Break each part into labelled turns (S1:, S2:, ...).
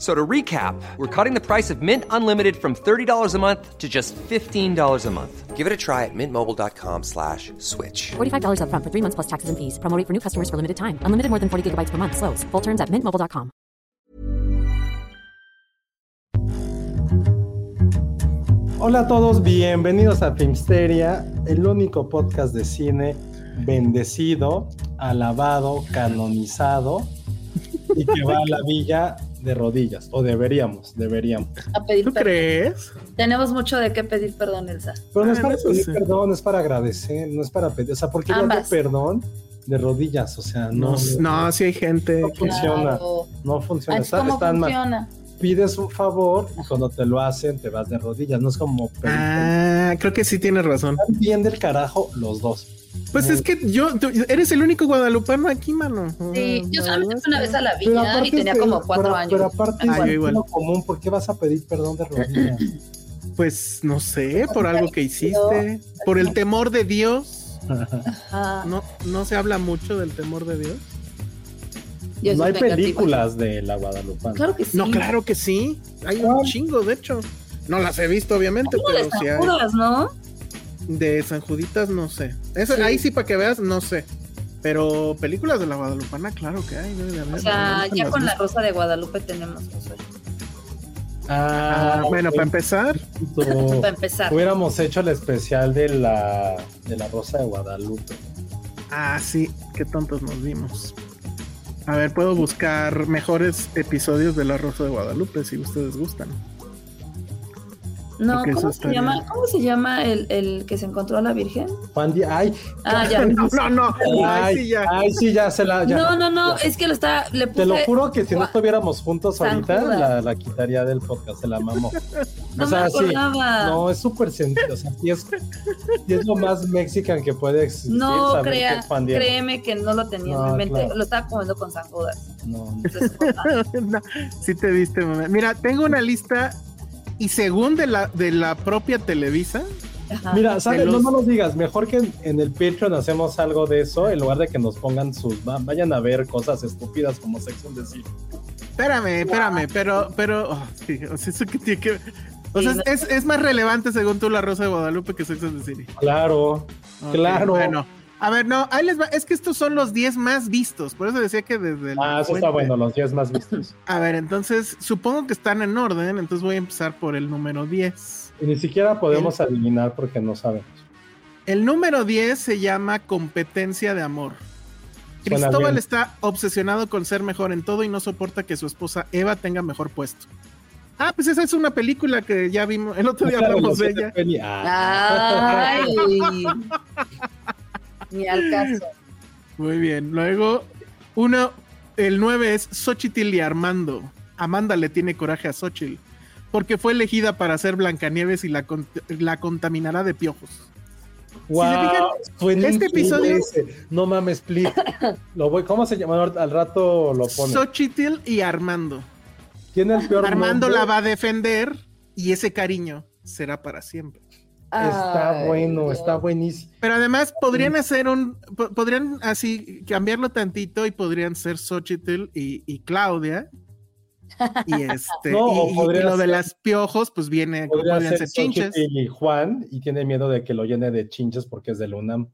S1: So to recap, we're cutting the price of Mint Unlimited from $30 a month to just $15 a month. Give it a try at mintmobile.com slash switch.
S2: $45 upfront for three months plus taxes and fees. Promote for new customers for limited time. Unlimited more than 40 gigabytes per month. Slows. Full terms at mintmobile.com.
S3: Hola a todos, bienvenidos a Filmsteria, el único podcast de cine bendecido, alabado, canonizado y que va a la villa de rodillas, o deberíamos, deberíamos.
S4: a pedir
S5: ¿Tú
S4: perdón.
S5: crees?
S4: Tenemos mucho de qué pedir perdón, Elsa.
S3: Pero no es
S5: Ah,
S3: para
S5: eso
S3: pedir
S5: sí.
S3: perdón, es para agradecer, no es para pedir, o sea, porque yo hablo
S4: Ambas.
S3: perdón de rodillas, o sea, no,
S5: No, no, sí hay gente.
S3: no
S4: pues,
S5: que-
S3: funciona,
S4: Claro.
S3: no funciona,
S4: Entonces,
S3: está-
S4: ¿Cómo
S3: están mal.
S4: funciona?
S3: Pides un favor y cuando te lo hacen te vas de rodillas, no es como pedir perdón.
S5: Ah, creo que sí tienes razón.
S3: Están bien del carajo los dos.
S5: Pues es que yo, tú- eres el único guadalupano aquí, mano.
S4: Sí, yo
S5: Ah,
S4: solamente
S5: no,
S4: fui una
S5: no.
S4: vez a la
S3: Pero
S4: viña
S3: aparte
S4: y tenía
S3: es de-
S4: como cuatro
S3: pero- Pero
S4: años.
S3: aparte
S5: Ah,
S3: es
S5: yo
S3: de
S5: igual.
S3: lo común, ¿por qué vas a pedir perdón de rodillas?
S5: Pues no sé, por algo que hiciste, por el temor de Dios.
S4: Ah,
S5: No, no se habla mucho del temor de Dios.
S4: yo
S3: no
S4: soy
S3: hay
S4: vengativa.
S3: películas de la Guadalupana.
S4: Claro que sí.
S5: No, claro que sí. Hay un
S3: ¿Cuál?
S5: chingo, de hecho. No las he visto, obviamente,
S4: ¿Cómo
S5: pero
S4: les
S5: sí hay.
S4: conjuras, no?
S5: De San Juditas, no sé. Eso,
S4: Sí.
S5: Ahí sí, para que veas, no sé. Pero películas de la Guadalupana, claro que hay, debe de haber.
S4: O sea,
S5: Nunca
S4: ya
S5: las
S4: con
S5: vi.
S4: la rosa de Guadalupe tenemos eso.
S5: Ah, bueno, para
S3: perfecto.
S5: empezar,
S3: Oh,
S4: Para empezar.
S3: Hubiéramos hecho el especial de la, de la Rosa de Guadalupe.
S5: Ah, sí, qué tontos nos vimos. A ver, puedo buscar mejores episodios de La Rosa de Guadalupe si ustedes gustan.
S4: No,
S5: porque
S4: ¿cómo
S5: eso
S4: se,
S5: está
S4: llama,
S5: bien.
S4: ¿cómo se llama el, el que se encontró a la Virgen?
S3: Juan Di- ay,
S4: Ah, ya.
S5: No, no, no.
S3: ay, ah.
S5: Ay, sí, ya.
S3: ay, sí, ya se la. ya.
S4: No, no, no,
S3: Ya.
S4: es que lo está. Le puse,
S3: Te lo juro que si no
S4: Gua-
S3: estuviéramos juntos
S4: San
S3: ahorita,
S4: Judas.
S3: la, la quitaría del podcast, se la mamó.
S4: No
S3: o sea,
S4: me
S3: sí.
S4: acordaba.
S3: No, es súper sencillo. O sea, sí es, sí es lo más mexican que puede existir.
S4: No,
S3: saber que
S4: crea,
S3: es Juan Diego.
S4: créeme que no lo tenía
S3: No,
S4: en mente.
S3: claro.
S4: Lo estaba comiendo con San Judas.
S3: No, no.
S4: Entonces,
S5: No, sí te viste, mamá. Mira, tengo una lista y según de la, de la propia Televisa,
S4: ajá.
S3: Mira, ¿sabes?
S5: los-
S3: No nos digas, mejor que en, en el Patreon hacemos algo de eso, en lugar de que nos pongan sus... va- Vayan a ver cosas estúpidas como Sexo de sí.
S5: espérame, espérame, pero, pero, oh, sí, o sea, eso que tiene que o sea,
S4: Sí,
S5: es, es más relevante según tú La Rosa de Guadalupe que Sex and the City.
S3: Claro.
S5: Ok,
S3: Claro.
S5: Bueno, a ver, no, ahí les va. Es que estos son los 10 más vistos, por eso decía que desde el.
S3: Ah, eso está bueno, los 10 más vistos.
S5: A ver, entonces, supongo que están en orden, entonces voy a empezar por el número 10.
S3: Y ni siquiera podemos adivinar porque no sabemos.
S5: El número 10 se llama competencia de amor.
S3: Suena
S5: Cristóbal
S3: bien.
S5: está obsesionado con ser mejor en todo y no soporta que su esposa Eva tenga mejor puesto. Ah, pues esa es una película que ya vimos, el otro día
S3: Claro, los
S5: hablamos de
S3: siete
S5: ella.
S3: peli- ah.
S4: Ay. Ni al caso.
S5: Muy bien, luego uno, el 9 es Xochitl y Armando. Amanda le tiene coraje a Xochitl porque fue elegida para ser Blancanieves y la, con- la contaminará de piojos.
S3: Guau,
S5: fijan,
S3: suena
S5: este
S3: increíble
S5: episodio-
S3: ese. No mames, please. Lo voy, ¿Cómo se llama? Ahorita- Al rato lo pone.
S5: Xochitl y Armando.
S3: Tiene el peor
S5: Armando
S3: nombre.
S5: la va a defender y ese cariño será para siempre.
S3: Está
S4: Ay,
S3: bueno,
S4: Dios.
S3: está buenísimo.
S5: Pero además podrían hacer un, po- podrían así cambiarlo tantito y podrían ser Xochitl y, y Claudia. Y este,
S3: No,
S5: y-
S3: o
S5: y- y
S3: podría
S5: lo de
S3: ser-
S5: las piojos, pues viene,
S3: Podría
S5: podrían
S3: ser,
S5: ser chinches.
S3: Xochitl y Juan y tiene miedo de que lo llene de chinches porque es del UNAM.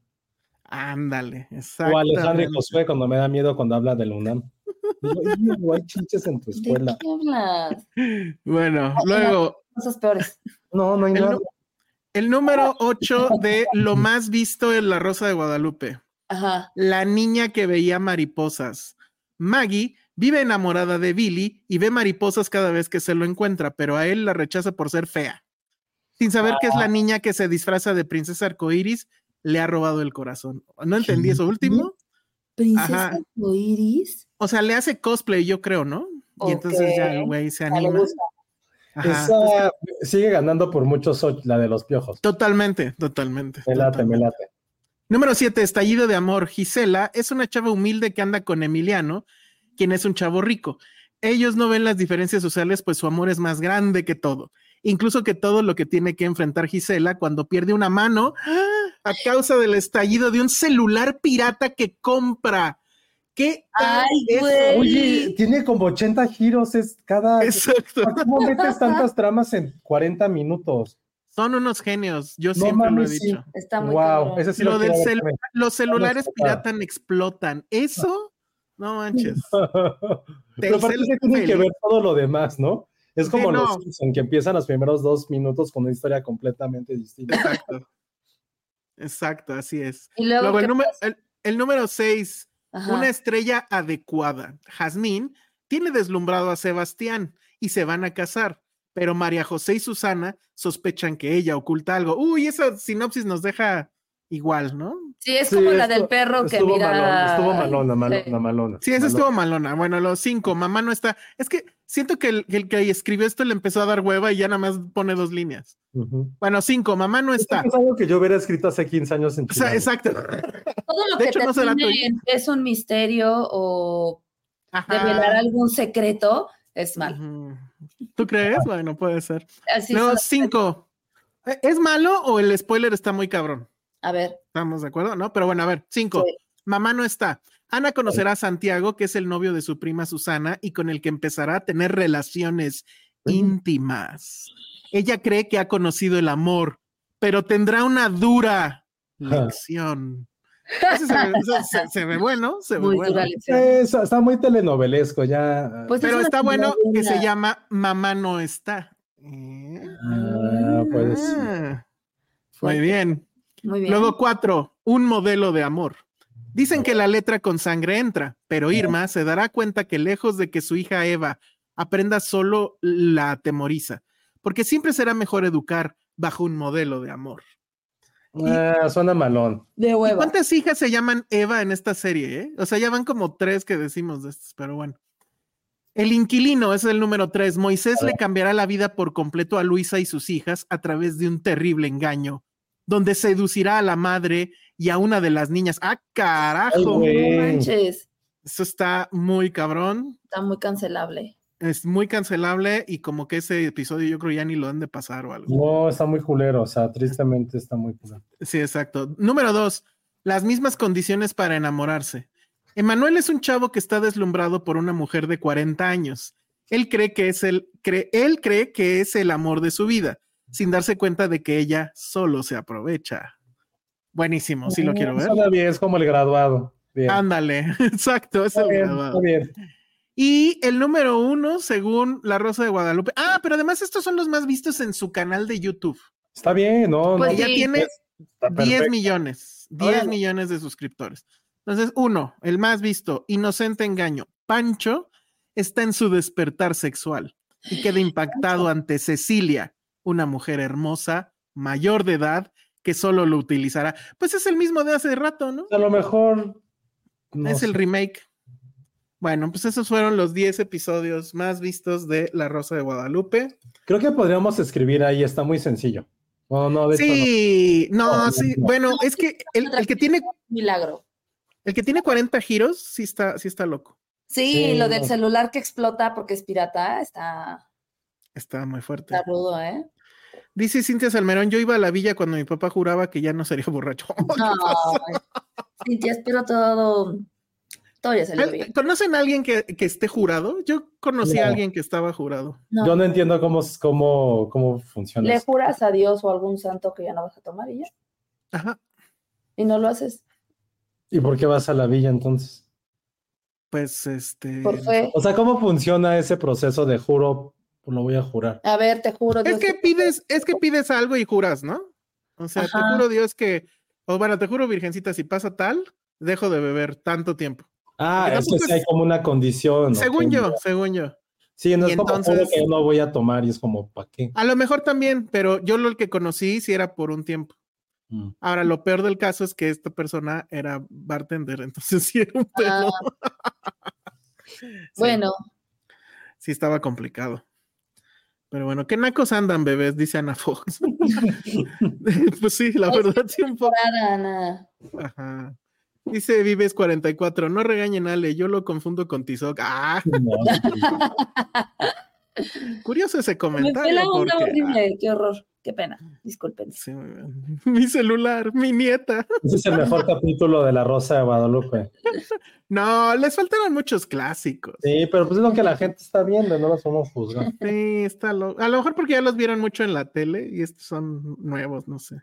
S5: Ándale,
S3: O Alejandro y
S5: exacto.
S3: Josué cuando me da miedo cuando habla del UNAM. Digo, "Oye, no hay chinches en tu
S4: ¿De
S3: escuela.
S4: qué hablas?
S5: Bueno,
S4: Ah,
S5: luego,
S4: Cosas peores.
S3: No, no hay
S5: el,
S3: nada.
S5: nu- el número 8 de lo más visto en La Rosa de Guadalupe.
S4: Ajá.
S5: la niña que veía mariposas. Maggie vive enamorada de Billy y ve mariposas cada vez que se lo encuentra, pero a él la rechaza por ser fea. Sin saber que
S4: Ah.
S5: es la niña que se disfraza de princesa arcoíris, le ha robado el corazón. ¿No entendí eso último?
S6: Princesa
S5: Ajá.
S6: Iris.
S5: O sea, le hace cosplay, yo creo, ¿no? Y entonces ya el güey se
S4: Ya le
S5: anima.
S4: gusta.
S5: Ajá.
S3: Esa sigue ganando por muchos la de los piojos.
S5: Totalmente, totalmente.
S3: Me late,
S5: totalmente.
S3: me late.
S5: Número 7, estallido de amor. Gisela es una chava humilde que anda con Emiliano, quien es un chavo rico. Ellos no ven las diferencias sociales, pues su amor es más grande que todo. Incluso que todo lo que tiene que enfrentar Gisela cuando pierde una mano ¡ah! a causa del estallido de un celular pirata que compra. ¿Qué? tal
S4: Ay,
S5: eso?
S4: güey.
S3: Oye, tiene como 80 giros, es cada...
S5: Exacto.
S3: ¿Cómo metes tantas tramas en 40 minutos?
S5: Son unos genios. Yo
S3: No
S5: siempre lo he
S3: mames, sí.
S5: dicho.
S4: Está muy
S3: wow,
S4: cabrón.
S3: ese sí
S5: Lo
S3: lo,
S5: del
S3: quiero ver
S5: cel- Los celulares
S3: explotado.
S5: piratan explotan. Eso, no manches.
S3: también. Pero aparte
S5: Telcel
S3: que tiene que
S5: feliz.
S3: ver todo lo demás, ¿no? Es
S5: Sí,
S3: como
S5: no.
S3: los Simpson, que empiezan los primeros dos minutos con una historia completamente distinta.
S5: Exacto. Exacto, así es.
S4: Y luego,
S5: Luego, el,
S4: ¿qué
S5: número,
S4: pasa?
S5: el, el número 6,
S4: Ajá.
S5: una estrella adecuada. Jazmín tiene deslumbrado a Sebastián y se van a casar, pero María José y Susana sospechan que ella oculta algo. Uy, esa sinopsis nos deja igual, ¿no?
S4: Sí, es
S3: Sí,
S4: como la
S3: esto-
S4: del perro que
S3: Estuvo
S4: mira.
S3: malona, estuvo malona, malona,
S4: Sí.
S3: malona.
S5: Sí, esa
S3: malona.
S5: estuvo malona. Bueno, los cinco, mamá no está. Es que siento que el, el que escribió esto le empezó a dar hueva y ya nada más pone dos líneas.
S3: Ujú.
S5: Bueno, cinco, mamá no está.
S3: Es algo que yo hubiera escrito hace 15 años en
S5: O sea,
S3: Chilango.
S5: exacto.
S4: Todo lo
S5: De
S4: que
S5: hecho,
S4: te
S5: no será
S4: tiene
S5: tuyo.
S4: en- es un misterio o develar
S5: Ajá.
S4: algún secreto es mal.
S5: Ujú. ¿Tú crees? Bueno, puede ser.
S4: Así
S5: no,
S4: son-
S5: cinco. ¿E- ¿Es malo o el spoiler está muy cabrón?
S4: A ver,
S5: ¿Estamos de acuerdo? No, pero bueno, a ver, cinco.
S4: Sí.
S5: Mamá no está. Ana conocerá a Santiago, que es el novio de su prima Susana y con el que empezará a tener relaciones íntimas. Ella cree que ha conocido el amor, pero tendrá una dura lección. Ese se, ve, eso se- se ve bueno, se ve
S4: muy
S5: bueno.
S4: dura lección.
S3: Es- está muy telenovelesco ya.
S4: Pues es
S5: Pero
S4: una
S5: está bueno que se
S4: señora.
S5: llama Mamá no está. ¿Eh?
S3: Ah, pues.
S5: Ah, muy
S4: Fuerte,
S5: bien.
S4: muy pues, bien.
S5: Luego cuatro, un modelo de amor. Dicen que la letra con sangre entra, pero Irma se dará cuenta que lejos de que su hija Eva aprenda solo, la atemoriza, porque siempre será mejor educar bajo un modelo de amor.
S3: Ah, suena malón.
S6: De
S5: ¿Y
S6: hueva.
S5: ¿Cuántas hijas se llaman Eva en esta serie? eh? O sea, ya van como tres que decimos de estos, pero bueno. El inquilino es el número tres. Moisés le cambiará la vida por completo a Luisa y sus hijas a través de un terrible engaño, donde seducirá a la madre y a una de las niñas. ¡Ah,
S3: Ay,
S5: carajo!
S4: No
S3: güey.
S4: manches,
S5: Eso está muy cabrón.
S4: está muy cancelable.
S5: Es muy cancelable y como que ese episodio yo creo ya ni lo han de pasar o algo.
S3: No, está muy culero, o sea, tristemente está muy culero.
S5: Sí, exacto. Número dos, las mismas condiciones para enamorarse. Emanuel es un chavo que está deslumbrado por una mujer de 40 años. Él cree que es el, cree- él cree que es el amor de su vida, sin darse cuenta de que ella solo se aprovecha. Buenísimo, sí lo quiero ver.
S3: Suena bien, es como el graduado. Bien.
S5: Ándale, exacto, es
S3: Está
S5: el
S3: bien,
S5: grabado.
S3: está bien.
S5: Y el número uno, según La Rosa de Guadalupe. Ah, pero además estos son los más vistos en su canal de YouTube.
S3: Está bien, no,
S4: Pues
S3: no.
S5: Ella
S4: sí.
S5: tiene
S3: está
S5: 10
S3: perfecto.
S5: millones, 10
S3: Órale.
S5: millones de suscriptores. Entonces, uno, el más visto, Inocente Engaño, Pancho, está en su despertar sexual y queda impactado ante Cecilia, una mujer hermosa, mayor de edad, que solo lo utilizará. Pues es el mismo de hace rato, ¿no?
S3: A lo mejor. no
S5: es el
S3: sé.
S5: remake. Bueno, pues esos fueron los 10 episodios más vistos de La Rosa de Guadalupe.
S3: Creo que podríamos escribir ahí, está muy sencillo. No, no, de hecho,
S5: Sí, no,
S3: No,
S5: sí.
S3: no.
S5: Bueno, es que el, el que tiene
S4: Milagro.
S5: el que tiene 40 giros sí está sí está loco.
S4: Sí,
S3: Sí,
S4: lo
S3: no.
S4: del celular que explota porque es pirata está,
S5: Está muy fuerte.
S4: está rudo, ¿eh?
S5: Dice Cintia Salmerón, yo iba a la villa cuando mi papá juraba que ya no sería borracho.
S4: No. Cintia, espero todo. Todo ya salió bien.
S5: ¿Conocen a alguien que, que esté jurado? Yo conocí a
S3: No.
S5: alguien que estaba jurado.
S4: No.
S3: no. Yo no entiendo cómo, cómo, cómo funciona.
S4: Le
S3: eso.
S4: juras a Dios o a algún santo que ya no vas a tomar y ya.
S5: Ajá.
S4: Y no lo haces.
S3: ¿Y por qué vas a la villa entonces?
S5: Pues este.
S4: Por fe.
S3: O sea, ¿cómo funciona ese proceso de juro? Lo voy a jurar.
S4: A ver, te juro.
S5: Es
S4: Dios,
S5: que
S4: te-
S5: pides, es que pides algo y juras, ¿no? O sea, te
S4: Ajá.
S5: juro Dios que, o bueno, te juro Virgencita, si pasa tal, dejo de beber tanto tiempo.
S3: Ah,
S5: Porque
S3: es que
S5: tampoco
S3: sí
S5: es-
S3: hay como una condición. ¿no?
S5: Según
S3: Que-
S5: yo, según yo.
S3: Sí, no
S5: Y
S3: es como
S5: entonces-
S3: "Puedo que yo no voy a tomar y es como, ¿para qué?
S5: A lo mejor también, pero yo lo que conocí sí era por un tiempo.
S3: Mm.
S5: Ahora, lo peor del caso es que esta persona era bartender, entonces sí era
S4: Ah,
S5: un pelo.
S4: Bueno,
S5: Sí estaba complicado. Pero bueno, ¿qué nacos andan, bebés? Dice Ana Fox. pues sí, la verdad sí un poco.
S4: para nada.
S5: Ajá. Dice Vives44, no regañen a Ale, yo lo confundo con Tizoc. Ah,
S3: No,
S5: curioso ese
S4: Me fue la
S5: comentario.
S4: onda
S5: porque-
S4: horrible, qué horror, qué pena, disculpen.
S5: ah, sí, muy bien. mi celular, mi nieta.
S3: ese es el mejor capítulo de La Rosa de Guadalupe.
S5: No, les faltaron muchos clásicos.
S3: Sí, pero pues es lo que la gente está viendo, no las podemos juzgar.
S5: Sí, está lo- A lo mejor porque ya los vieron mucho en la tele y estos son nuevos, no sé.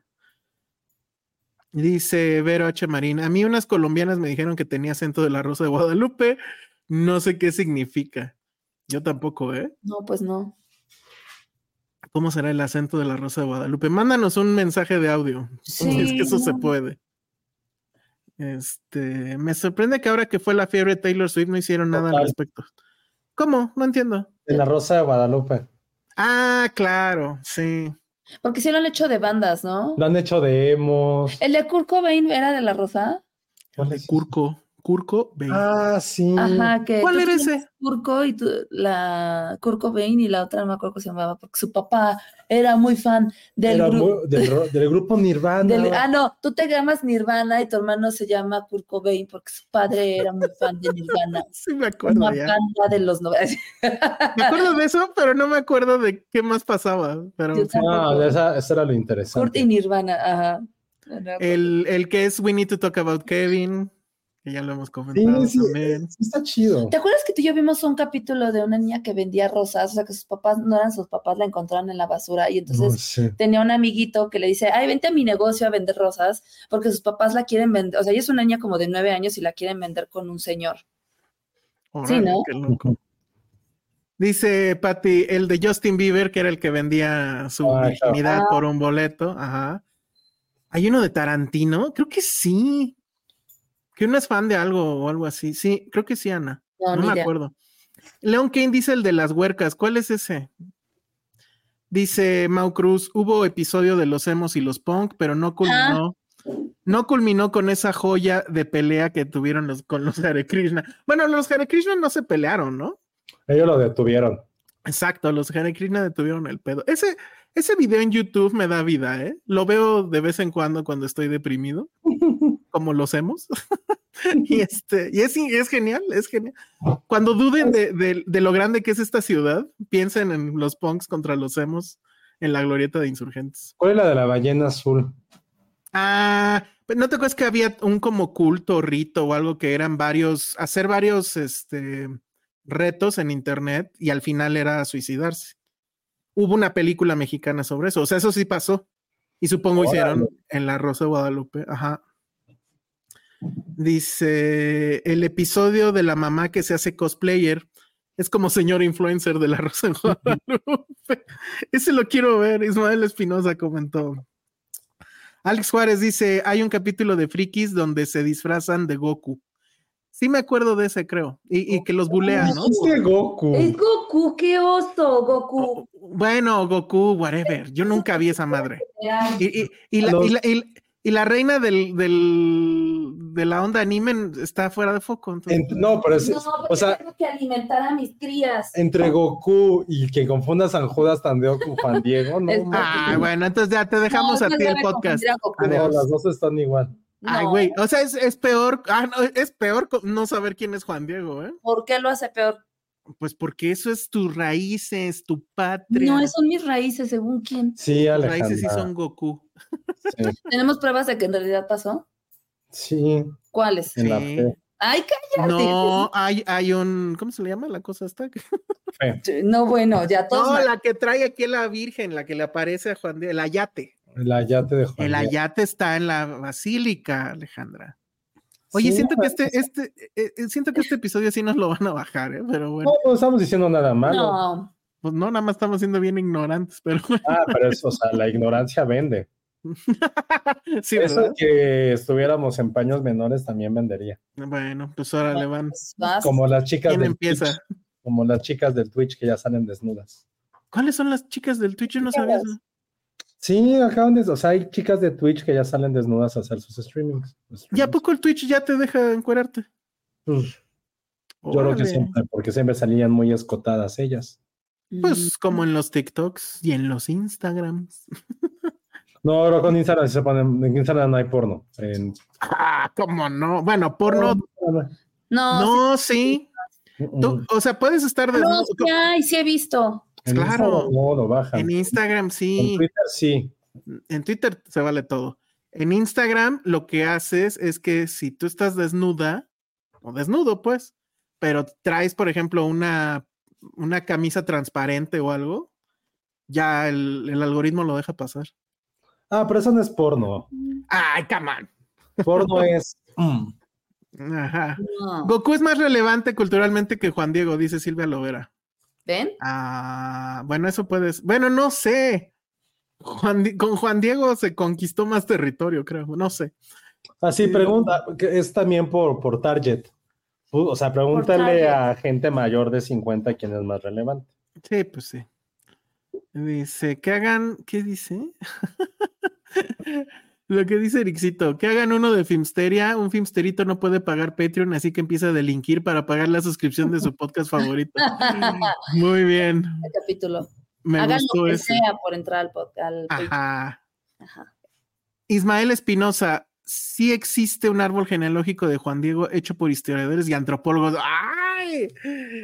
S5: Dice Vero H. Marín, a mí unas colombianas me dijeron que tenía acento de la Rosa de Guadalupe, no sé qué significa. Yo tampoco, ¿eh?
S4: No, pues no.
S5: ¿Cómo será el acento de la Rosa de Guadalupe? Mándanos un mensaje de audio. Si es
S4: Sí,
S5: que eso se
S4: no.
S5: puede. Este, me sorprende que ahora que fue la fiebre Taylor Swift no hicieron nada al
S3: Total.
S5: respecto. ¿Cómo? No entiendo.
S3: De La Rosa de Guadalupe.
S5: Ah, claro, sí.
S4: Porque sí lo han hecho de bandas, ¿no?
S3: Lo han hecho de emos.
S4: El de Kurt Cobain era de la Rosa.
S3: ¿Cuál
S5: De
S3: es?
S5: Curco. Curco, ve.
S3: Ah, sí.
S4: Ajá, que
S5: ¿Cuál
S4: tú
S5: era
S4: tenías
S5: ese?
S4: Kurko y tú- la Kurt Cobain y la otra no me acuerdo cómo se llamaba, porque su papá era muy fan del
S3: Era
S4: grupo.
S3: muy- del, ro- del grupo Nirvana.
S4: del- ah, no, tú te llamas Nirvana y tu hermano se llama Kurt Cobain porque su padre era muy fan de Nirvana.
S5: Sí, me acuerdo
S4: Una
S5: ya.
S4: banda de los noventas.
S5: Me acuerdo de eso, pero no me acuerdo de qué más pasaba. Pero
S4: Yo
S5: sí.
S3: Ah,
S4: tampoco.
S3: esa, eso era lo
S4: Kurt y
S3: interesante.
S4: Nirvana, ajá. Bueno,
S5: el, el que es We Need to Talk About Kevin, que ya lo hemos comentado
S3: Sí, sí,
S5: también.
S3: sí está chido.
S4: ¿Te acuerdas que tú y yo vimos un capítulo de una niña que vendía rosas? O sea, que sus papás no eran sus papás, la encontraron en la basura y
S3: No
S4: entonces
S3: sé.
S4: tenía un amiguito que le dice, ay, vente a mi negocio a vender rosas porque sus papás la quieren vender. O sea, ella es una niña como de nueve años y la quieren vender con un señor.
S5: Órale,
S4: ¿no?
S5: Oh, qué loco. Dice Patty, el de Justin Bieber, que era el que vendía su
S3: Ah, claro.
S5: virginidad por un boleto. Ajá. ¿Hay uno de Tarantino? Creo que sí. Que uno es fan de algo o algo así. Sí, creo que sí, Ana.
S4: No,
S5: No
S4: ni
S5: me
S4: idea.
S5: acuerdo. Leon Kane dice el de las huercas. ¿Cuál es ese? Dice Mau Cruz, hubo episodio de los emos y los punk, pero
S4: Ah.
S5: no culminó. No culminó con esa joya de pelea que tuvieron los, con los Hare Krishna. Bueno, los Hare Krishna no se pelearon, ¿no?
S3: Ellos lo detuvieron.
S5: Exacto, los Hare Krishna detuvieron el pedo. Ese, ese video en YouTube me da vida, ¿eh? Lo veo de vez en cuando cuando estoy deprimido, como los hemos. y este, y es, es genial, es genial. Cuando duden de, de- de lo grande que es esta ciudad, piensen en los punks contra los hemos en la glorieta de insurgentes.
S3: ¿Cuál es la de la ballena azul?
S5: Ah, pero ¿no te acuerdas que había un como culto, rito o algo que eran varios, hacer varios este, retos en internet y al final era suicidarse? Hubo una película mexicana sobre eso, o sea, eso sí pasó. Y supongo hicieron en La Rosa de Guadalupe, ajá. Dice, el episodio de la mamá que se hace cosplayer es como señor influencer de La Rosa de Guadalupe. Ese lo quiero ver, Ismael Espinosa comentó. Alex Juárez dice, hay un capítulo de Frikis donde se disfrazan de Goku. Sí me acuerdo de ese, creo. Y, y que los bulean, Ah, ¿no?
S3: Dijiste Goku.
S4: Es Goku, qué oso, Goku.
S5: Bueno, Goku, whatever. Yo nunca vi esa madre.
S4: Ay,
S5: Y, y- y la, y la- y la- y la reina del, del- de la onda anime está fuera de foco. entonces-
S3: Ent- no, pero es,
S4: No, porque
S3: pues, o sea,
S4: pues, tengo que alimentar a mis crías.
S3: entre Goku y que confunda San Judas Tandeo con Juan Diego, no,
S4: Es-
S3: ma-
S5: Ah, bueno, entonces ya te dejamos
S4: No,
S5: a
S4: no
S5: ti el
S4: debe
S5: podcast.
S4: confundir a Goku.
S3: no,
S5: adiós.
S3: las dos están igual.
S5: Ay,
S4: No, ¿eh?
S5: güey. O sea, es, es peor. ah, no, es peor co- no saber quién es Juan Diego, ¿eh?
S4: ¿Por qué lo hace peor?
S5: Pues porque eso es tus raíces, tu patria.
S4: No, son mis raíces, según quién.
S3: Sí,
S5: Tus raíces sí
S3: Alejandra.
S5: son Goku.
S3: Sí,
S4: ¿Tenemos pruebas de que en realidad pasó?
S3: sí,
S4: ¿Cuáles?
S3: en la
S5: Sí.
S3: fe.
S4: Ay, cállate.
S5: No, hay, hay un. ¿Cómo se le llama la cosa esta?
S4: No, bueno, ya todos.
S5: No,
S4: mal.
S5: la que trae aquí la Virgen, la que le aparece a Juan Diego, el ayate.
S3: El ayate de Juan
S5: El
S3: Diego.
S5: ayate está en la basílica, Alejandra. Oye,
S3: Sí,
S5: siento que
S3: pero-
S5: este, este, eh, eh, siento que este episodio sí nos lo van a bajar, ¿eh? pero bueno,
S3: No, no estamos diciendo nada malo.
S4: No,
S5: pues no, nada más estamos siendo bien ignorantes, pero bueno.
S3: Ah, pero eso, o sea, la ignorancia vende.
S5: Sí,
S3: Eso
S5: ¿verdad?
S3: que estuviéramos en paños menores también vendería.
S5: Bueno, pues ahora le van.
S4: Pues vas.
S3: Como las chicas
S5: ¿Quién
S3: del
S5: empieza?
S3: Twitch, como las chicas del Twitch que ya salen desnudas.
S5: ¿Cuáles son las chicas del Twitch? Yo no sabía eso.
S3: Sí, acaban de, o sea, hay chicas de Twitch que ya salen desnudas a hacer sus streamings.
S5: ¿Y a poco el Twitch ya pues, te deja encuerarte?
S3: Pues, yo creo que siempre, porque siempre salían muy escotadas ellas.
S5: Pues como en los TikToks y en los Instagrams.
S3: No, pero con Instagram sí se ponen, en Instagram no hay porno. En-
S5: Ah, ¿cómo no? Bueno, porno.
S4: Oh, No, sí,
S5: No, sí.
S3: Mm.
S5: Tú- o sea, puedes
S4: no,
S5: estar desnudo.
S4: sí hay, sí he visto.
S3: En
S5: claro.
S3: Instagram No, lo bajan.
S5: En Instagram,
S3: En
S5: sí.
S3: Twitter sí.
S5: En Twitter se vale todo. En Instagram lo que haces es que si tú estás desnuda, o desnudo pues, pero traes, por ejemplo, una, una camisa transparente o algo, ya el, el algoritmo lo deja pasar.
S3: Ah, pero eso no es porno.
S5: ¡Ay, come on!
S3: Porno es. mm,
S5: Ajá.
S4: No.
S5: Goku es más relevante culturalmente que Juan Diego, dice Silvia Lovera.
S4: ¿Ven?
S5: Ah, bueno, eso puedes. Bueno, no sé. Juan Di- con Juan Diego se conquistó más territorio, creo. No sé.
S3: Así Ah, pregunta, que es también por, por target. Uh, O sea, pregúntale
S4: target.
S3: a gente mayor de 50 quién es más relevante.
S5: Sí, pues sí. Dice, que hagan, ¿qué dice? Lo que dice Erixito, que hagan uno de Filmsteria, un Filmsterito no puede pagar Patreon, así que empieza a delinquir para pagar la suscripción de su podcast favorito. Mm. Muy bien,
S4: El Este capítulo.
S5: me
S4: Hagan lo
S5: gustó
S4: que
S5: eso.
S4: sea por entrar al podcast.
S5: Ajá.
S4: Ajá.
S5: Ismael Espinosa, sí existe un árbol genealógico de Juan Diego hecho por historiadores y antropólogos. ¡Ay!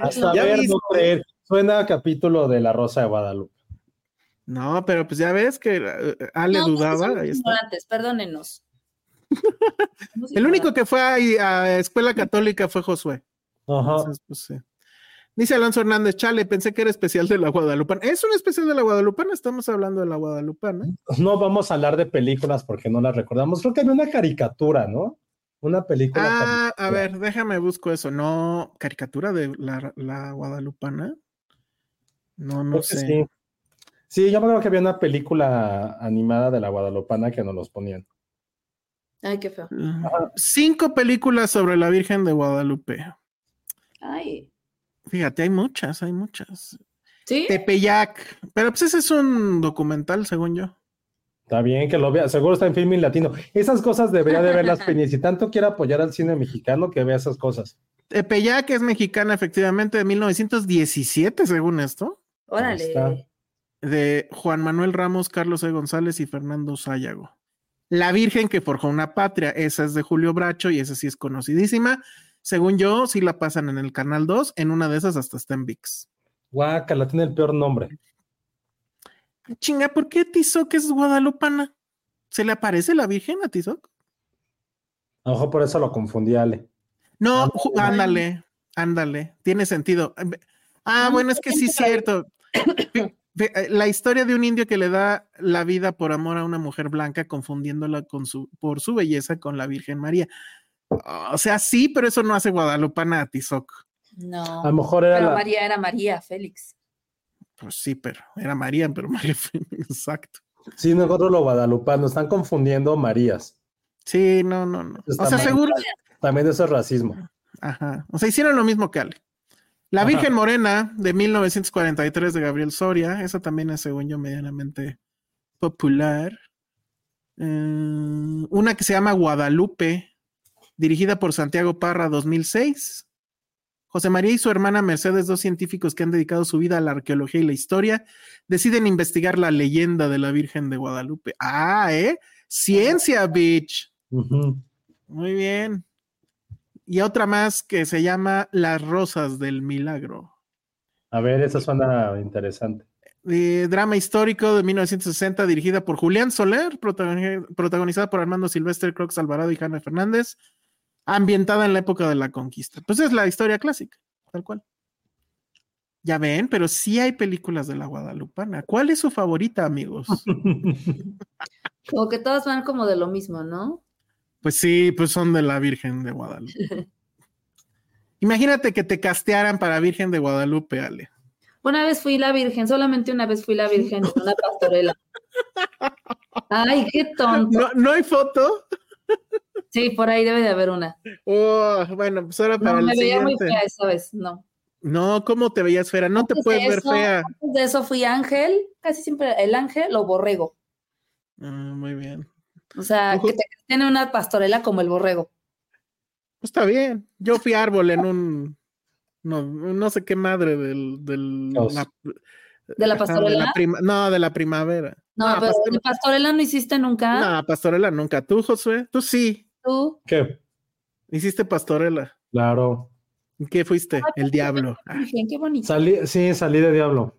S3: Hasta
S5: ¿Ya
S3: ver,
S5: viste?
S3: no creer. Suena a capítulo de La Rosa de Guadalupe.
S5: No, pero pues ya ves que eh, Ale
S4: No, pues,
S5: dudaba.
S4: somos
S5: ahí está.
S4: ignorantes, perdónenos. Somos
S5: El único
S4: ignorantes.
S5: que fue ahí a escuela católica fue Josué.
S3: Ajá.
S5: Entonces, pues, sí. Dice Alonso Hernández, chale, pensé que era especial de la Guadalupana. ¿Es un especial de la Guadalupana? Estamos hablando de la Guadalupana.
S3: No vamos a hablar de películas porque no las recordamos. Creo que había una caricatura, ¿no? Una película.
S5: Ah,
S3: caricatura.
S5: a ver, déjame busco eso. No, caricatura de la, la Guadalupana. No,
S3: Creo
S5: no
S3: que
S5: sé.
S3: Sí. Sí, yo me acuerdo que había una película animada de la Guadalupana que nos los ponían.
S4: Ay, qué feo.
S5: Ajá. Cinco películas sobre la Virgen de Guadalupe.
S4: Ay.
S5: Fíjate, hay muchas, hay muchas.
S4: ¿Sí?
S5: Tepeyac. Pero pues ese es un documental, según yo.
S3: Está bien que lo vea, seguro está en filming latino. Esas cosas debería de verlas, Penny. Si tanto quiere apoyar al cine mexicano, que vea esas cosas.
S5: Tepeyac es mexicana, efectivamente, de 1917, según esto,
S4: Órale.
S3: está.
S5: de Juan Manuel Ramos, Carlos E. González y Fernando Sayago. La Virgen que forjó una patria, esa es de Julio Bracho y esa sí es conocidísima. Según yo, sí la pasan en el Canal 2, en una de esas hasta está en VIX.
S3: Guácala, tiene el peor nombre.
S5: Chinga, ¿por qué Tizoc es guadalupana? ¿Se le aparece la Virgen a Tizoc?
S3: A lo mejor por eso lo confundí, Ale.
S5: No,
S3: Ándale.
S5: ju- ándale, ándale, tiene sentido. Ah, ve- Ah, bueno, es que sí es cierto. Ve- ve- eh, La historia de un indio que le da la vida por amor a una mujer blanca, confundiéndola con su, por su belleza con la Virgen María. Ah, O sea, sí, pero eso no hace guadalupana a Tizoc.
S4: No.
S3: A lo mejor era
S4: Pero
S3: la-
S4: María era María, Félix.
S5: Pues sí, pero era María, pero María fue exacto.
S3: Sí, nosotros los guadalupanos están confundiendo Marías.
S5: Sí, no, no, no.
S3: Está
S5: O sea,
S3: mal.
S5: seguro.
S3: También eso es racismo.
S5: Ajá. O sea, hicieron lo mismo que Ale. La
S3: Ajá.
S5: Virgen Morena de 1943 de Gabriel Soria. Esa también es, según yo, medianamente popular. Eh, una que se llama Guadalupe, dirigida por Santiago Parra 2006. José María y su hermana Mercedes, dos científicos que han dedicado su vida a la arqueología y la historia, deciden investigar la leyenda de la Virgen de Guadalupe. Ah, ¿eh? Ciencia, bitch.
S3: Ujú.
S5: Muy bien. Y otra más que se llama Las Rosas del Milagro.
S3: A ver, esa suena interesante.
S5: Eh, drama histórico de 1960 dirigida por Julián Soler, protagoni- protagonizada por Armando Silvestre, Crox Alvarado y Jana Fernández, ambientada en la época de la conquista. Pues es la historia clásica, tal cual. Ya ven, pero sí hay películas de la Guadalupana. ¿Cuál es su favorita, amigos?
S4: Como que todas van como de lo mismo, ¿no?
S5: Pues sí, pues son de la Virgen de Guadalupe. Imagínate que te castearan para Virgen de Guadalupe, Ale.
S4: Una vez fui la virgen, solamente una vez fui la virgen en una pastorela. Ay, qué tonto.
S5: No, no hay foto.
S4: Sí, por ahí debe de haber una.
S5: Oh, bueno, pues ahora para
S4: No,
S5: el
S4: me veía muy
S5: siguiente.
S4: fea esa vez, no.
S5: No, ¿cómo te veías fea? No te
S4: Antes de
S5: puedes ver
S4: eso-
S5: fea.
S4: antes de eso fui ángel, casi siempre el ángel o borrego.
S5: Ah, muy bien.
S4: O sea,
S5: Ujú.
S4: que te tiene una pastorela como el borrego.
S5: Pues está bien. Yo fui árbol en un. No, no sé qué madre del. del
S3: Caos.
S4: ¿De la
S5: ajá,
S4: pastorela?
S5: prima- no, de la primavera.
S4: No,
S5: Ah,
S4: pero
S5: pastorela.
S4: de pastorela no hiciste nunca.
S5: No, pastorela nunca. Tú, Josué, tú sí.
S4: Tú,
S3: ¿Qué?
S5: Hiciste pastorela.
S3: Claro.
S5: ¿Y ¿Qué fuiste?
S4: pues,
S5: El diablo.
S4: dije, qué bonito.
S3: Salí, sí, salí de diablo.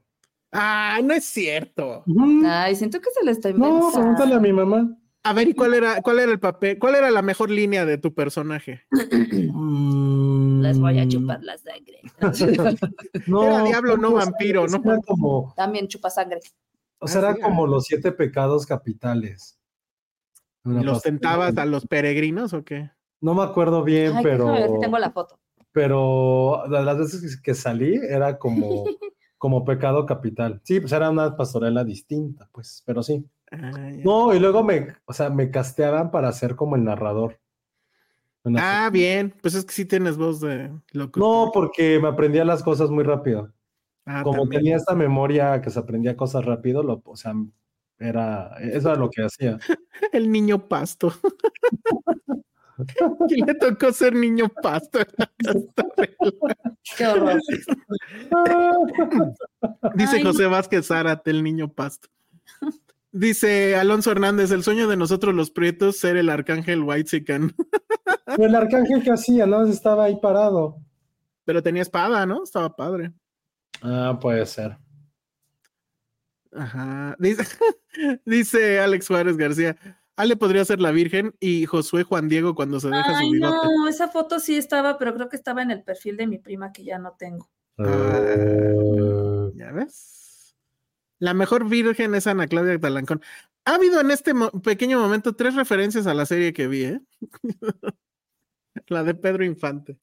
S5: Ah, no es cierto.
S3: Ujú.
S4: Ay, siento que se la está inventando.
S3: No, pregúntale a mi mamá.
S5: A ver, ¿y cuál era, cuál era el papel? ¿Cuál era la mejor línea de tu personaje?
S4: Les
S3: Les
S4: voy a chupar la sangre.
S3: Mm, No,
S5: Era diablo, no
S3: pues,
S5: vampiro,
S3: será
S5: ¿no? Ah,
S3: como,
S4: También chupa sangre.
S3: o será
S5: sí,
S3: como los siete pecados capitales. Una
S5: ¿Los
S3: pastorela.
S5: tentabas a los peregrinos o qué?
S3: No me acuerdo bien,
S4: Ay,
S3: pero,
S4: déjame ver si tengo la foto.
S3: pero la- las veces que salí era como, como pecado capital. Sí, pues era una pastorela distinta, pues, pero sí.
S5: Ah, ya.
S3: No, y luego me, o sea, me casteaban para ser como el narrador. Una-
S5: Ah, bien. Pues es que sí tienes voz de loco.
S3: no, porque me aprendía las cosas muy rápido.
S5: Ah,
S3: como
S5: también.
S3: tenía esta memoria que se aprendía cosas rápido, lo, o sea, era, eso era lo que hacía.
S5: El niño pasto. ¿Quién le tocó ser niño pasto?
S4: Qué horror.
S5: Dice
S4: Ay, no.
S5: José Vázquez Zárate, el niño pasto. Dice Alonso Hernández, el sueño de nosotros los prietos ser el arcángel Whitezican.
S3: Pero el arcángel que hacía, ¿no? Estaba ahí parado.
S5: Pero tenía espada, ¿no? Estaba padre.
S3: Ah, puede ser.
S5: Ajá. Dice, dice Alex Juárez García, Ale podría ser la Virgen y Josué Juan Diego cuando se deja
S4: Ay,
S5: su bigote.
S4: no, esa foto sí estaba, pero creo que estaba en el perfil de mi prima que ya no tengo.
S3: Eh,
S5: ¿Ya ves? La mejor virgen es Ana Claudia Talancón. Ha habido en este mo- pequeño momento tres referencias a la serie que vi, ¿eh? la de Pedro Infante, eh,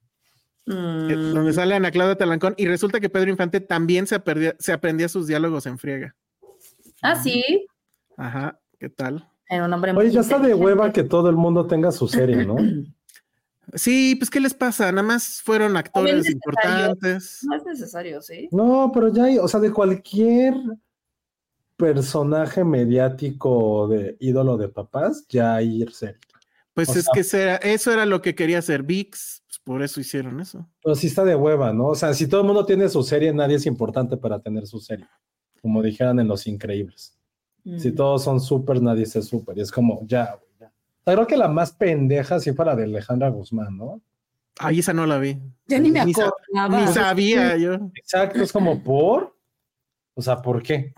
S4: Mm.
S3: Mm.
S5: donde sale Ana Claudia Talancón y resulta que Pedro Infante también se, aperdía- se aprendía sus diálogos en friega.
S4: Ah, sí.
S5: Ajá, ¿qué tal?
S4: Era un hombre
S3: Oye, ya está de hueva
S4: inteligente.
S3: que todo el mundo tenga su serie, ¿no?
S5: Sí, pues ¿qué les pasa? Nada más fueron actores
S4: necesario.
S5: importantes.
S4: No es necesario, ¿sí?
S3: No, pero ya hay, o sea, de cualquier personaje mediático de ídolo de papás, ya hay serie.
S5: Pues
S3: O
S5: es
S3: sea-
S5: que será- eso era lo que quería hacer VIX, pues, por eso hicieron eso.
S3: Pero sí está de hueva, ¿no? O sea, si todo el mundo tiene su serie, nadie es importante para tener su serie. Como dijeran en Los Increíbles. Si
S4: Mm.
S3: todos son súper, nadie es súper. Y es como, ya, güey, ya. O sea, creo que la más pendeja sí fue la de Alejandra Guzmán, ¿no?
S5: Ay, esa no la vi.
S4: Yo ni me
S5: Ni sa-
S3: Ah,
S4: acordaba.
S5: Ni sabía yo.
S3: Exacto, es como por. O sea, ¿por qué?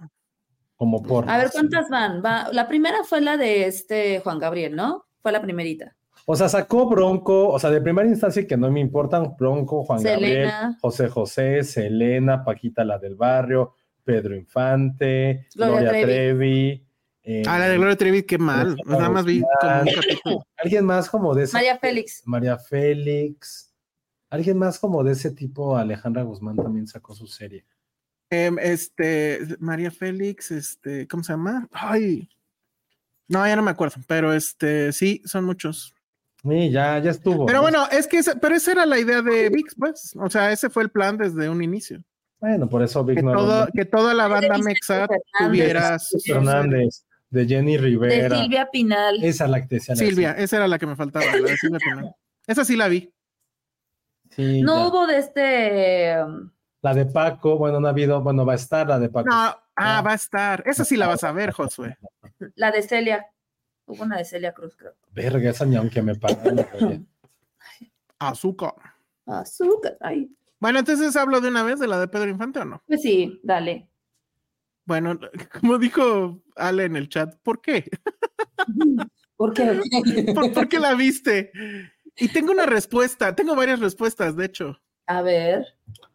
S3: Como por.
S4: A ver, ¿cuántas van? Va, la primera fue la de este Juan Gabriel, ¿no? Fue la primerita.
S3: O sea, sacó Bronco, o sea, de primera instancia que no me importan, Bronco, Juan Gabriel,
S4: Selena.
S3: José José, Selena, Paquita la del barrio, Pedro Infante,
S4: Gloria
S3: Gloria,
S4: Trevi.
S3: Trevi. eh,
S5: Ah, la de Gloria Trevi, qué mal.
S3: Alejandra
S5: Nada más vi como un capítulo.
S3: Alguien más como de ese.
S4: María Félix.
S3: María Félix. Alguien más como de ese tipo, Alejandra Guzmán también sacó su serie.
S5: Em, este, María Félix, este, ¿cómo se llama? Ay. No, ya no me acuerdo, pero este, sí, son muchos.
S3: Y ya, ya estuvo.
S5: Pero
S3: ¿no?
S5: bueno, es que esa, pero esa era la idea de VIX, pues. O sea, ese fue el plan desde un inicio.
S3: Bueno, por eso
S5: Que,
S3: Big no
S5: todo-
S3: era
S5: que toda la banda
S4: Vicente
S5: Mexa
S4: Fernández.
S5: tuviera
S3: un-
S5: su su-
S3: Fernández, de Jenny
S4: De
S3: Rivera.
S4: Silvia Pinal.
S3: Esa la que te decía. Alexis.
S5: Silvia, esa era la que me faltaba. la de Silvia Pinal. Esa sí la vi.
S3: Sí,
S4: no
S3: ya.
S4: hubo de este. um,
S3: La de Paco, bueno, no ha habido, bueno, va a estar la de Paco.
S5: No, ah, va a estar. Esa sí la vas a ver, Josué.
S4: La de Celia. Hubo una de Celia Cruz, creo.
S3: Verga, esa ni aunque me pagaran. la veía.
S5: Azúcar.
S4: Azúcar. Ay,
S5: Bueno, entonces hablo de una vez de la de Pedro Infante o no?
S4: pues sí, dale.
S5: Bueno, como dijo Ale en el chat, ¿por qué?
S4: ¿Por qué?
S5: ¿Por, por qué la viste? Y tengo una respuesta, tengo varias respuestas, de hecho.
S4: A ver.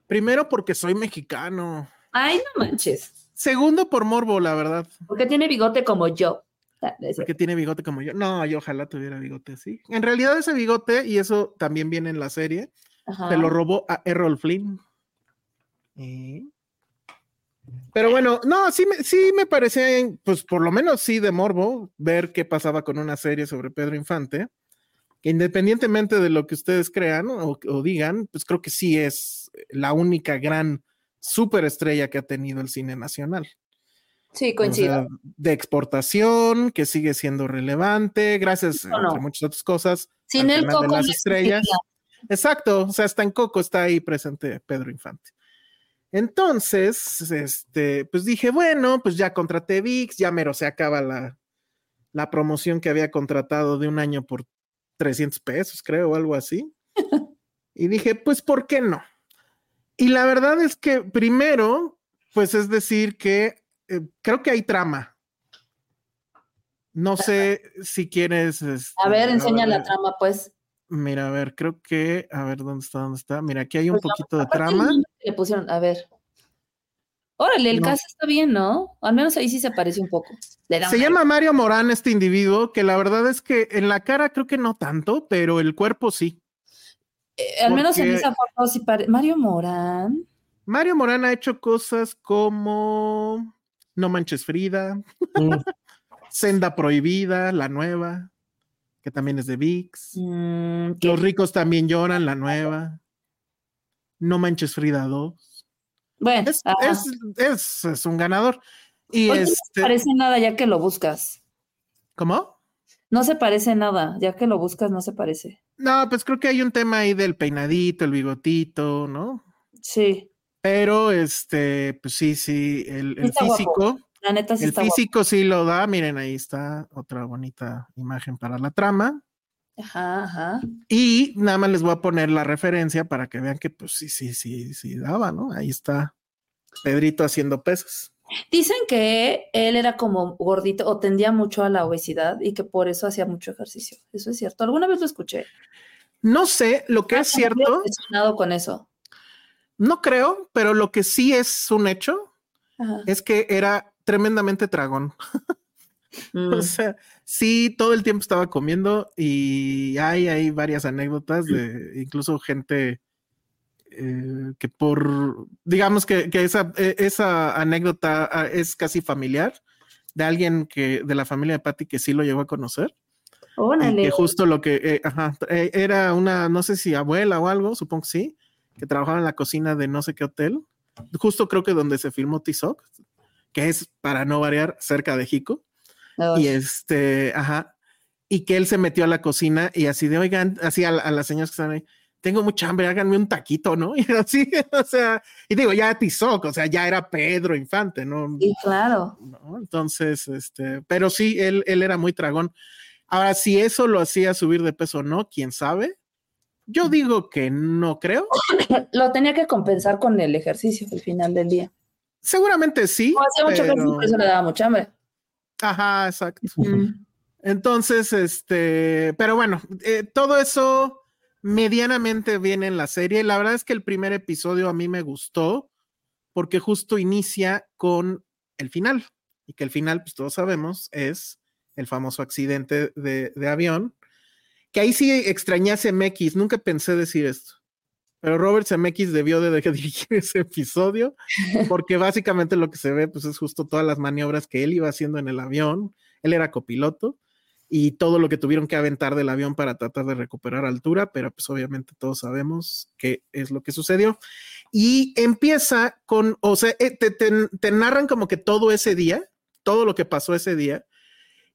S5: Primero, porque soy mexicano.
S4: Ay, no manches.
S5: Segundo, por morbo, la verdad,
S4: Porque tiene bigote como yo. Ah, no es cierto.
S5: porque tiene bigote como yo. No, yo ojalá tuviera bigote así. En realidad, ese bigote, y eso también viene en la serie,
S4: Ajá.
S5: se lo robó a Errol Flynn. Eh, Pero bueno, no, sí me, sí me parecía, pues por lo menos sí de morbo, ver qué pasaba con una serie sobre Pedro Infante, que independientemente de lo que ustedes crean o, o digan, pues creo que sí es la única gran superestrella que ha tenido el cine nacional.
S4: Sí,
S5: O
S4: coincido.
S5: sea, de exportación, que sigue siendo relevante, gracias
S4: ¿O
S5: a
S4: no?
S5: muchas otras cosas.
S4: Sin
S5: al
S4: el
S5: canal de
S4: coco.
S5: las
S4: no
S5: estrellas.
S4: existiría.
S5: Exacto, o sea, hasta en Coco está ahí presente Pedro Infante. Entonces, este, pues dije, bueno, pues ya contraté VIX, ya mero se acaba la, la promoción que había contratado de un año por 300 pesos, creo, o algo así. Y dije, pues, ¿por qué no? Y la verdad es que primero, pues es decir que eh, creo que hay trama. No sé si quieres... este,
S4: A ver, enseña la
S5: trama.
S4: trama, pues.
S5: Mira, a ver, creo que, a ver, ¿dónde está? ¿Dónde está? Mira, aquí hay un
S4: Pues, la-
S5: poquito de
S4: aparte el
S5: trama.
S4: nombre que Le pusieron, a ver. Órale, el
S5: No.
S4: caso está bien, ¿no? Al menos ahí sí se parece un poco. Le da
S5: Se
S4: una-
S5: llama Mario Morán este individuo, que la verdad es que en la cara creo que no tanto, pero el cuerpo sí.
S4: Eh, al menos en
S5: porque-
S4: esa foto sí parece. Mario Morán.
S5: Mario Morán ha hecho cosas como No Manches Frida,
S3: Mm,
S5: Senda Prohibida, la nueva, que también es de VIX.
S4: Mm, que-
S5: Los ricos también lloran, la nueva. No Manches Frida 2.
S4: bueno,
S5: Es,
S4: ajá.
S5: es, es, es un ganador. Y
S4: Oye, no se
S5: este,
S4: parece nada ya que lo buscas.
S5: ¿cómo?
S4: No se parece nada, ya que lo buscas no se parece.
S5: No, pues creo que hay un tema ahí del peinadito, el bigotito, ¿no?
S4: Sí,
S5: Pero este, pues sí, sí, el, el
S4: Está guapo,
S5: físico,
S4: la neta sí
S5: el
S4: está guapo.
S5: físico sí lo da. Miren, ahí está otra bonita imagen para la trama.
S4: Ajá, ajá.
S5: Y nada más les voy a poner la referencia para que vean que pues sí, sí, sí, sí daba, ¿no? Ahí está Pedrito haciendo pesas.
S4: Dicen que él era como gordito o tendía mucho a la obesidad y que por eso hacía mucho ejercicio. Eso es cierto. Alguna vez lo escuché.
S5: No sé, lo que
S4: Ah,
S5: es
S4: me había
S5: cierto,
S4: obsesionado con eso.
S5: no creo, pero lo que sí es un hecho
S4: Ajá.
S5: es que era tremendamente tragón.
S4: Mm.
S5: O sea, sí, todo el tiempo estaba comiendo y hay, hay varias anécdotas de incluso gente eh, que por, digamos que, que esa, eh, esa anécdota ah, es casi familiar de alguien que de la familia de Patty que sí lo llegó a conocer. Y
S4: Órale.
S5: que justo lo que, eh, ajá, eh, era una, no sé si abuela o algo, supongo que sí, que trabajaba en la cocina de no sé qué hotel, justo creo que donde se filmó Tizoc, que es, para no variar, cerca de Jico.
S4: Ay,
S5: Y este, ajá, y que él se metió a la cocina y así de, oigan, así a, la- a las señoras que están ahí, tengo mucha hambre, háganme un taquito, ¿no? Y así, o sea, y digo, ya Tizoc, o sea, ya era Pedro Infante, ¿no?
S4: sí, claro.
S5: ¿no? Entonces, este, pero sí, él, él era muy tragón. Ahora, si eso lo hacía subir de peso o no, quién sabe. Yo digo que no creo.
S4: Lo tenía que compensar con el ejercicio al final del día.
S5: Seguramente sí.
S4: No hacía mucho
S5: pero-
S4: ejercicio, por eso le daba mucha hambre.
S5: Ajá, exacto.
S4: Mm.
S5: Entonces, este, pero bueno, eh, todo eso medianamente viene en la serie. La verdad es que el primer episodio a mí me gustó porque justo inicia con el final y que el final, pues todos sabemos, es el famoso accidente de, de avión. Que ahí sí extrañé a Zemeckis, nunca pensé decir esto. Pero Robert Zemeckis debió de dejar de dirigir ese episodio porque básicamente lo que se ve pues es justo todas las maniobras que él iba haciendo en el avión. Él era copiloto y todo lo que tuvieron que aventar del avión para tratar de recuperar altura, pero pues obviamente todos sabemos qué es lo que sucedió. Y empieza con, o sea, eh, te, te- te narran como que todo ese día, todo lo que pasó ese día.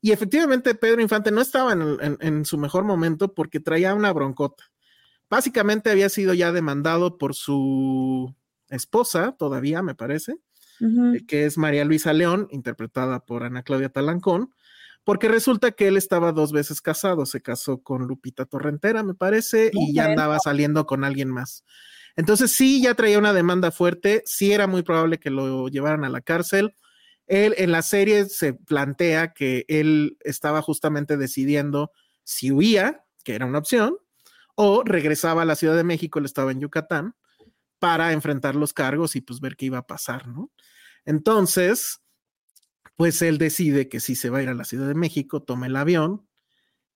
S5: Y efectivamente Pedro Infante no estaba en, el- en- en su mejor momento porque traía una broncota. Básicamente había sido ya demandado por su esposa, todavía me parece,
S4: Ujú.
S5: eh, que es María Luisa León, interpretada por Ana Claudia Talancón, porque resulta que él estaba dos veces casado, se casó con Lupita Torrentera, me parece, y ya
S4: Ujú.
S5: andaba saliendo con alguien más. Entonces sí, ya traía una demanda fuerte, sí era muy probable que lo llevaran a la cárcel. Él en la serie se plantea que él estaba justamente decidiendo si huía, que era una opción, o regresaba a la Ciudad de México, él estaba en Yucatán, para enfrentar los cargos y pues ver qué iba a pasar, ¿no? Entonces, pues él decide que si se va a ir a la Ciudad de México, toma el avión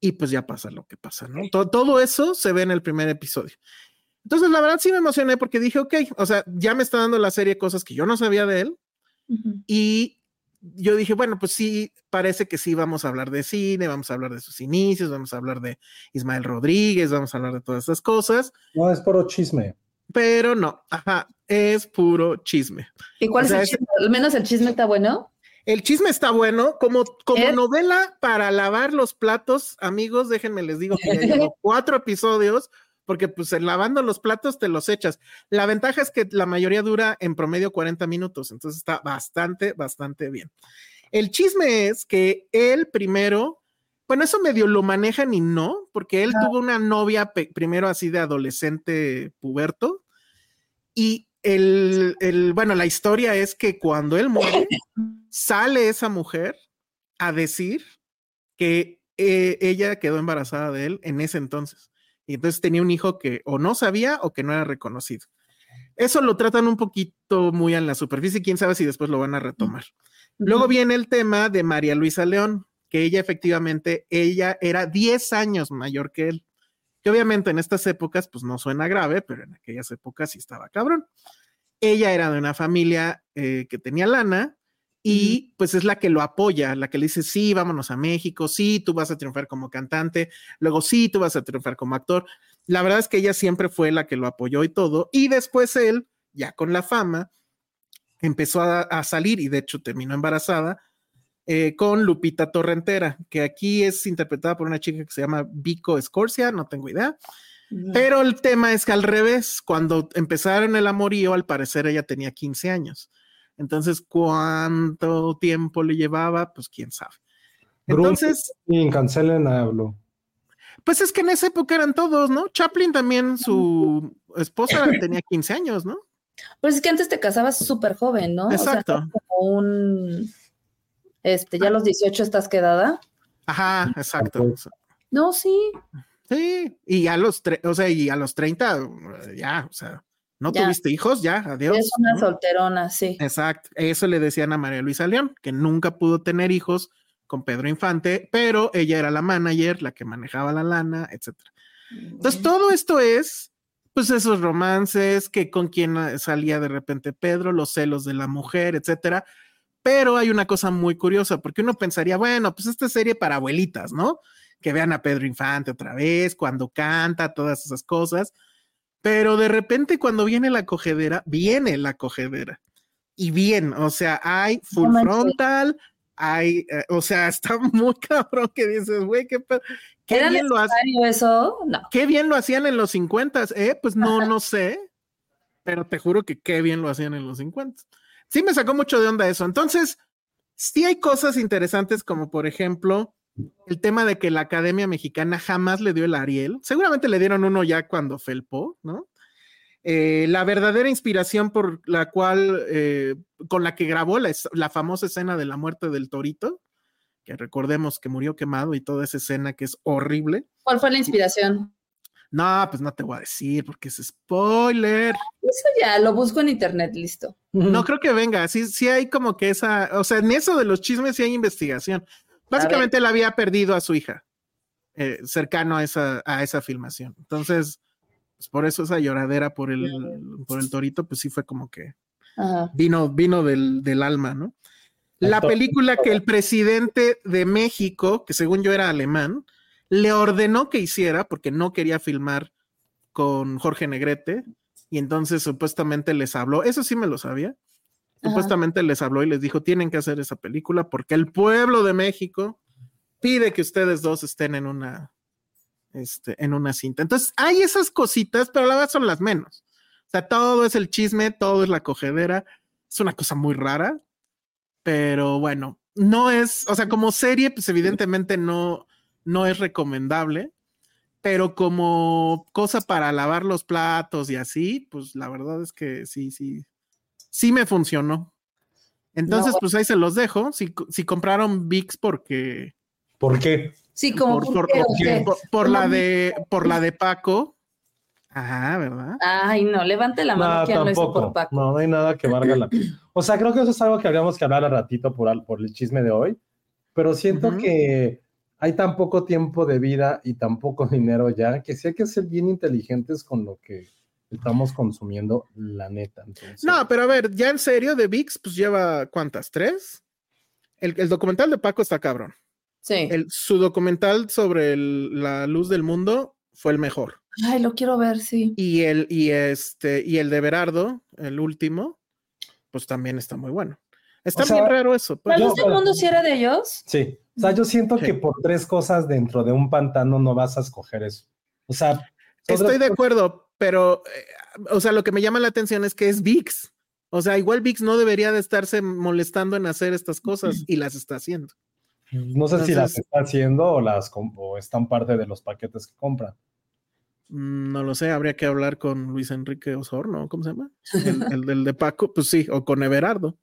S5: y pues ya pasa lo que pasa, ¿no? To- Todo, eso se ve en el primer episodio. Entonces, la verdad sí me emocioné porque dije, ok, o sea, ya me está dando la serie cosas que yo no sabía de él
S4: Ujú.
S5: Y yo dije, bueno, pues sí, parece que sí, vamos a hablar de cine, vamos a hablar de sus inicios, vamos a hablar de Ismael Rodríguez, vamos a hablar de todas esas cosas,
S3: No, es puro chisme.
S5: pero no, ajá, es puro chisme.
S4: ¿Y cuál
S5: O sea,
S4: es el
S5: ese-
S4: chisme? Al menos el chisme está bueno.
S5: El chisme está bueno, como, como
S4: ¿Eh?
S5: novela para lavar los platos, amigos, déjenme les digo que ya llevo cuatro episodios, porque pues en lavando los platos te los echas. La ventaja es que la mayoría dura en promedio 40 minutos, entonces está bastante, bastante bien. El chisme es que él primero, bueno, eso medio lo manejan y no, porque él tuvo una novia pe- primero así de adolescente puberto y el, el, bueno, la historia es que cuando él muere, sale esa mujer a decir que eh, ella quedó embarazada de él en ese entonces. Y entonces tenía un hijo que o no sabía o que no era reconocido. Eso lo tratan un poquito muy en la superficie, quién sabe si después lo van a retomar. Luego viene el tema de María Luisa León, que ella efectivamente, ella era 10 años mayor que él. Que obviamente en estas épocas, pues no suena grave, pero en aquellas épocas sí estaba cabrón. Ella era de una familia eh, que tenía lana y pues es la que lo apoya, la que le dice, sí, vámonos a México, sí, tú vas a triunfar como cantante, luego sí, tú vas a triunfar como actor. La verdad es que ella siempre fue la que lo apoyó y todo. Y después él, ya con la fama, empezó a, a salir y de hecho terminó embarazada eh, con Lupita Torrentera, que aquí es interpretada por una chica que se llama Vico Escorcia, no tengo idea.
S4: Ujú.
S5: Pero el tema es que al revés, cuando empezaron el amorío, al parecer ella tenía 15 años. Entonces, ¿cuánto tiempo le llevaba? Pues quién sabe.
S3: Grun-
S5: Entonces,
S3: Y cancelen a Blue.
S5: pues es que en esa época eran todos, ¿no? Chaplin también, su esposa tenía 15 años, ¿no?
S4: Pues es que antes te casabas súper joven, ¿no? Ah, O sea,
S5: Exacto.
S4: no como un. Este, ya a los 18 estás quedada.
S5: Ajá, exacto.
S4: No, sí.
S5: Sí, y a los, tre- o sea, y a los 30, eh, ya, o sea, no
S4: Ya.
S5: tuviste hijos, ya, adiós.
S4: Es una
S5: ¿no?
S4: solterona, sí.
S5: Exacto, eso le decían a María Luisa León, que nunca pudo tener hijos con Pedro Infante, pero ella era la manager, la que manejaba la lana, etcétera. Entonces, todo esto es, pues, esos romances, que con quién eh, salía de repente Pedro, los celos de la mujer, etcétera. Pero hay una cosa muy curiosa, porque uno pensaría, bueno, pues esta serie para abuelitas, ¿no? Que vean a Pedro Infante otra vez, cuando canta, todas esas cosas. Pero de repente cuando viene la cogedera, viene la cogedera. Y bien, o sea, hay full
S4: manches.
S5: frontal, hay, eh, o sea, está muy cabrón que dices, güey, qué, pe- qué
S4: ¿Era
S5: bien lo hace
S4: necesario eso? No.
S5: qué bien lo hacían en los 50, ¿eh? Pues no, no sé, pero te juro que qué bien lo hacían en los 50. Sí me sacó mucho de onda eso. Entonces, sí hay cosas interesantes como por ejemplo el tema de que la Academia Mexicana jamás le dio el Ariel. Seguramente le dieron uno ya cuando felpó, ¿no? Eh, la verdadera inspiración por la cual, eh, con la que grabó la, es- la famosa escena de la muerte del torito, que recordemos que murió quemado y toda esa escena que es horrible.
S4: ¿Cuál fue la inspiración?
S5: No, pues no te voy a decir porque es spoiler.
S4: Eso ya lo busco en internet, listo.
S5: No creo que venga. Sí, sí hay como que esa, o sea, en eso de los chismes sí hay investigación. Básicamente él había perdido a su hija eh, cercano a esa, a esa filmación. Entonces, pues por eso esa lloradera por el, por el torito, pues sí fue como que
S4: Ajá.
S5: vino, vino del, del alma, ¿no? La
S3: Entonces,
S5: película que el presidente de México, que según yo era alemán, le ordenó que hiciera porque no quería filmar con Jorge Negrete y entonces supuestamente les habló, eso sí me lo sabía,
S4: Ajá.
S5: supuestamente les habló y les dijo, tienen que hacer esa película porque el pueblo de México pide que ustedes dos estén en una, este, en una cinta. Entonces hay esas cositas, pero la verdad son las menos. O sea, todo es el chisme, todo es la cogedera, es una cosa muy rara, pero bueno, no es, o sea, como serie, pues evidentemente no, no es recomendable, pero como cosa para lavar los platos y así, pues la verdad es que sí, sí, sí me funcionó. Entonces,
S4: No,
S5: pues ahí se los dejo. Si, co- si compraron VIX porque
S3: ¿Por qué?
S4: Sí, como este,
S5: por,
S4: por
S5: por-
S4: qué,
S5: por-
S4: ¿o qué?
S5: por- por la
S4: Como-
S5: de por la de Paco. Ajá, ¿verdad?
S4: Ay, no, levante la mano
S3: No,
S4: que lo hizo por
S3: tampoco.
S4: Paco.
S3: No, no hay nada que valga la pena. O sea, creo que eso es algo que habríamos que hablar al ratito por, al- por el chisme de hoy, pero siento
S5: Ujú.
S3: que hay tan poco tiempo de vida y tan poco dinero ya que sí hay que ser bien inteligentes con lo que Estamos consumiendo la neta. entonces.
S5: No, pero a ver, ya en serio, de VIX, pues lleva ¿cuántas? ¿Tres? El, el documental de Paco está cabrón.
S4: Sí.
S5: El, su documental sobre el- la luz del mundo fue el mejor.
S4: Ay, lo quiero ver, sí.
S5: Y el, y este, y el de Berardo, el último, pues también está muy bueno. Está
S3: sea,
S5: bien raro eso. pues.
S4: ¿La
S3: yo-
S4: luz del mundo si era de ellos?
S3: Sí. O sea, yo siento
S5: Sí.
S3: que por tres cosas dentro de un pantano no vas a escoger eso. O sea, son
S5: Estoy de
S3: tres
S5: acuerdo, pero, eh, o sea, lo que me llama la atención es que es VIX. O sea, igual VIX no debería de estarse molestando en hacer estas cosas y las está haciendo.
S3: No sé si las
S5: Entonces-
S3: está haciendo o las com- o están parte de los paquetes que compran.
S5: Mm, No lo sé, habría que hablar con Luis Enrique Osorno, ¿cómo se llama? El, el del de Paco, pues sí, o con Everardo.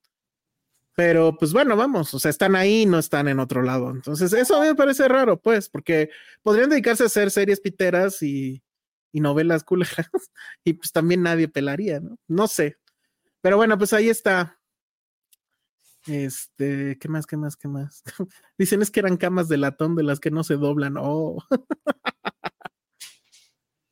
S5: Pero pues bueno, vamos, o sea, están ahí, no están en otro lado. Entonces, eso a mí me parece raro, pues, porque podrían dedicarse a hacer series piteras y, y novelas culeras, y pues también nadie pelaría, ¿no? No sé. Pero bueno, pues ahí está. Este, ¿qué más, qué más, qué más? Dicen es que eran camas de latón de las que no se doblan. Oh.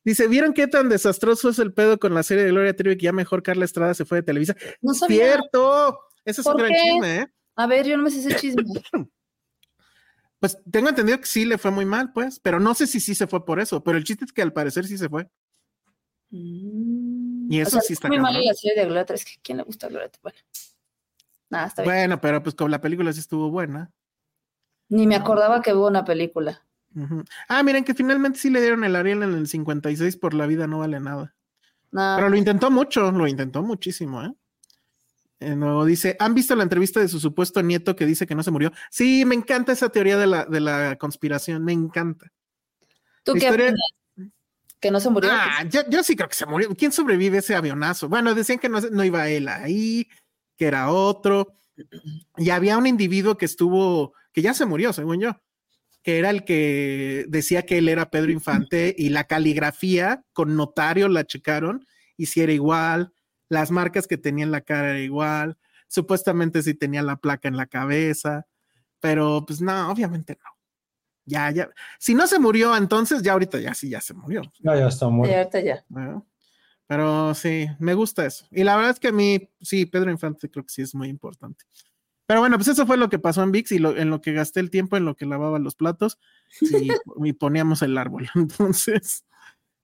S5: Dice, ¿vieron qué tan desastroso es el pedo con la serie de Gloria Trevi que ya mejor Carla Estrada se fue de Televisa?
S4: No sabía.
S5: ¡Cierto! Ese es un
S4: ¿Por
S5: gran
S4: qué?
S5: chisme, ¿eh?
S4: A ver, yo no me sé ese chisme.
S5: Pues tengo entendido que sí le fue muy mal, pues, pero no sé si sí se fue por eso, pero el chiste es que al parecer sí se fue.
S4: Mm.
S5: Y
S4: O
S5: eso
S4: sea,
S5: sí está
S4: Muy mal
S5: cabrón.
S4: y la serie de Gloria Trevi, Es que ¿quién le gusta Gloria Trevi? Bueno. Nada, está bien.
S5: Bueno, pero pues con la película sí estuvo buena.
S4: Ni me acordaba que hubo una película.
S5: Ujú. Ah, miren que finalmente sí le dieron el Ariel en el 56 por la vida no vale nada.
S4: Nada.
S5: Pero lo intentó mucho, lo intentó muchísimo, ¿eh? Eh, Luego dice, ¿han visto la entrevista de su supuesto nieto que dice que no se murió? Sí, me encanta esa teoría de la, de la conspiración, me encanta.
S4: ¿Tú
S5: la
S4: qué
S5: historia-
S4: opinas? Que no se murió.
S5: Ah, yo, yo sí creo que se murió. ¿Quién sobrevive a ese avionazo? Bueno, decían que no, se- no iba él ahí, que era otro. Y había un individuo que estuvo, que ya se murió, según yo, que era el que decía que él era Pedro Infante y la caligrafía con notario la checaron y si era igual, las marcas que tenía en la cara era igual, supuestamente si tenía la placa en la cabeza, pero pues no, obviamente no. Ya, ya. Si no se murió, entonces ya ahorita ya sí, ya se murió.
S3: No, ya está
S4: Sí,
S3: muerto.
S4: ahorita ya.
S5: ¿verdad? Pero sí, me gusta eso. Y la verdad es que a mí, sí, Pedro Infante creo que sí es muy importante. Pero bueno, pues eso fue lo que pasó en VIX y lo- en lo que gasté el tiempo, en lo que lavaba los platos y, y poníamos el árbol. Entonces,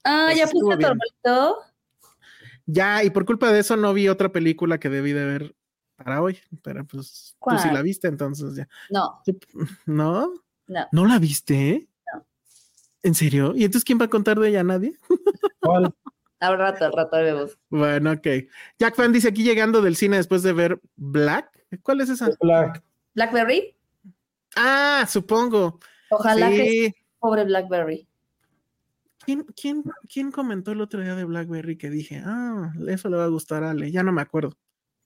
S4: Ah,
S5: Pues
S4: ya
S5: estuvo
S4: puse tu
S5: bien.
S4: arbolito.
S5: ya, y por culpa de eso no vi otra película que debí de ver para hoy. Pero pues tú sí
S4: ¿Cuál?
S5: la viste, entonces ya.
S4: No,
S5: ¿No?
S4: no.
S5: ¿No la viste? ¿En serio? ¿Y entonces quién va a contar de ella? ¿Nadie?
S3: ¿Cuál?
S4: Al rato, al rato vemos.
S5: Bueno, ok. Jack Fan dice aquí llegando del cine después de ver Black. ¿Cuál es esa?
S3: Black.
S4: ¿Blackberry?
S5: Ah, supongo.
S4: Ojalá que sí,
S5: Sí.
S4: pobre Blackberry.
S5: ¿Quién, quién, quién comentó el otro día de Blackberry que dije, ah, eso le va a gustar a Ale? Ya no me acuerdo.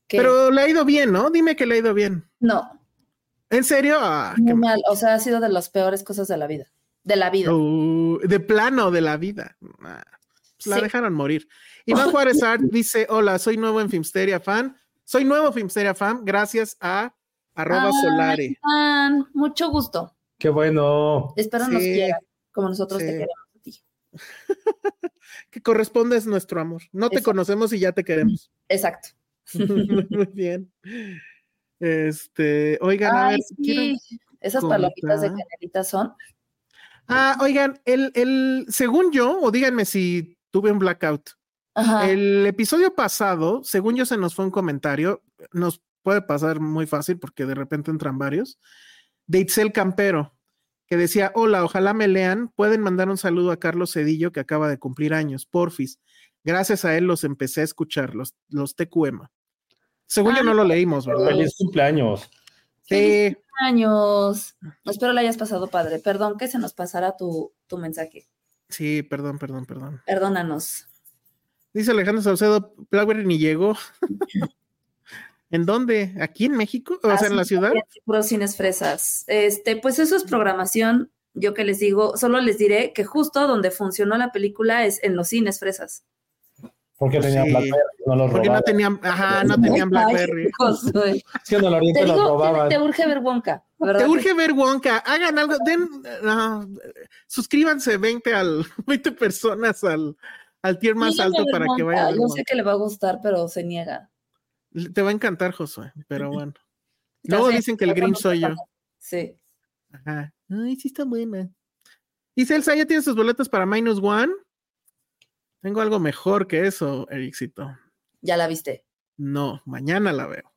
S4: que
S5: Pero le ha ido bien, ¿no? Dime que le ha ido bien.
S4: no,
S5: ¿En serio? Ah,
S4: muy
S5: qué mal.
S4: mal. O sea, ha sido de las peores cosas de la vida. De la vida.
S5: Uh, de plano de la vida. Ah, pues la
S4: Sí.
S5: dejaron morir. Iván Juárez Art dice: Hola, soy nuevo en Filmsteria Fan. Soy nuevo Filmsteria Fan gracias a arroba
S4: Ay,
S5: Solare.
S4: Juan, mucho gusto.
S3: Qué bueno.
S4: Espero nos
S5: Sí.
S4: quieras, como nosotros te
S5: Sí.
S4: queremos a ti.
S5: Que corresponde es nuestro amor. No te
S4: Exacto.
S5: conocemos y ya te queremos.
S4: Exacto.
S5: Muy bien. Este, oigan, a
S4: Ay,
S5: ver,
S4: sí.
S5: quiero-
S4: Esas palomitas de
S5: comentar.
S4: canelita son.
S5: Ah, oigan, el, el, según yo, o díganme si tuve un blackout.
S4: Ajá.
S5: El episodio pasado, según yo, se nos fue un comentario, nos puede pasar muy fácil porque de repente entran varios, de Itzel Campero, que decía, hola, ojalá me lean, pueden mandar un saludo a Carlos Cedillo que acaba de cumplir años, porfis. Gracias a él los empecé a escuchar, los, los TQM. Según yo
S4: Ah,
S5: no lo leímos, ¿verdad?
S3: Feliz cumpleaños.
S5: Sí.
S4: años. Espero la hayas pasado padre. Perdón que se nos pasara tu, tu mensaje.
S5: Sí, perdón, perdón, perdón.
S4: Perdónanos.
S5: Dice Alejandro Saucedo, Blackberry ni llegó. ¿En dónde? ¿Aquí en México? O sea, en la
S4: Así
S5: ciudad.
S4: también, Puros cines fresas. Este, pues eso es programación. Yo que les digo, solo les diré que justo donde funcionó la película es en los cines fresas.
S3: Porque tenía
S5: Sí.
S3: Blackberry, no los
S5: Porque no
S3: robaban.
S5: tenían, ajá, no tenían
S4: Ay,
S5: Blackberry.
S4: chicos, güey.
S3: Es que en el
S4: Te
S3: oriente los
S4: digo,
S3: robaban.
S4: te, te urge ver Wonka, ¿verdad?
S5: Te urge ver Wonka, hagan algo, den, ah, suscríbanse 20 al 20 personas al, al tier más
S4: Niega
S5: alto
S4: ver
S5: para que
S4: Wonka.
S5: vaya a ver
S4: Yo
S5: Wonka.
S4: sé que le va a gustar, pero se niega.
S5: Le- Te va a encantar, Josué, pero bueno.
S4: Está
S5: Luego
S4: fea,
S5: dicen que el
S4: pero
S5: Grinch
S4: no
S5: soy yo.
S4: pasa nada. Sí.
S5: Ajá. Ay, sí está buena. Y Celsa, ¿ya tienes tus boletos para Minus One? Tengo algo mejor que eso, Ericito.
S4: Ya la viste.
S5: No, mañana la veo.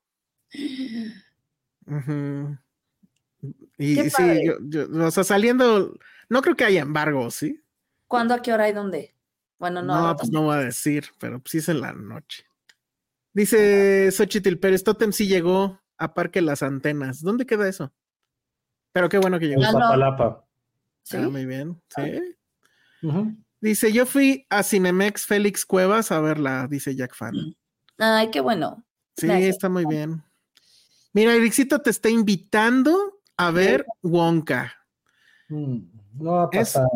S5: Ujú. Y
S4: Qué
S5: sí,
S4: padre.
S5: yo, yo- o sea, saliendo, no creo que haya embargo, ¿sí?
S4: ¿Cuándo, a qué hora y dónde? Bueno, no.
S5: No, pues no voy a decir, pero pues sí es en la noche. Dice Xochitl Pérez, Totem sí llegó a Parque Las Antenas. ¿Dónde queda eso? Pero qué bueno que
S3: En
S5: llegó.
S4: Ah, no.
S3: Papalapa.
S4: ¿Sí?
S5: Ah, muy bien. Sí.
S3: Ujú.
S5: Dice, yo fui a Cinemex Félix Cuevas a verla, dice Jack Fan.
S4: Ay, qué bueno.
S5: Sí,
S4: Mm. Gracias.
S5: está muy bien. Mira, Ericito te está invitando a ver Wonka.
S3: Mm, No va a
S5: Es-
S3: pasar.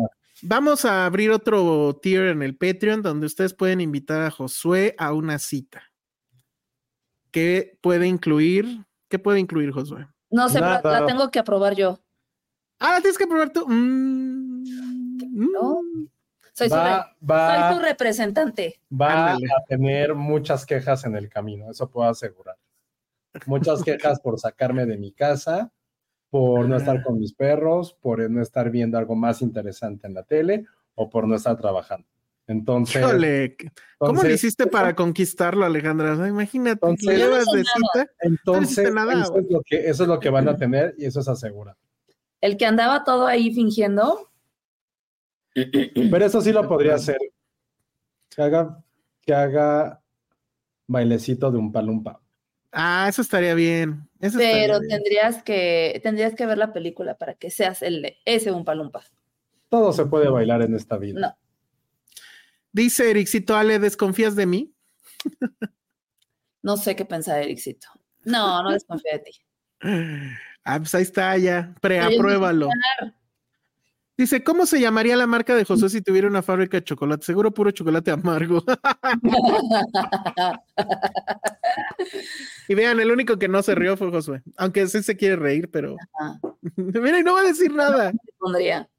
S5: Vamos a abrir otro tier en el Patreon donde ustedes pueden invitar a Josué a una cita. ¿Qué puede incluir? ¿Qué puede incluir, Josué?
S4: No sé, pero
S3: Nada.
S4: la tengo que aprobar yo.
S5: Ah, la tienes que probar tú. Mm,
S4: No.
S5: mm.
S4: Soy su, re-
S3: Va, va,
S4: soy su representante.
S3: va
S5: Ándale.
S3: a tener muchas quejas en el camino, eso puedo asegurar. Muchas quejas por sacarme de mi casa, por no estar con mis perros, por no estar viendo algo más interesante en la tele o por no estar trabajando. Entonces,
S5: Híjole, ¿cómo le
S3: entonces-
S5: hiciste para conquistarlo, Alejandra? O sea, imagínate, que
S3: Entonces-
S4: Yo no
S5: llevas
S4: sé
S5: de
S4: nada.
S5: cita.
S3: entonces
S5: hiciste nada,
S3: eso,
S5: güey.
S3: es lo que, eso es lo que van a tener y eso es asegurado.
S4: El que andaba todo ahí fingiendo.
S3: Pero eso sí lo podría hacer. Que haga, que haga bailecito de un palumpa.
S5: Ah, eso estaría bien. Eso estaría
S4: Pero
S5: bien.
S4: tendrías que, tendrías que ver la película para que seas el de ese un palumpa.
S3: Todo se puede bailar en esta vida.
S4: No.
S5: Dice Ericito Ale, ¿desconfías de mí?
S4: No sé qué pensar, Ericito. No, no desconfía de ti.
S5: Ah, pues ahí está ya.
S4: yo no
S5: Preapruébalo. Dice, ¿cómo se llamaría la marca de José si tuviera una fábrica de chocolate? Seguro puro chocolate amargo. y vean, el único que no se rió fue Josué. Aunque sí se quiere reír, pero.
S4: Ajá.
S5: Mira, y no va a decir nada.
S4: Le pondría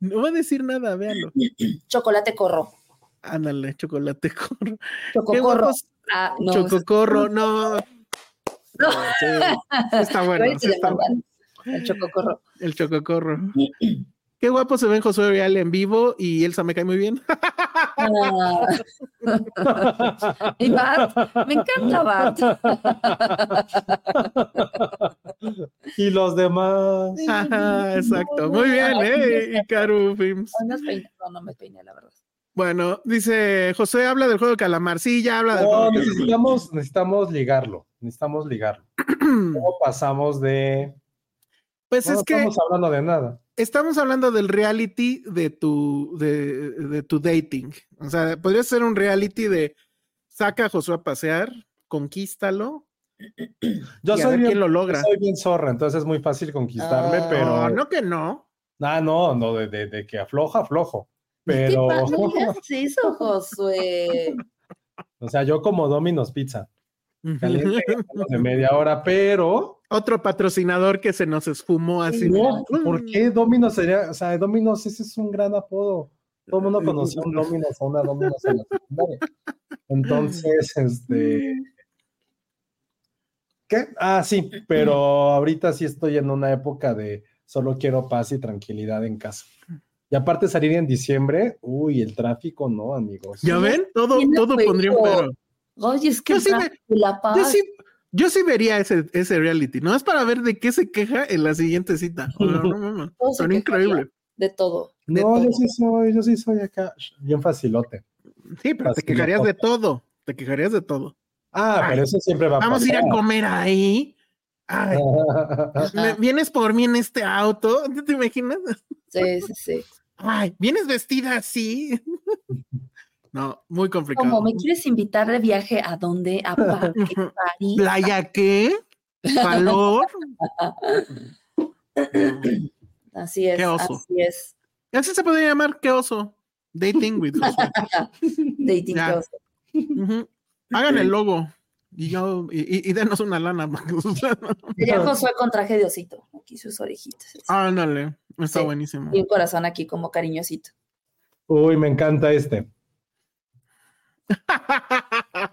S5: No va a decir nada, véanlo.
S4: chocolate corro.
S5: Ándale, chocolate corro. Qué
S4: Chococorro.
S5: guapos.
S4: Ah, no,
S5: chococorro, no.
S4: No.
S5: Sí, sí está bueno.
S4: Ahorita
S5: sí
S4: le
S5: está bueno.
S4: mandan El chococorro.
S5: El chococorro. Qué guapo se ven Josué Real en vivo y Elsa me cae muy bien.
S4: Ah. y Bart, me encanta Bart.
S3: Y los demás.
S5: Ajá, exacto. Muy bien, ¿eh? Y Karu Films.
S4: Hoy nos peiné, no, no me peiné, la verdad.
S5: Bueno, dice José, habla del juego de calamar. Sí, ya habla del
S3: No,
S5: juego. de
S3: necesitamos, necesitamos ligarlo. Necesitamos ligarlo.
S5: calamar.
S3: ¿Cómo pasamos de.?
S5: Pues
S3: no
S5: es que
S3: estamos hablando de nada.
S5: estamos hablando del reality de tu, de, de tu dating. O sea, podría ser un reality de saca a Josué a pasear, conquístalo.
S3: Yo
S5: y a
S3: soy
S5: ver
S3: bien,
S5: quién lo
S3: yo
S5: logra.
S3: soy bien zorra, entonces es muy fácil conquistarme,
S4: Ah.
S3: pero.
S5: No, no que no.
S3: Ah, no, no, de, de- de que afloja, aflojo.
S4: ¿Qué
S3: Pero,
S4: pa- no digas eso, Josué?
S3: o sea, yo como Domino's Pizza, caliente menos de media hora, pero
S5: Otro patrocinador que se nos esfumó así. Mm.
S3: no,
S5: mira.
S3: ¿por qué Domino's sería? O sea, Domino's, ese es un gran apodo. Todo el mundo conocía un Domino's o una Domino's en la secundaria. Entonces, este. ¿Qué? Ah, sí, pero ahorita sí estoy en una época de solo quiero paz y tranquilidad en casa. Y aparte salir en diciembre, uy, el tráfico, no, amigos.
S5: ¿Ya ven? Todo,
S4: Tiene
S5: todo pondría un
S4: juego. Ah.
S5: pero.
S4: Oye, es que
S5: Yo sí
S4: Bart y la paz.
S5: Yo sí, yo sí vería ese, ese reality, ¿no? Es para ver de qué se queja en la siguiente cita. O sea, no, mames,
S4: Todos se
S5: Son
S4: quejarían.
S5: increíbles.
S4: De todo. de
S3: No, yo
S4: todo.
S3: sí soy, yo sí soy acá, sh, bien facilote.
S5: Sí, pero te
S3: Así
S5: quejarías
S3: loco.
S5: de todo. Te quejarías de todo.
S3: Ah, Ah.
S5: Ay,
S3: pero eso siempre va
S5: Vamos a ir a
S3: pasar.
S5: comer ahí. Ay, me-
S4: Ajá.
S5: vienes por mí en este auto. ¿Te imaginas?
S4: Sí, sí, sí.
S5: Ay, vienes vestida así. No, muy
S4: Como
S5: complicado.
S4: me quieres invitar de viaje a dónde? A Pa- París.
S5: ¿Playa qué? ¿Calor?
S4: Así es.
S5: Qué oso.
S4: Así es.
S5: Así se podría llamar qué oso. Dating with oso.
S4: Dating
S5: Ya.
S4: qué oso.
S5: Ujú. Hagan el logo y yo y, y- y denos una lana. porque, o sea,
S4: Sería Josué con traje de osito. Aquí sus orejitas.
S5: Ah. Ándale, está
S4: Sí.
S5: buenísimo.
S4: Y un corazón aquí como cariñosito.
S3: Uy, me encanta este.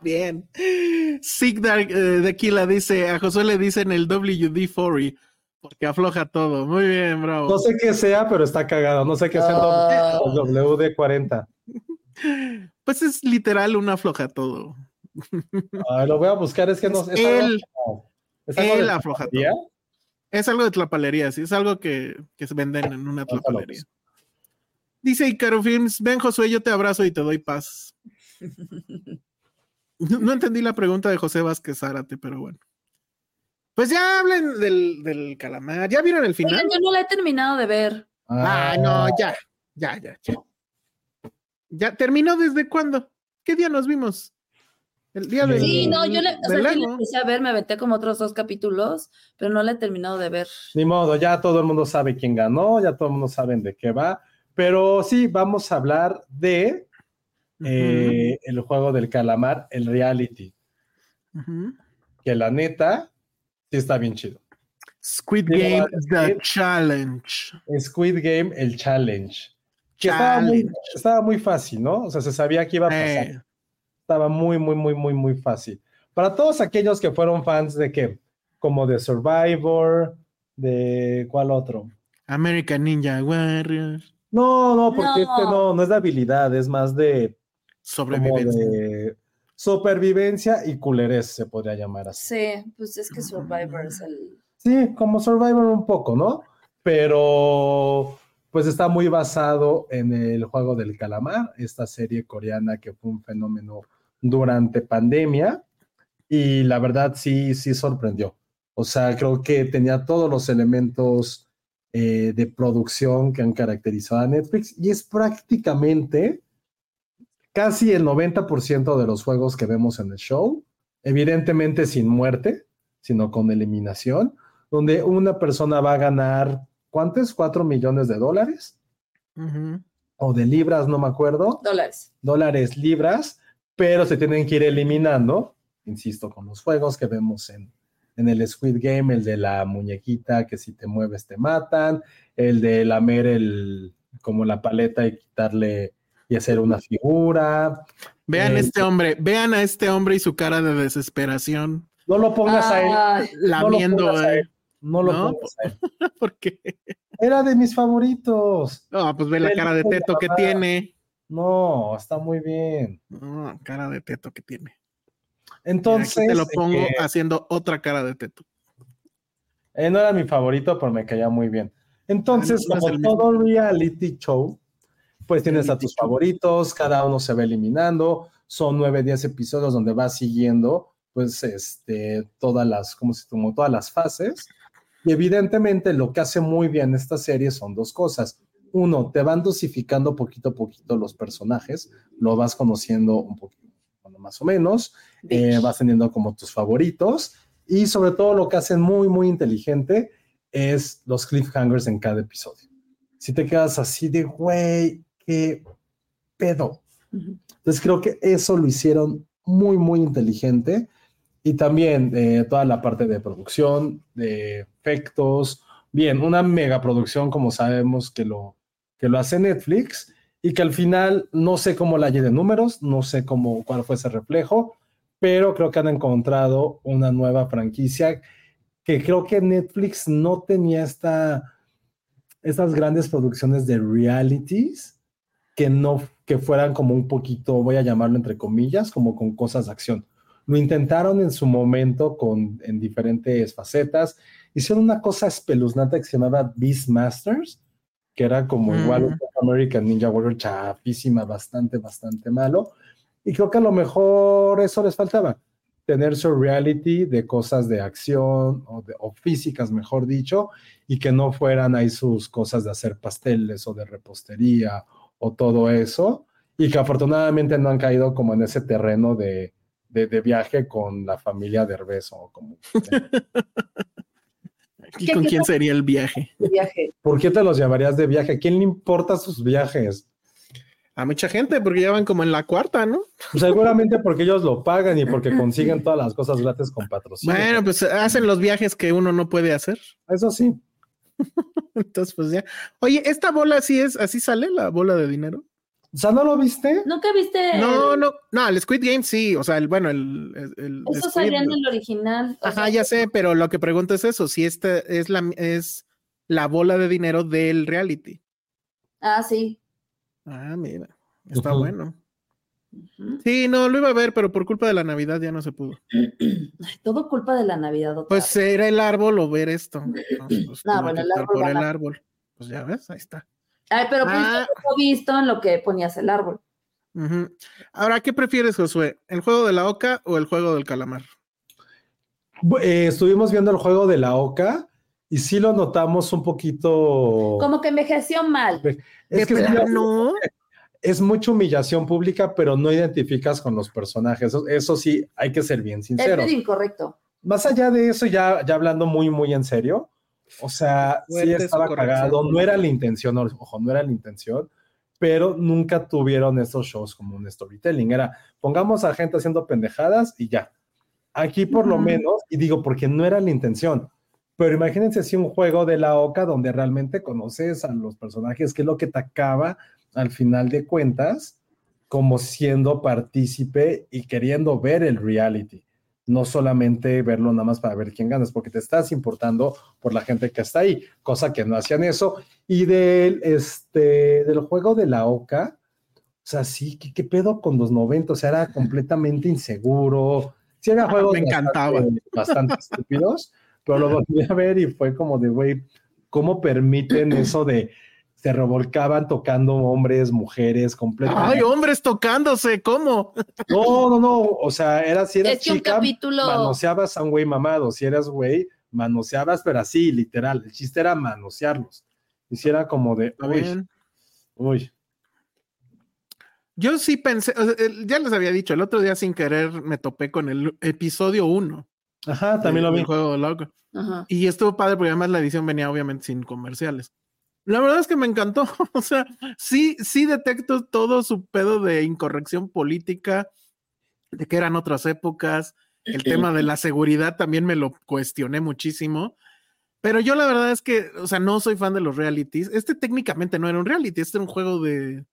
S5: Bien. Sigdar eh, de Aquila dice, a Josué le dicen el WD-40 porque afloja todo. Muy bien, bravo.
S3: No sé qué sea, pero está cagado. No sé qué sea
S7: Ah.
S3: el WD-40.
S5: Pues es literal una afloja todo.
S3: Ah, lo voy a buscar, es que no sé.
S5: Él,
S3: ¿Es algo
S5: él
S3: de
S5: afloja todo.
S3: panadería?
S5: Es algo de tlapalería, sí, es algo que, que se venden en una
S3: Ojalá,
S5: tlapalería.
S3: pues.
S5: Dice Icaro Films, ven Josué, yo te abrazo y te doy paz. No, no entendí la pregunta de José Vázquez Zárate, pero bueno. Pues ya hablen del, del calamar. ¿Ya vieron el final?
S4: Oigan, yo no la he terminado de ver.
S5: Ah, no, ya, ya, ya, ya. ¿Ya terminó desde cuándo? ¿Qué día nos vimos? El día de.
S4: Sí, no, yo le, o sea,
S5: del
S4: sí la
S5: lago.
S4: empecé a ver, me aventé como otros dos capítulos, pero no la he terminado de ver.
S3: Ni modo, ya todo el mundo sabe quién ganó, ya todo el mundo sabe de qué va. Pero sí, vamos a hablar de eh, el juego del calamar, el reality.
S5: Ujú.
S3: Que la neta, sí está bien chido.
S5: Squid
S3: Sí,
S5: Game
S3: vale.
S5: The Challenge.
S3: Squid Game, el challenge. Que estaba muy,
S5: Challenge.
S3: estaba muy fácil, ¿no? O sea, se sabía que iba a pasar.
S5: Eh,
S3: Estaba muy, muy, muy, muy, muy fácil. Para todos aquellos que fueron fans de qué? Como de Survivor, de cuál otro.
S5: American Ninja Warrior.
S3: No, no, porque
S4: No.
S3: este no, no es de habilidad, es más de, como
S5: Sobrevivencia.
S3: de supervivencia y culerés, se podría llamar así.
S4: Sí, pues es que Survivor es el.
S3: Sí, como Survivor un poco, ¿no? Pero pues está muy basado en el juego del calamar, esta serie coreana que fue un fenómeno durante pandemia y la verdad sí, sí sorprendió. O sea, creo que tenía todos los elementos eh, de producción que han caracterizado a Netflix y es prácticamente casi el 90% de los juegos que vemos en el show, evidentemente sin muerte, sino con eliminación, donde una persona va a ganar, ¿cuántos? 4 millones de dólares
S5: Ujú.
S3: o de libras, no me acuerdo,
S4: Dólares.
S3: dólares, libras, pero se tienen que ir eliminando, insisto, con los juegos que vemos en, en el Squid Game, el de la muñequita que si te mueves te matan, el de lamer el, como la paleta y quitarle y hacer una figura.
S5: Vean
S3: Eh,
S5: este hombre, vean a este hombre y su cara de desesperación,
S3: No lo pongas a él,
S4: Ay,
S5: lamiendo,
S3: pongas a
S5: eh,
S3: no lo
S5: no.
S3: pongas a él.
S5: porque
S3: Era de mis favoritos.
S5: no, pues ve la cara de teto que tiene,
S3: No, está muy bien.
S5: No, cara de teto que tiene. Mira,
S3: Entonces,
S5: aquí te lo pongo
S3: eh,
S5: haciendo otra cara de teto.
S3: eh, no era mi favorito, pero me caía muy bien. Entonces,
S5: Ah, no, no es
S3: como
S5: el
S3: todo reality show, pues tienes a
S5: Reality
S3: tus
S5: show.
S3: favoritos, cada uno se va eliminando, son nueve, diez episodios donde vas siguiendo, pues, este, todas las, como si como todas las fases. Y evidentemente lo que hace muy bien esta serie son dos cosas. Uno, te van dosificando poquito a poquito los personajes, lo vas conociendo un poquito, bueno, más o menos, eh, vas teniendo como tus favoritos y sobre todo lo que hacen muy, muy inteligente es los cliffhangers en cada episodio. Si te quedas así de, güey, qué pedo. Entonces creo que eso lo hicieron muy, muy inteligente. Y también eh, toda la parte de producción, de efectos. Bien, una mega producción como sabemos que lo, que lo hace Netflix y que al final no sé cómo la hallé de números, no sé cómo, cuál fue ese reflejo, pero creo que han encontrado una nueva franquicia que creo que Netflix no tenía esta, estas grandes producciones de realities que no que fueran como un poquito, voy a llamarlo entre comillas, como con cosas de acción. Lo intentaron en su momento con, en diferentes facetas. Hicieron una cosa espeluznante que se llamaba Beastmasters, que era como igual un
S5: Ujú.
S3: American Ninja Warrior chafísima, bastante, bastante malo. Y creo que a lo mejor eso les faltaba, tener su reality de cosas de acción o, de- o físicas, mejor dicho, y que no fueran ahí sus cosas de hacer pasteles o de repostería o todo eso, y que afortunadamente no han caído como en ese terreno de, de, de viaje con la familia de o como...
S5: ¿Y con quién sería el viaje?
S4: qué viaje.
S3: ¿Por qué te los llevarías de viaje? ¿A quién le importa sus viajes?
S5: A mucha gente, porque ya van como en la cuarta, ¿no?
S3: Pues, Seguramente porque ellos lo pagan y porque consiguen todas las cosas gratis con patrocinio.
S5: Bueno, pues hacen los viajes que uno no puede hacer.
S3: eso sí.
S5: Entonces, pues ya. Oye, esta bola así es, así sale la bola de dinero.
S3: O sea, ¿no lo viste?
S4: ¿Nunca viste?
S5: No, no, no, el Squid Game sí, o sea, el, bueno, el... el- el
S4: Eso
S5: Squid,
S4: salía en
S5: ¿no?
S4: el original. o
S5: Ajá,
S4: sea,
S5: ya sé, pero lo que pregunto es eso, si esta es la, es la bola de dinero del reality.
S4: Ah, sí.
S5: Ah, mira, está
S3: Ujú.
S5: bueno.
S4: Ujú.
S5: Sí, no, lo iba a ver, pero por culpa de la Navidad ya no se pudo.
S4: Ay, Todo culpa de la Navidad. otra
S5: Pues
S4: vez.
S5: era el árbol o ver esto. No, pues,
S4: No,
S5: tuve
S4: bueno,
S5: que
S4: el
S5: optar
S4: árbol
S5: por el
S4: gana.
S5: árbol. Pues ya ves, ahí está.
S4: Ay, pero pues
S5: Ah.
S4: lo he visto en lo que ponías el árbol.
S5: Ujú. Ahora, ¿qué prefieres, Josué? ¿El juego de la oca o el juego del calamar?
S3: Bu- eh, estuvimos viendo el juego de la Oca y sí lo notamos un poquito.
S4: Como que envejeció mal.
S3: Es que
S5: De
S3: sí,
S5: plano,
S3: es mucha humillación pública, pero no identificas con los personajes. Eso, eso sí, hay que ser bien
S4: Es
S3: sinceros.
S4: medio incorrecto.
S3: Más allá de eso, ya, ya hablando muy, muy en serio, o sea, sí
S5: Fuerte su
S3: estaba
S5: corrección
S3: cagado, no
S5: política.
S3: era la intención, o- ojo, no era la intención, pero nunca tuvieron estos shows como un storytelling. Era, pongamos a gente haciendo pendejadas y ya. Aquí por lo
S4: Ujú.
S3: menos, y digo porque no era la intención, pero imagínense si un juego de la OCA donde realmente conoces a los personajes, que es lo que te acaba al final de cuentas como siendo partícipe y queriendo ver el reality, no solamente verlo nada más para ver quién ganas, porque te estás importando por la gente que está ahí, cosa que no hacían eso. Y del, este, del juego de la OCA, o sea, sí, ¿qué, qué pedo con los 90? O sea, era completamente inseguro. Sí, era juegos
S5: me encantaba.
S3: bastante, bastante estúpidos, pero lo volví a ver y fue como de, güey, ¿cómo permiten eso de se revolcaban tocando hombres, mujeres, completamente?
S5: Ay, hombres tocándose, ¿cómo?
S3: No, no, no. O sea, era si eras
S4: Es que un
S3: chica,
S4: capítulo-
S3: manoseabas a un güey mamado. Si eras güey, manoseabas, pero así, literal. El chiste era manosearlos. Hiciera como de,
S5: Está
S3: uy,
S5: bien.
S3: uy.
S5: Yo sí pensé, o sea, el- ya les había dicho, el otro día sin querer me topé con el episodio 1.
S3: Ajá, también lo vi.
S5: juego de la Oca.
S4: Ajá.
S5: Y estuvo padre porque además la edición venía obviamente sin comerciales. La verdad es que me encantó. O sea, sí, sí detecto todo su pedo de incorrección política, de que eran otras épocas. El tema de la seguridad también me lo cuestioné muchísimo. Pero yo la verdad es que, o sea, no soy fan de los realities. Este técnicamente no era un reality, este era un juego de,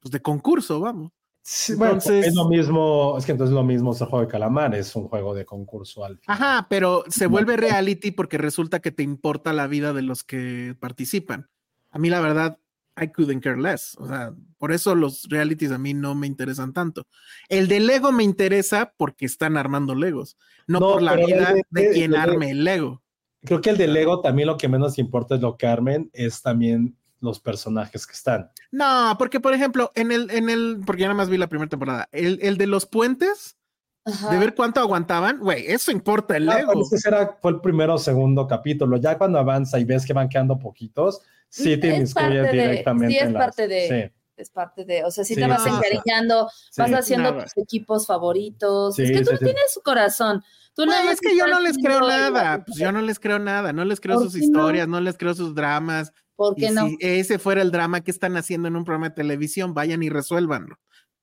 S5: pues, de concurso, vamos.
S3: Sí, bueno,
S5: Entonces-
S3: es lo mismo, es que entonces lo mismo es el juego de calamar, es un juego de concurso al final.
S5: Ajá, pero se vuelve reality porque resulta que te importa la vida de los que participan. A mí la verdad, I couldn't care less. O sea, por eso los realities a mí no me interesan tanto. El de Lego me interesa porque están armando Legos, no,
S3: No,
S5: por la
S3: pero
S5: vida de
S3: realmente
S5: quien
S3: el de-
S5: arme el Lego.
S3: Creo que el de Lego también lo que menos importa es lo que armen, es también los personajes que están.
S5: No, porque por ejemplo, en el, en el, porque ya nada más vi la primera temporada, el, el de los puentes,
S4: Ajá.
S5: de ver cuánto aguantaban, güey, eso importa el
S3: Ah,
S5: Lego.
S3: pero es que será- fue el primero o segundo capítulo. Ya cuando avanza y ves que van quedando poquitos, sí te
S4: Es
S3: inmiscuyes
S4: parte de-
S3: directamente.
S4: sí es
S3: en las-
S4: parte de-
S3: sí,
S4: Es parte de, o sea, si
S3: Sí,
S4: te vas
S5: sí, Ah, sí.
S4: encariñando,
S3: sí.
S4: vas haciendo
S5: Nada.
S4: tus equipos favoritos.
S3: Sí,
S4: es que tú
S3: sí,
S4: no
S3: sí.
S4: tienes su corazón. Tú nada
S5: Güey,
S4: más
S5: es que yo
S4: estás
S5: no les creo
S4: viendo
S5: nada,
S4: igual.
S5: pues yo no les creo nada, no les creo
S4: ¿Por
S5: sus
S4: qué no?
S5: historias, no les creo sus dramas,
S4: ¿Por
S5: Y
S4: qué no?
S5: si ese fuera el drama que están haciendo en un programa de televisión, vayan y resuélvanlo.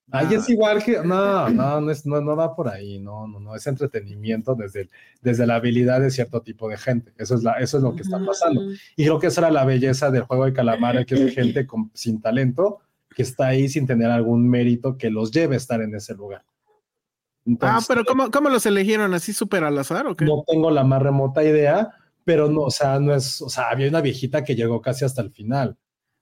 S3: Ahí
S5: Ah,
S3: es igual que. No, no, no, es- no, no va por ahí. No, no, no. Es entretenimiento desde, el- desde la habilidad de cierto tipo de gente. Eso es, la, eso es lo que está pasando.
S4: Ujú.
S3: Y creo que esa era la belleza del juego de calamar, que es gente con- sin talento que está ahí sin tener algún mérito que los lleve a estar en ese lugar.
S5: Ah,
S3: Entonces-
S5: pero ¿cómo, cómo los eligieron? ¿Así súper al azar o qué?
S3: No tengo la más remota idea, pero no, o sea, no es, o sea, había una viejita que llegó casi hasta el final.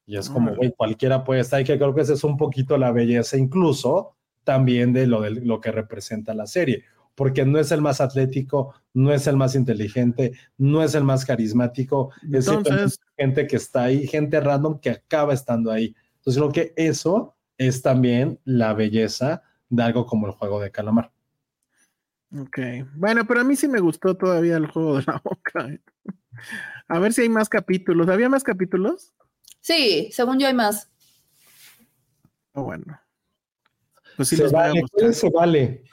S3: Y es como,
S5: Órale.
S3: güey, cualquiera puede estar ahí, que creo que esa es un poquito la belleza, incluso también de lo, de lo que representa la serie, porque no es el más atlético, no es el más inteligente, no es el más carismático, es simplemente
S5: Entonces,
S3: gente que está ahí, gente random que acaba estando ahí. Entonces creo que eso es también la belleza de algo como el juego de calamar.
S5: ok. Bueno, pero a mí sí me gustó todavía el juego de la boca. ¿eh? A ver si hay más capítulos. ¿Había más capítulos?
S4: Sí, según yo hay más.
S5: Oh, bueno. Pues sí
S3: se
S5: los voy a
S3: vale,
S5: buscar.
S3: se vale.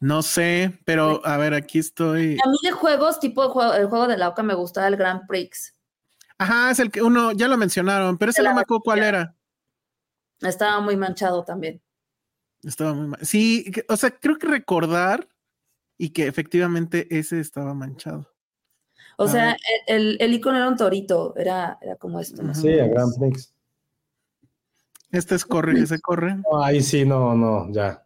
S5: No sé,
S4: Pues
S5: pero a ver, aquí estoy.
S4: A mí de juegos, tipo el juego, el juego de la Oca me gustaba el Grand Prix.
S5: Ajá, es el que uno, ya lo mencionaron, pero ese
S4: De la
S5: no me acuerdo cuál era.
S4: Estaba muy manchado también.
S5: Estaba muy mal. Sí, que- o sea, creo que recordar y que efectivamente ese estaba manchado.
S4: O
S5: Ah.
S4: sea, el, el, el icono era un torito, era, era como esto. no sé.
S3: Sí, a Grand Prix.
S5: Este es Corre que se corre.
S3: No, ahí sí, no, no, ya.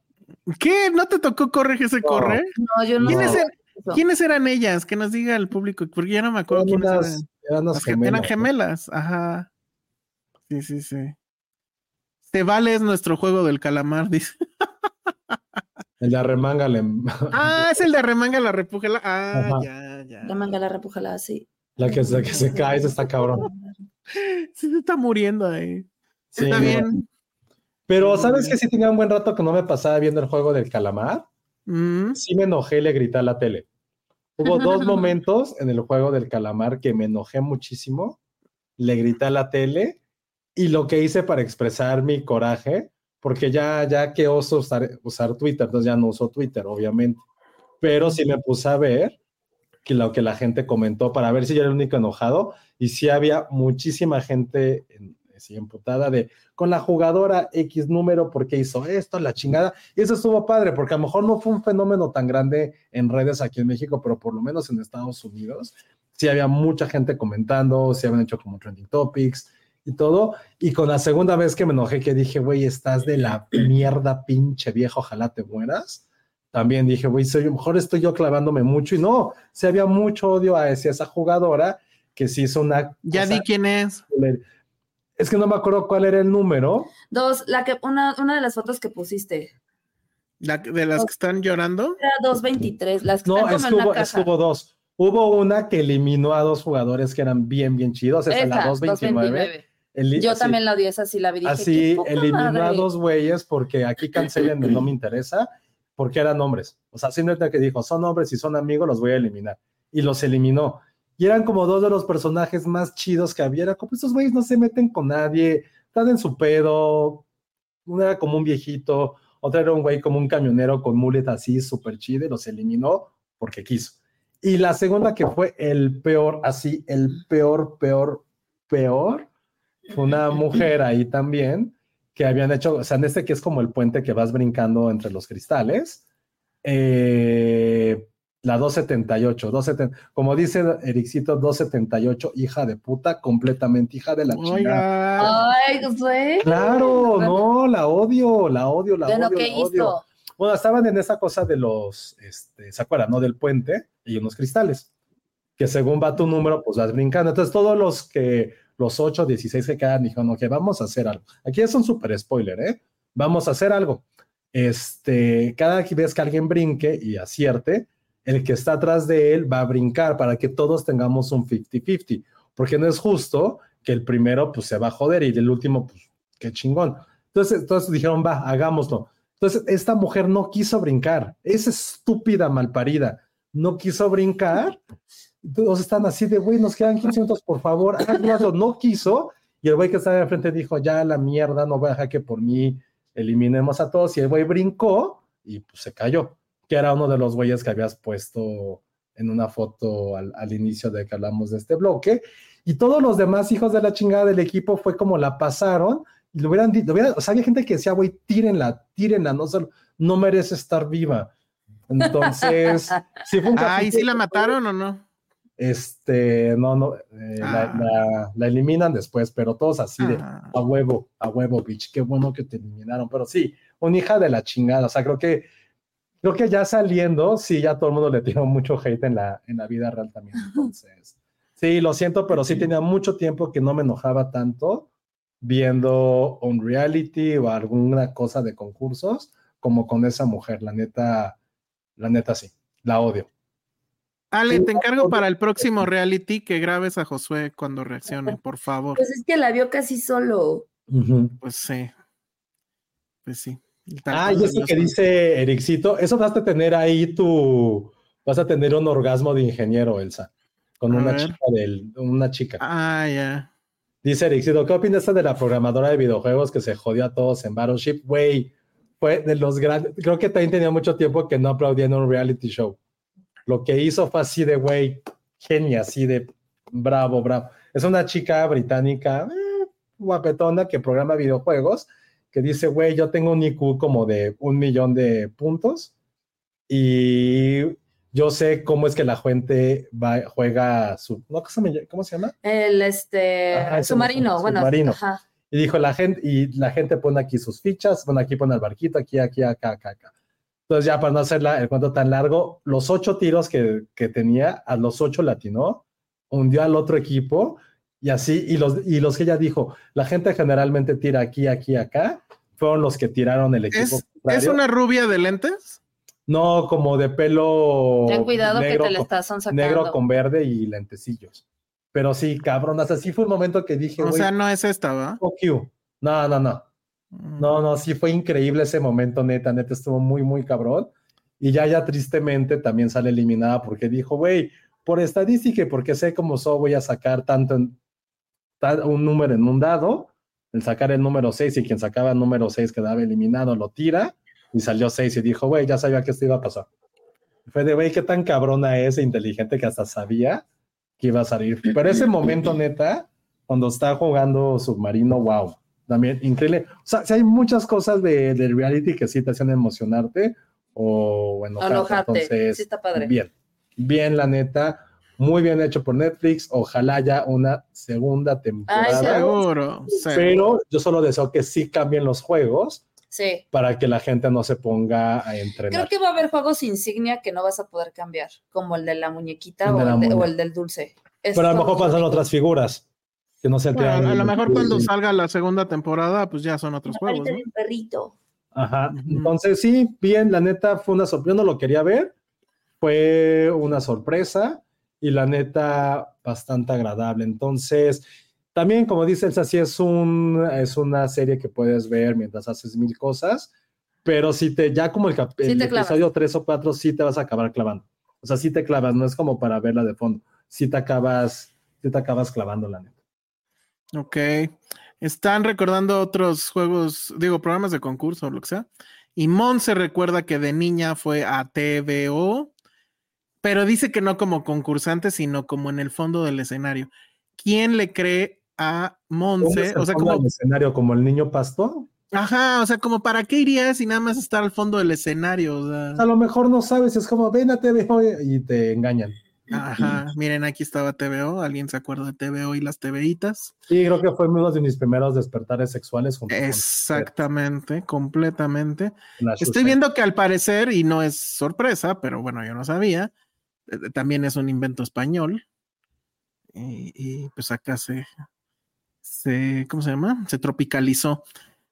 S5: ¿Qué? ¿No te tocó Corre que se corre?
S4: No, yo no.
S5: ¿Quiénes,
S3: No.
S5: er- quiénes eran ellas? Que nos diga el público, porque ya no me acuerdo
S3: Eran
S5: quiénes
S3: unas-
S5: eran.
S3: eran unas
S5: Las que- eran
S3: gemelas.
S5: gemelas, ajá. Sí, sí, sí. Se vale es nuestro juego del calamar, dice.
S3: El de arremanga le-
S5: Ah, es el de remanga la repújala. Ah,
S3: Ajá.
S5: ya, ya.
S4: La manga la repújala así.
S3: la, que, se- que se cae, esa está cabrón.
S5: Sí, se está muriendo ahí.
S3: Sí,
S5: está
S3: no.
S5: bien.
S3: Pero ¿sabes que sí tenía un buen rato que no me pasaba viendo el juego del calamar?
S5: Mm.
S3: Sí me enojé y le grité a la tele. Hubo dos momentos en el juego del calamar que me enojé muchísimo, le grité a la tele y lo que hice para expresar mi coraje, porque ya, ya que oso usar, usar Twitter, entonces ya no uso Twitter, obviamente, pero sí me puse a ver que lo que la gente comentó para ver si yo era el único enojado y sí había muchísima gente en, así emputada de con la jugadora X número porque hizo esto, la chingada. Y eso estuvo padre, porque a lo mejor no fue un fenómeno tan grande en redes aquí en México, pero por lo menos en Estados Unidos, sí había mucha gente comentando, sí habían hecho como trending topics y todo. Y con la segunda vez que me enojé, que dije, güey, estás de la mierda, pinche viejo, ojalá te mueras. También dije, güey, soy- a lo mejor estoy yo clavándome mucho. Y no, sí había mucho odio hacia esa jugadora que sí hizo una.
S5: Ya
S3: cosa
S5: di quién es.
S3: culera. Es que no me acuerdo cuál era el número.
S4: Dos, la que, una, una de las fotos que pusiste.
S5: La- de las que están llorando.
S4: Era 223, las que
S3: No,
S4: están
S3: es
S4: como
S3: que
S4: en
S3: hubo,
S4: la
S3: es
S4: caja.
S3: que hubo dos. Hubo una que eliminó a dos jugadores que eran bien, bien chidos. Esa, la
S4: Esa,
S3: 229.
S4: 229.
S3: Eli-
S4: Yo
S3: así-
S4: también la odié, esa sí la vi. dije,
S3: Así
S4: "Qué poca
S3: eliminó a
S4: madre".
S3: dos güeyes porque aquí cancelen el no me interesa porque eran hombres. O sea, simplemente que dijo, son hombres y son amigos, los voy a eliminar. Y los eliminó. Y eran como dos de los personajes más chidos que había. Era como estos güeyes no se meten con nadie, están en su pedo. Uno era como un viejito, otro era un güey como un camionero con mullet así, súper chido, y los eliminó porque quiso. Y la segunda que fue el peor, así, el peor, peor, peor, fue una mujer ahí también que habían hecho, o sea, en este que es como el puente que vas brincando entre los cristales, eh, la 278, 270, como dice Ericito, 278, hija de puta, completamente hija de la chingada.
S5: Oiga.
S4: Ay, güey.
S3: Claro, no, la odio, la odio, la
S4: Bueno,
S3: odio.
S4: ¿qué
S3: la odio.
S4: hizo?
S3: Bueno, estaban en esa cosa de los, este, ¿se acuerdan? ¿No? Del puente y unos cristales, que según va tu número, pues vas brincando. Entonces, todos los que, los 8, 16 que quedan, dijeron, ok, vamos a hacer algo. Aquí es un super spoiler, ¿eh? Vamos a hacer algo. Este, cada vez que alguien brinque y acierte, el que está atrás de él va a brincar para que todos tengamos un 50-50, porque no es justo que el primero, pues, se va a joder y el último, pues, qué chingón. Entonces, entonces dijeron, va, hagámoslo. Entonces, esta mujer no quiso brincar. Es estúpida, malparida. No quiso brincar. Entonces están así de, güey, nos quedan 15 minutos, por favor, hazlo. No quiso. Y el güey que estaba enfrente dijo, ya la mierda, no voy a dejar que por mí eliminemos a todos. Y el güey brincó y pues se cayó. Que era uno de los güeyes que habías puesto en una foto al, al inicio de que hablamos de este bloque. Y todos los demás hijos de la chingada del equipo fue como la pasaron y lo hubieran dicho, o sea, había gente que decía, güey, tírenla, tírenla, no, solo, no merece estar viva. Entonces, sí fue un
S5: Ay, ¿sí
S3: capítulo-
S5: la mataron o no?
S3: Este, no, no, eh, la,
S5: Ah.
S3: la- la eliminan después, pero todos así de,
S5: Ah.
S3: a huevo, a huevo, bitch, qué bueno que te eliminaron, pero sí, una hija de la chingada, o sea, creo que, creo que ya saliendo, sí, ya todo el mundo le tiró mucho hate en la, en la vida real también, entonces, sí, lo siento, pero sí tenía mucho tiempo que no me enojaba tanto viendo un reality o alguna cosa de concursos como con esa mujer, la neta, la neta sí, la odio.
S5: Ale, te encargo para el próximo reality que grabes a Josué cuando reaccione, por favor.
S4: Pues es que la vio casi solo.
S3: Ujú.
S5: Pues sí. Pues sí. Tal
S3: Ah,
S5: cual
S3: y
S5: de
S3: eso
S5: Dios
S3: que
S5: manda.
S3: dice Ericito, eso vas a tener ahí tu, vas a tener un orgasmo de ingeniero, Elsa, con
S5: A
S3: una
S5: ver.
S3: chica, del, una chica.
S5: Ah, ya.
S3: Dice Ericito, ¿qué opinas de la programadora de videojuegos que se jodió a todos en Battleship? Güey, fue de los grandes, creo que también tenía mucho tiempo que no aplaudía en un reality show. Lo que hizo fue así de, güey, genia, así de, bravo, bravo. Es una chica británica, eh, guapetona, que programa videojuegos, que dice, güey, yo tengo un IQ como de un millón de puntos y yo sé cómo es que la gente va, juega su, ¿no? ¿Cómo se me ll- ¿Cómo se llama?
S4: El este
S3: Ajá, ese
S4: submarino,
S3: mismo,
S4: bueno.
S3: Ah, submarino.
S4: Ajá.
S3: Y dijo la gente, y la gente pone aquí sus fichas, bueno, aquí pone el barquito, aquí, aquí, acá, acá, acá. Entonces ya para no hacer la- el cuento tan largo, los ocho tiros que, que tenía, a los ocho latinó, hundió al otro equipo y así, y los, y los que ella dijo, la gente generalmente tira aquí, aquí, acá, fueron los que tiraron el equipo.
S5: ¿Es, es
S3: contrario.
S5: una rubia de lentes?
S3: No, como de pelo.
S4: Ten cuidado que
S3: negro
S4: te la
S3: con-
S4: estás sacando.
S3: Negro con verde y lentecillos. Pero sí, cabrón, hasta sí fue un momento que dije,
S5: O
S3: güey,
S5: sea, no es esta, ¿va? Mm.
S3: fuck you. No, no, no. No, no, sí fue increíble ese momento, neta, neta, estuvo muy, muy cabrón. Y ya, ya tristemente también sale eliminada porque dijo, güey, por estadística y porque sé cómo soy, voy a sacar tanto en- tan- un número en un dado, el sacar el número 6 y quien sacaba el número 6 quedaba eliminado, lo tira y salió 6 y dijo, güey, ya sabía que esto iba a pasar. Fue de, güey, qué tan cabrona es e inteligente que hasta sabía que iba a salir. Pero ese momento, neta, cuando está jugando submarino, wow también increíble. O sea, si hay muchas cosas de, de reality que sí te hacen emocionarte o enojarte.
S4: Enojarte.
S3: Entonces,
S4: Sí está padre.
S3: bien, bien, la neta. Muy bien hecho por Netflix. Ojalá haya una segunda temporada.
S4: seguro.
S5: Seguro. seguro.
S3: pero yo solo deseo que sí cambien los juegos
S4: Sí.
S3: para que la gente no se ponga a
S4: Creo
S3: entrenar.
S4: que va a haber juegos insignia que no vas a poder cambiar, como el de la muñequita
S3: El
S4: o,
S3: de la
S4: el de-
S3: muñe-
S4: o el del dulce.
S3: Pero a lo mejor pasan
S4: pasan
S3: otras figuras que no se
S5: Bueno,
S3: tengan-
S5: a lo mejor cuando salga la segunda temporada, pues ya son otros juegos.
S4: Carita
S5: ¿no?
S4: de perrito.
S3: Ajá.
S5: Ujú.
S3: Entonces, sí, bien, la neta fue una sorpresa. Yo no lo quería ver. Fue una sorpresa y la neta bastante agradable. Entonces, también, como dice Elsa, sí es, un, es una serie que puedes ver mientras haces mil cosas, pero si te, ya como el, cap-
S4: Sí
S3: el
S4: te clavas.
S3: episodio 3 o 4, sí te vas a acabar clavando. O sea, sí te clavas, no es como para verla de fondo. Sí te acabas, sí te acabas clavando, la neta.
S5: Ok. Están recordando otros juegos, digo, programas de concurso o lo que sea. Y Mon se recuerda que de niña fue a TVO, pero dice que no como concursante, sino como en el fondo del escenario. ¿Quién le cree a Monse? O sea,
S3: como
S5: como,
S3: el escenario, como el niño pasto,
S5: ajá, o sea, como para qué irías y nada más estar al fondo del escenario. O sea,
S3: a lo mejor no sabes, es como ven a TVO y te engañan.
S5: ajá, miren, aquí estaba TVO, alguien se acuerda de TVO y las TVitas.
S3: Sí, creo que fue uno de mis primeros despertares sexuales junto con
S5: Exactamente, completamente.
S3: la
S5: Estoy
S3: Xuxa.
S5: viendo que al parecer, y no es sorpresa, pero bueno, yo no sabía, eh, también es un invento español. Y, y, pues acá se, se, ¿cómo se llama? Se tropicalizó.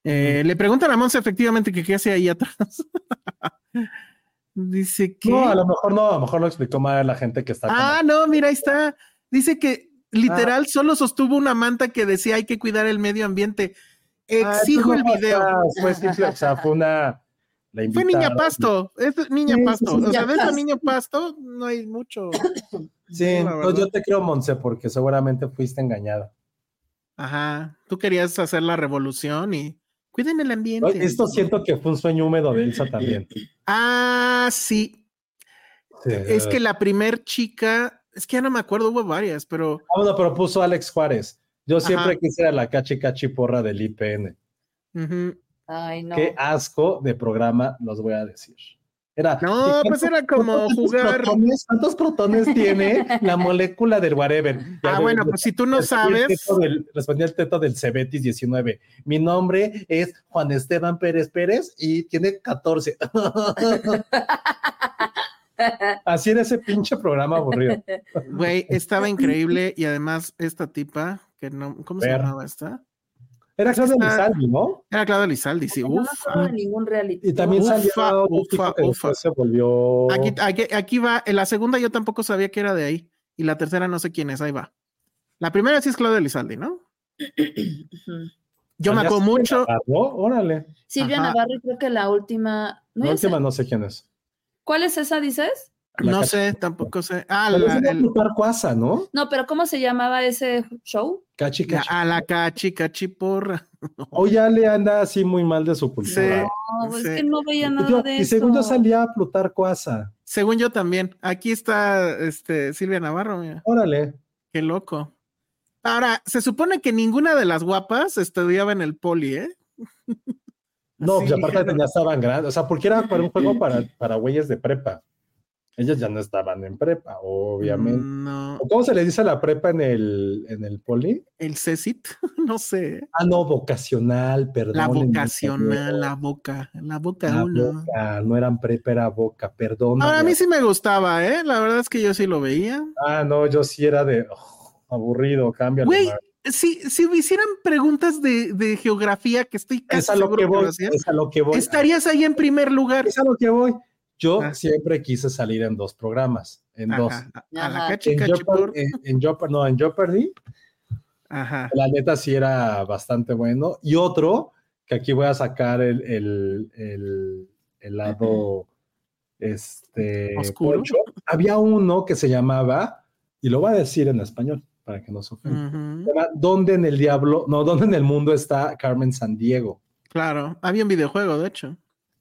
S5: Eh, Le preguntan a Monse efectivamente que qué hace ahí atrás. Dice que...
S3: No, a lo mejor no, a lo mejor lo explicó mal la gente que está.
S5: ah, no, mira, ahí está. Dice que literal
S3: Ah.
S5: solo sostuvo una manta que decía hay que cuidar el medio ambiente.
S3: como, "Ah,
S5: Exijo
S3: tú
S5: el
S3: no
S5: video.
S3: pasas". Fue simple, o sea, fue una. la
S5: Fue niña
S3: invitaron.
S5: pasto, es niña
S3: Sí, sí,
S5: pasto.
S3: sí,
S5: o sea,
S4: niña
S5: de esa
S4: pasto.
S5: niña pasto no hay mucho.
S3: Sí,
S5: la
S3: entonces
S5: verdad.
S3: yo te creo, Monse, porque seguramente fuiste engañada.
S5: Ajá. Tú querías hacer la revolución y cuiden el ambiente.
S3: Oye, Esto siento que fue un sueño húmedo de Elsa también. Sí.
S5: Ah, sí. Es que la primer chica, es que ya no me acuerdo, hubo varias, pero
S3: Ah, bueno, pero puso Alex Juárez. Yo siempre
S5: Ajá.
S3: quisiera la cachi cachi porra del IPN.
S5: ujú.
S4: Ay, no.
S3: Qué asco de programa, los voy a decir. Era,
S5: no,
S3: ¿y
S5: pues era como
S3: cuántos
S5: jugar.
S3: protones- ¿Cuántos protones tiene la molécula del whatever?
S5: Ah, bueno, pues si tú no
S3: Respondía el
S5: sabes,
S3: teto del- respondía el teto del Cebetis 19. Mi nombre es Juan Esteban Pérez Pérez y tiene 14. Así era ese pinche programa aburrido.
S5: güey, estaba increíble y además esta tipa, que no, ¿cómo se
S3: Ver.
S5: llamaba esta?
S3: Era Claudia
S5: Pues Está-
S3: Lizaldi, ¿no?
S5: Era Claudia Lizaldi, sí,
S4: No me
S5: uf.
S4: acuerdo de ningún reality.
S3: Y también
S5: Ufa,
S3: salió un
S5: ufa,
S3: tipo que
S5: ufa.
S3: después se volvió.
S5: Aquí, aquí- aquí va, en la segunda yo tampoco sabía que era de ahí. Y la tercera no sé quién es, ahí va. La primera sí es Claudia Elizalde, ¿no?
S4: Ujú.
S5: Yo me
S3: Salía
S5: acuerdo
S3: Silvia
S5: mucho.
S3: Navarro, Órale.
S4: Silvia
S5: Ajá.
S4: Navarro, creo que la última. ¿no
S3: La
S4: es
S3: última
S4: esa?
S3: no sé quién es.
S4: ¿Cuál es esa, dices?
S3: La
S5: No
S3: Cat-
S5: sé, tampoco sé. Ah,
S3: Pero
S5: la,
S3: ese no
S5: el-
S3: fue Tarcuasa, ¿no?
S4: No, pero ¿cómo se llamaba ese show?
S3: Cachi,
S5: la-
S3: cachi.
S5: ah, la cachi, cachi porra.
S3: Hoy ya le anda así muy mal de su cultura.
S5: Sí.
S4: No, pues
S5: Sí.
S4: es que no veía nada
S3: Yo-
S4: de
S3: y según yo
S4: eso.
S3: salía Plutarco Asa.
S5: Según yo también. Aquí está este, Silvia Navarro, mira.
S3: Órale.
S5: Qué loco. Ahora, se supone que ninguna de las guapas estudiaba en el poli, ¿eh?
S3: No,
S5: Sí,
S3: pues aparte
S5: no.
S3: ya estaban grandes. O sea, porque era para un juego para, para güeyes de prepa. Ellas ya no estaban en prepa,
S5: Mm.
S3: obviamente.
S5: No.
S3: ¿O ¿Cómo se le dice a la prepa en el, en el poli?
S5: El CECIT, no sé. ¿eh?
S3: Ah, no, vocacional, perdón.
S5: La vocacional, la boca, la boca
S3: La
S5: uno.
S3: boca, no eran prepa, era boca, perdón.
S5: Ahora a mí sí me gustaba, ¿eh? La verdad es que yo sí lo veía.
S3: Ah, no, yo sí era de oh, aburrido, cámbialo.
S5: Güey,
S3: Mar.
S5: si, si me hicieran preguntas de, de geografía, que estoy casi
S3: es a lo
S5: seguro
S3: que
S5: lo
S3: voy,
S5: hacían,
S3: es a lo que voy.
S5: estarías ahí en primer lugar.
S3: Es a lo que voy. Yo
S5: Ah.
S3: siempre quise salir en dos programas, en dos.
S5: Ajá, a a la
S4: Ajá.
S5: cachi,
S3: En
S5: cachi,
S3: Jeopardy,
S5: por-
S3: en, en Jeopardy- no, en Jeopardy,
S5: Ajá.
S3: la neta sí era bastante bueno. Y otro, que aquí voy a sacar el, el, el- el lado este,
S5: Oscuro.
S3: pocho. Había uno que se llamaba, y lo voy a decir en español para que no se ofenda.
S5: Ujú,
S3: Se llama ¿Dónde en el diablo, no, dónde en el mundo está Carmen Sandiego?
S5: Claro, había un videojuego, de hecho.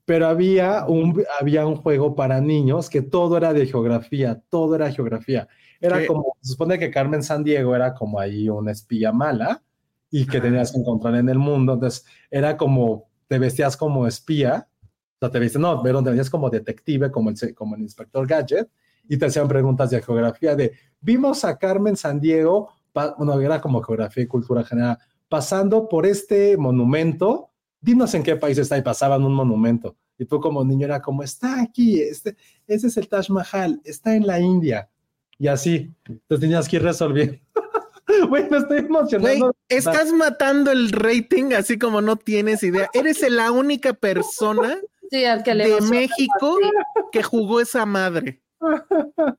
S3: Pero había un, había un juego para niños que todo era de geografía, todo era geografía. Era
S5: Sí.
S3: como, se supone que Carmen Sandiego era como ahí una espía mala y que
S5: Ajá.
S3: tenías que encontrar en el mundo. Entonces, era como, te vestías como espía, o sea, te vestías, no, pero te vestías como detective, como el, se- como el inspector Gadget, y te hacían preguntas de geografía de, vimos a Carmen Sandiego, pa- bueno, era como geografía y cultura general, pasando por este monumento, dinos en qué país está y pasaban un monumento. Y tú como niño era como, está aquí, este, ese es el Taj Mahal, está en la India. Y así, entonces tenías que ir resolviendo. Güey, me estoy
S5: Güey,
S3: emocionando.
S5: estás matando el rating así como no tienes idea. Eres la única persona
S4: Sí, al que le
S5: de
S4: emociona.
S5: México que jugó esa madre.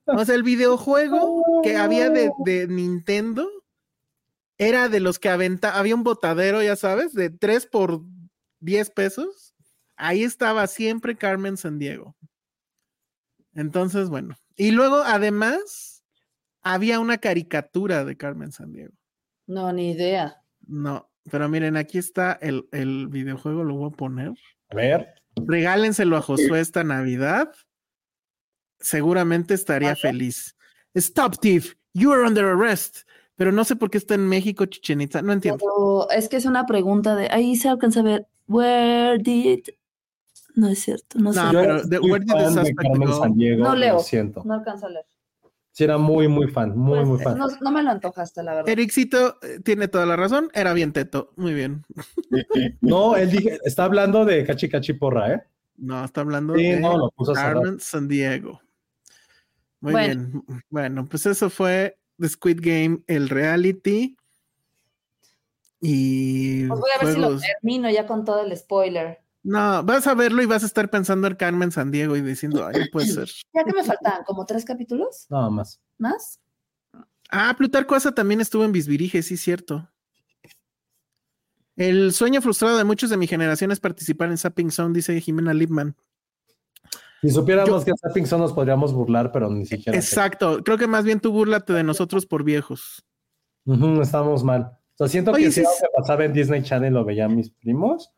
S5: O sea, el videojuego que había de, de Nintendo era de los que aventa, había un botadero, ya sabes, de 3 por 10 pesos. Ahí estaba siempre Carmen San Diego. Entonces, bueno. Y luego, además, había una caricatura de Carmen San Diego.
S4: No, ni idea.
S5: No, pero miren, aquí está el, el videojuego, lo voy a poner.
S3: A ver,
S5: Regálenselo a Josué esta Navidad. Seguramente estaría feliz. Stop, Thief. You are under arrest. Pero no sé por qué está en México, Chichen Itza. No entiendo.
S4: Pero es que es una pregunta de ahí se alcanza a ver. Where did. No es cierto, no, sé.
S5: No,
S3: yo
S5: Ah, pero
S3: era
S5: de-
S3: muy
S5: where did the
S3: fan de
S5: suspect
S3: Carmen
S5: go?
S3: Sandiego,
S4: No leo.
S3: lo siento.
S4: No alcanzo a leer.
S3: Sí, era muy, muy fan, muy,
S4: Pues,
S3: muy fan.
S4: no, no me lo antojaste, la verdad.
S5: Ericito eh, tiene toda la razón. Era bien teto. Muy bien.
S3: No, él dije, está hablando de Cachi Cachi Porra, ¿eh?
S5: No, está hablando
S3: Sí,
S5: de
S3: no, lo puso a cerrar.
S5: Carmen San Diego. Muy
S4: Bueno.
S5: bien. Bueno, pues eso fue The Squid Game, el reality. Y.
S4: Pues voy a ver si lo
S5: juegos.
S4: termino ya con todo el spoiler.
S5: No, vas a verlo y vas a estar pensando en Carmen San Diego y diciendo, ay, no puede ser.
S4: Ya que me faltan como tres capítulos
S3: Nada más.
S4: más.
S5: Ah, Plutarco Asa también estuvo en Bisbirige, sí, cierto. El sueño frustrado de muchos de mi generación es participar en Sapping Sound, dice Jimena Lipman.
S3: Si supiéramos
S5: Yo-
S3: que Zapping Zone nos podríamos burlar, pero ni siquiera. sé.
S5: Exacto, creo que más bien tú búrlate de nosotros por viejos.
S3: Ujú, estamos mal. O sea, siento
S5: Oye,
S3: que si
S5: sí
S3: algo
S5: es-
S3: que pasaba en Disney Channel lo veían mis primos,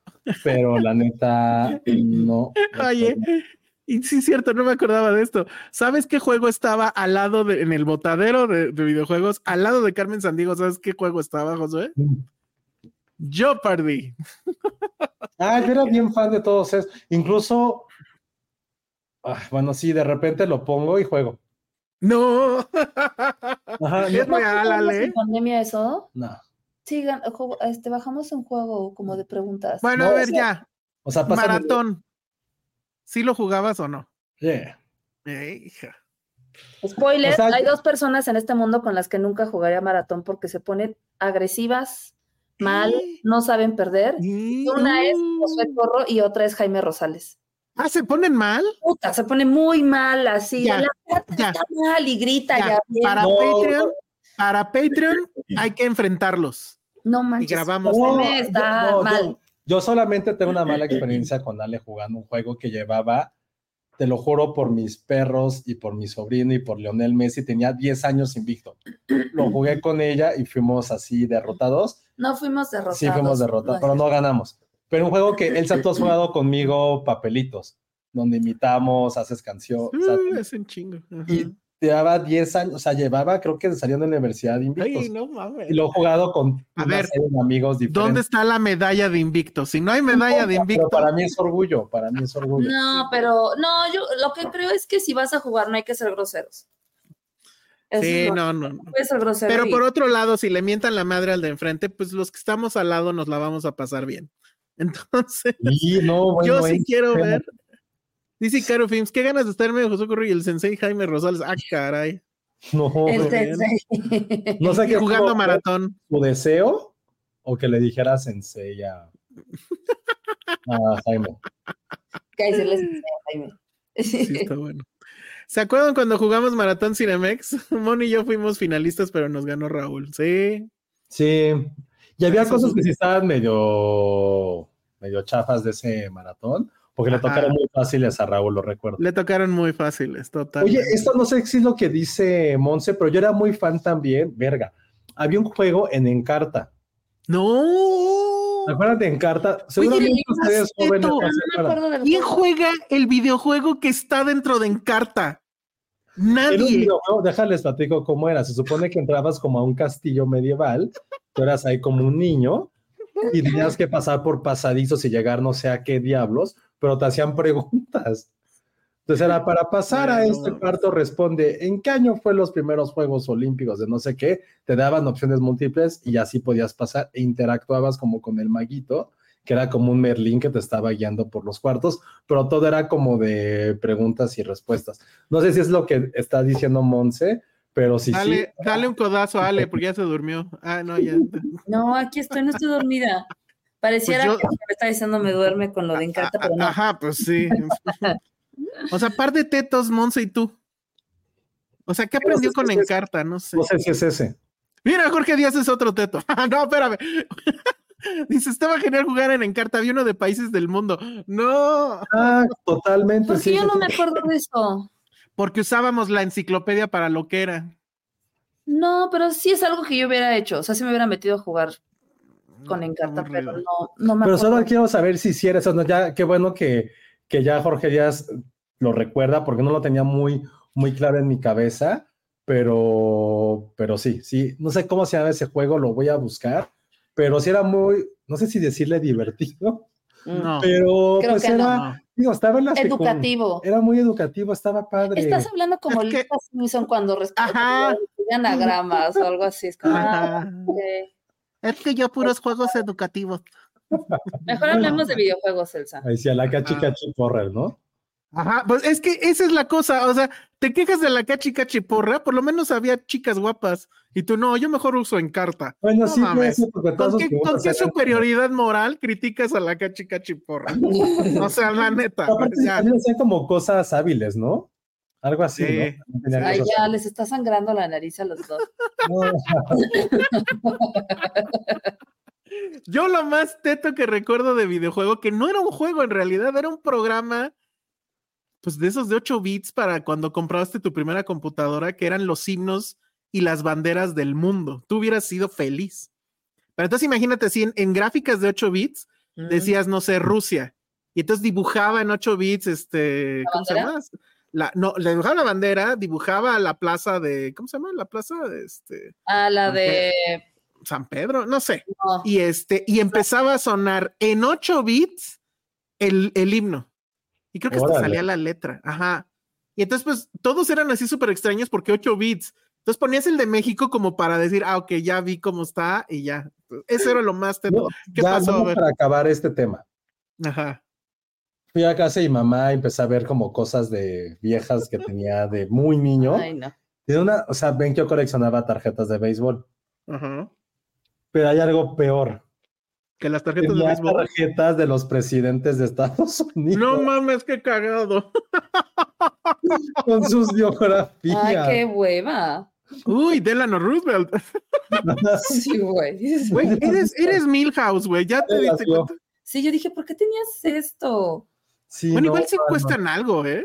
S3: pero la neta no.
S5: Oye, eh, y sí, cierto, no me acordaba de esto. ¿Sabes qué juego estaba al lado de, en el botadero de, de videojuegos, al lado de Carmen San Diego? ¿Sabes qué juego estaba, Josué? Jeopardy.
S3: Ah, yo era bien fan de todos esos. Incluso, ah, bueno, sí, de repente lo pongo y juego.
S5: No.
S3: Ajá,
S5: Es
S3: no,
S5: real,
S4: jugamos
S5: Ale.
S4: en pandemia eso?
S3: no.
S4: Sí, gan- juego- este, bajamos un juego como de preguntas.
S5: Bueno,
S3: No,
S5: a
S3: o
S5: ver,
S3: sea,
S5: ya.
S3: O sea, pasa.
S5: Maratón. ¿Sí lo jugabas o no?
S3: Yeah.
S5: Eh, hija.
S4: Spoiler,
S3: O sea,
S4: hay
S3: yo-
S4: dos personas en este mundo con las que nunca jugaría maratón porque se ponen agresivas, mal,
S5: Sí.
S4: no saben perder.
S5: Y-
S4: Una es pues,
S5: uh,
S4: Josué Corro y otra es Jaime Rosales.
S5: Ah, ¿se ponen mal?
S4: Puta, se pone muy mal así.
S5: Ya,
S4: la plata
S5: ya.
S4: está mal y grita
S5: Ya,
S4: ya. bien.
S5: para
S3: No.
S5: Patreon, para Patreon hay que enfrentarlos.
S4: No
S5: Y
S4: manches.
S5: grabamos.
S4: No,
S3: No,
S4: Pues me está
S3: yo- no,
S4: mal.
S3: Yo, yo solamente tengo una mala experiencia con Ale jugando un juego que llevaba, te lo juro, por mis perros y por mi sobrino y por Lionel Messi, tenía 10 años invicto. Lo jugué con ella y fuimos así derrotados.
S4: No fuimos derrotados.
S3: Sí, fuimos derrotados, pero no ganamos. Pero un juego que Elsa, tú has jugado conmigo, Papelitos, donde imitamos, haces canción. o sea,
S5: Uh, es un Mm, chingo. Ajá.
S3: y llevaba 10 años, o sea, llevaba, creo que saliendo de la universidad invictos.
S5: Ay, no mames.
S3: pues, Y lo he jugado con
S5: A
S3: una
S5: ver,
S3: serie de amigos diferentes.
S5: ¿Dónde está la medalla de invicto? Si no hay medalla de
S3: Pero
S5: invicto,
S3: para mí es orgullo, para mí es orgullo.
S4: No, pero no, yo lo que creo es que si vas a jugar no hay que ser groseros. Eso
S5: sí,
S4: es lo-
S5: no, no, no.
S4: puedes ser grosero.
S5: Pero
S4: y-
S5: por otro lado, si le mientan la madre al de enfrente, pues los que estamos al lado nos la vamos a pasar bien. Entonces,
S3: Y no, bueno,
S5: yo sí
S3: eh,
S5: quiero
S3: bueno.
S5: ver. Dice Caro Films, qué ganas de estar en medio de José Curry y el sensei Jaime Rosales. Ah, caray.
S3: no,
S4: el
S5: bien. ¿eh?
S4: sensei.
S3: no sé qué
S5: este Jugando
S3: fue,
S5: maratón.
S3: ¿Tu deseo o que le dijera sensei a, a Jaime?
S4: Que ahí se les enseña, Jaime.
S5: Sí, está bueno. ¿Se acuerdan cuando jugamos maratón Cinemex? Moni y yo fuimos finalistas, pero nos ganó Raúl. Sí.
S3: Sí. Y había
S5: Eso
S3: cosas
S5: sí.
S3: que sí estaban medio, medio chafas de ese maratón, porque le
S5: Ajá.
S3: tocaron muy fáciles a Raúl, lo recuerdo.
S5: Le tocaron muy fáciles, total.
S3: Oye, eh, esto no sé si es lo que dice Monse, pero yo era muy fan también, verga. Había un juego en Encarta.
S5: ¡No!
S3: Acuérdate de Encarta? Seguramente
S5: Oye,
S3: ustedes
S5: Aceto,
S3: jóvenes no
S5: no me
S3: se
S4: No me
S3: acuerdan.
S4: acuerdo del
S5: ¿Quién
S4: juego.
S5: juega el videojuego que está dentro de Encarta?
S3: Era un
S5: Nadie.
S3: videojuego, déjales platico cómo era. Se supone que entrabas como a un castillo medieval, tú eras ahí como un niño y tenías que pasar por pasadizos y llegar no sé a qué diablos, pero te hacían preguntas. Entonces era para pasar a
S5: Ay, no
S3: este
S5: mames.
S3: cuarto, responde, ¿en qué año fue los primeros Juegos Olímpicos de no sé qué? Te daban opciones múltiples y así podías pasar e interactuabas como con el maguito, que era como un merlín que te estaba guiando por los cuartos, pero todo era como de preguntas y respuestas. No sé si es lo que está diciendo Monse, pero sí,
S5: dale,
S3: sí.
S5: dale un codazo a Ale, porque ya se durmió. Ah, no, ya.
S4: No, aquí estoy, no estoy dormida. Pareciera
S5: Pues yo-
S4: que me está diciendo me duerme con lo de Encarta, pero no.
S5: Ajá, pues sí. O sea, par de tetos, Monse y tú. O sea, ¿qué
S3: Pero
S5: aprendió
S3: es que
S5: con
S3: es- es-
S5: Encarta? No sé.
S3: No sé si es ese.
S5: Mira, Jorge Díaz es otro teto. no, espérame. Dice, estaba genial jugar en Encarta. Había uno de países del mundo. No,
S3: Ah, totalmente.
S4: Porque
S3: sí,
S4: yo
S3: sí,
S4: no
S3: sí.
S4: me acuerdo de eso.
S5: porque usábamos la enciclopedia para lo que era.
S4: No, pero sí es algo que yo hubiera hecho. O sea, sí me hubiera metido a jugar con
S5: No,
S4: Encarta,
S5: aburrido.
S4: pero no, no me
S3: Pero
S4: acuerdo.
S3: solo quiero saber si hiciera eso. ¿no? Ya, qué bueno que, que ya Jorge Díaz lo recuerda, porque no lo tenía muy, muy claro en mi cabeza. Pero, pero sí, sí. No sé cómo se llama ese juego, lo voy a buscar. Pero sí era muy, no sé si decirle divertido,
S4: Mm.
S5: No,
S3: pero
S4: Creo
S3: pues
S4: que no.
S3: era,
S5: no.
S3: digo, estaba en la secu-
S4: Educativo.
S3: Era muy educativo, estaba padre.
S4: Estás hablando como
S5: Es que-
S4: Lisa Simpson cuando
S5: Ajá.
S4: responde anagramas o algo así. Es como, ah,
S5: Ajá.
S4: ok.
S5: Es que yo puros juegos educativos.
S4: Mejor hablemos de videojuegos, Elsa.
S3: Ahí sí, a la cachi
S5: Ah.
S3: cachi porra, ¿no?
S5: Ajá, pues es que esa es la cosa, o sea, te quejas de la cachi cachi porra, por lo menos había chicas guapas, y tú no, yo mejor uso en carta.
S3: Bueno,
S5: No
S3: sí, fue
S5: mames.
S3: eso, porque todas
S5: ¿Con
S3: sus
S5: qué,
S3: preguntas
S5: con qué
S3: eran-
S5: superioridad moral criticas a la cachi cachi porra? O sea, la neta,
S3: Aparte,
S5: o sea,
S3: también hacían como cosas hábiles, ¿no? Algo así,
S5: Sí.
S3: ¿no? Tenían
S4: Ay,
S3: cosas
S4: ya,
S3: hábiles.
S4: les está sangrando la nariz a los dos.
S3: No,
S5: yo lo más teto que recuerdo de videojuego, que no era un juego en realidad, era un programa, pues de esos de 8 bits para cuando compraste tu primera computadora, que eran los himnos y las banderas del mundo. Tú hubieras sido feliz. Pero entonces imagínate así en- en gráficas de 8 bits, decías, no sé, Rusia. Y entonces dibujaba en 8 bits, este, ¿cómo se
S4: bandera?
S5: llama? La, no, le dibujaba la bandera, dibujaba la plaza de, ¿cómo se llama? La plaza de este,
S4: A la de.
S5: San Pedro, no sé.
S4: no.
S5: Y este, y empezaba a sonar en 8 bits el, el himno. Y creo que hasta
S3: Órale.
S5: salía la letra. Ajá. Y entonces, pues, todos eran así súper extraños porque 8 bits. Entonces ponías el de México como para decir, ah, ok, ya vi cómo está y ya. Eso era lo más teto.
S3: no,
S5: ¿Qué
S3: ya
S5: pasó? A
S3: no,
S5: ver.
S3: para acabar este tema.
S5: Ajá.
S3: Fui a casa y mamá y empecé a ver como cosas de viejas que tenía de muy niño.
S4: Ay, no.
S3: Y de una, o sea, ven que yo coleccionaba tarjetas de béisbol.
S5: Ajá.
S3: Pero hay algo peor.
S5: Que las tarjetas de
S3: Tenía
S5: béisbol.
S3: tarjetas de los presidentes de Estados Unidos
S5: No mames, qué cagado.
S3: con sus
S4: Ay,
S3: biografías.
S4: qué hueva.
S5: Uy, Delano Roosevelt.
S4: Sí, güey.
S5: Güey, eres, eres Milhouse, güey. Ya te diste
S3: Relación.
S5: cuenta.
S4: Sí, yo dije, ¿por qué tenías esto?
S3: Sí,
S5: Bueno,
S3: no,
S5: igual se
S3: no, no.
S5: encuestan algo, ¿eh?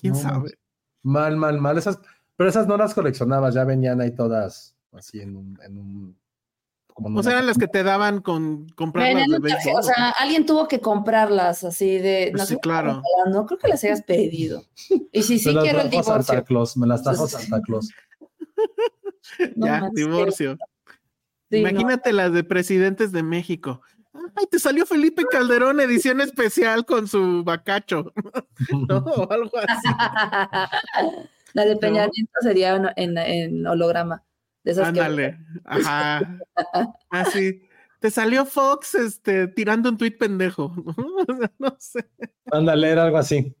S5: ¿Quién
S3: No,
S5: sabe?
S3: Mal, mal, mal. Esas, pero esas no las coleccionabas, ya venían ahí todas así en un, en un como
S5: O sea, eran las que te daban con comprarlas
S4: Venían
S5: de
S4: en tarje-
S5: béisbol.
S4: o sea, alguien tuvo que comprarlas así de.
S5: Pues sí,
S4: sé cómo
S5: claro.
S4: estaban, No creo que las hayas pedido. Y si sí
S3: me las
S4: quiero el
S3: trajo Santa
S4: divorcio.
S3: Claus, me las trajo
S4: Entonces-
S3: Santa Claus.
S4: No
S5: ya,
S4: más,
S5: divorcio.
S4: que- sí, no.
S5: Imagínate las de presidentes de México. Ay, te salió Felipe Calderón, edición especial con su bacacho, ¿no? O algo así.
S4: La de Peña Nieto sería en, en- en holograma. De esas pues, que-
S5: Ándale. Ajá. Así. Te salió Fox este, tirando un tuit pendejo. O sea, no sé.
S3: Ándale, era algo así.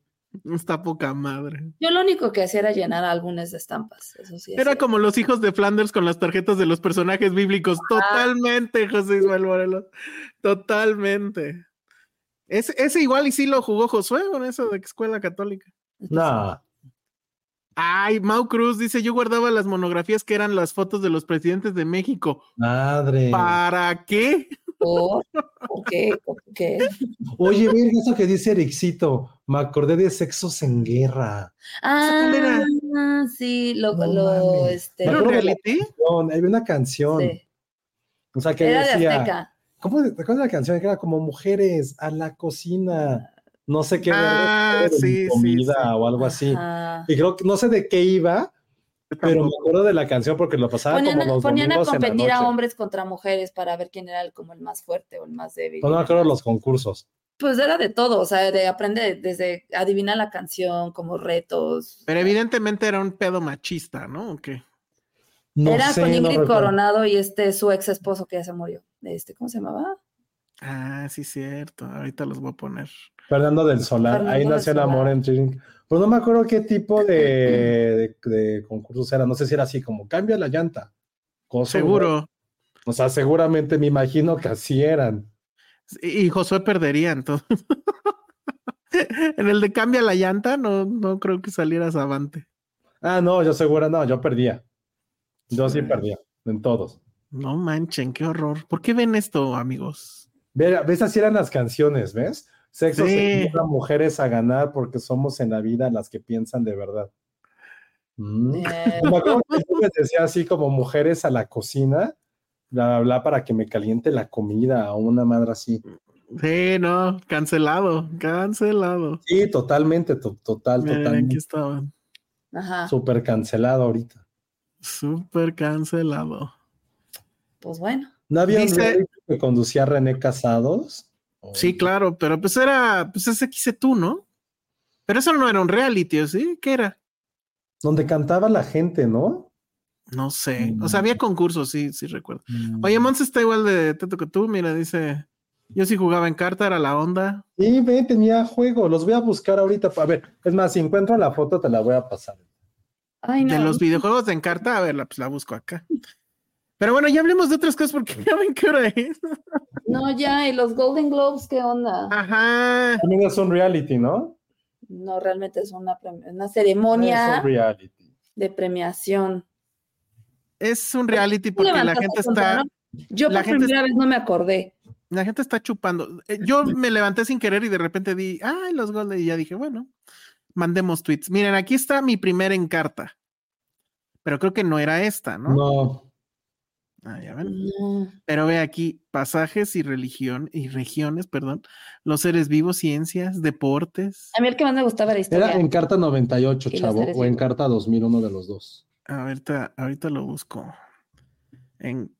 S5: Está poca madre.
S4: Yo lo único que hacía era llenar álbumes de estampas. Eso sí.
S5: Era
S4: hacía.
S5: como los hijos de Flanders con las tarjetas de los personajes bíblicos. Totalmente, José Ismael Morelos. Totalmente. Ese, ese igual y sí lo jugó Josué con eso de escuela católica.
S3: No,
S5: Ay, Mau Cruz dice, yo guardaba las monografías que eran las fotos de los presidentes de México.
S3: madre.
S5: ¿Para qué?
S4: ¿Por por qué? ¿Por qué?
S3: Oye, verga, eso que dice Ericito, me acordé de Sexos en Guerra.
S4: Ah,
S5: era?
S4: sí, lo,
S3: No
S4: lo
S3: mames.
S4: este.
S3: Me
S5: ¿Era un
S3: acuerdo de la
S5: reality?
S3: canción, Había una canción,
S4: sí.
S3: o sea, que
S4: Era de
S3: decía...
S4: Azteca.
S3: ¿Cómo te acuerdas de la canción? Que era como mujeres a la cocina, no sé qué,
S5: Ah,
S3: verga,
S5: sí, sí,
S3: comida
S5: sí.
S3: o algo así.
S4: Ajá.
S3: Y creo que no sé de qué iba, pero me
S5: Tampoco.
S3: acuerdo de la canción porque lo pasaba
S4: Ponían,
S3: como
S4: a,
S3: los
S4: ponían a
S3: domingos en la
S4: competir a
S3: noche.
S4: hombres contra mujeres para ver quién era el, como el más fuerte o el más débil.
S3: Pues No, no me acuerdo de los concursos.
S4: Pues era de todo, o sea, de aprende desde adivinar la canción, como retos.
S5: Pero evidentemente era un pedo machista, ¿no? ¿O qué?
S3: No
S4: era
S3: sé,
S4: con
S3: no
S4: Ingrid
S3: recuerdo.
S4: Coronado y este su ex esposo que ya se murió. Este, ¿cómo se llamaba?
S5: Ah, sí, cierto. Ahorita los voy a poner.
S3: Fernando del Solar,
S4: Fernando
S3: ahí
S4: del
S3: nació el
S4: Solar.
S3: amor entre... Pero no me acuerdo qué tipo de, de- de concursos era, no sé si era así como cambia la llanta. cosa, ¿no?
S5: Seguro.
S3: O sea, seguramente me imagino que así eran.
S5: Y y Josué perdería entonces. en el de cambia la llanta, no, no creo que salieras avante.
S3: Ah, no, yo segura, no, yo perdía. Yo sí
S5: Sí.
S3: perdía, en todos.
S5: No manchen, qué horror. ¿Por qué ven esto, amigos?
S3: Ver- ¿Ves? Así eran las canciones, ¿ves? Sexo
S5: Sí.
S3: se lleva a mujeres a ganar porque somos en la vida las que piensan de verdad. Mm.
S4: Eh,
S3: Me acuerdo que yo les decía así como mujeres a la cocina, bla, bla, bla, para que me caliente la comida o una madre así.
S5: Sí, no, cancelado, cancelado.
S3: Sí, totalmente, to- total,
S5: Miren, aquí
S3: totalmente.
S5: estaban.
S4: ajá.
S3: Súper cancelado ahorita.
S5: Súper cancelado.
S4: Pues bueno.
S3: ¿No había un
S5: Dice-
S3: reality que conducía René Casados?
S5: Sí, claro, pero pues era, pues ese quise tú, ¿no? Pero eso no era un reality, ¿o ¿sí? ¿Qué era?
S3: Donde cantaba la gente, ¿no?
S5: No sé.
S3: Mm.
S5: O sea, había concursos, sí, sí recuerdo. Oye, Monse está igual de teto que tú, mira, dice, yo sí jugaba en carta, era la onda.
S3: Sí, ve, tenía juego. Los voy a buscar ahorita. A ver, es más, si encuentro la foto, te la voy a pasar.
S4: Ay, no.
S5: De los videojuegos de Encarta, a ver, la, pues la busco acá. Pero bueno, ya hablemos de otras cosas porque ya ven qué hora es.
S4: No, ya, y los Golden Globes, ¿qué onda?
S5: Ah. Ajá.
S3: También es un reality, ¿no?
S4: No, realmente es una, prem- una
S3: Es
S4: ceremonia
S3: un reality.
S4: de premiación.
S5: Es un reality porque la
S4: levantaste
S5: gente está,
S4: temprano? Yo por
S5: la gente
S4: primera vez no me acordé.
S5: la gente está chupando. Eh, Yo me levanté sin querer y de repente di, ay, los goles, y ya dije, bueno, mandemos tweets. Miren, aquí está mi primera Encarta. Pero creo que no era esta, ¿no?
S3: No.
S5: Ah, ya ven.
S4: No.
S5: Pero ve aquí, pasajes y religión, y regiones, perdón, los seres vivos, ciencias, deportes.
S4: A mí el que más me gustaba era historia.
S3: Era en carta 98,
S4: Y los
S3: chavo,
S4: seres
S3: o en
S4: vivos.
S3: carta 2001 de los dos.
S5: Ahorita, ahorita lo busco. En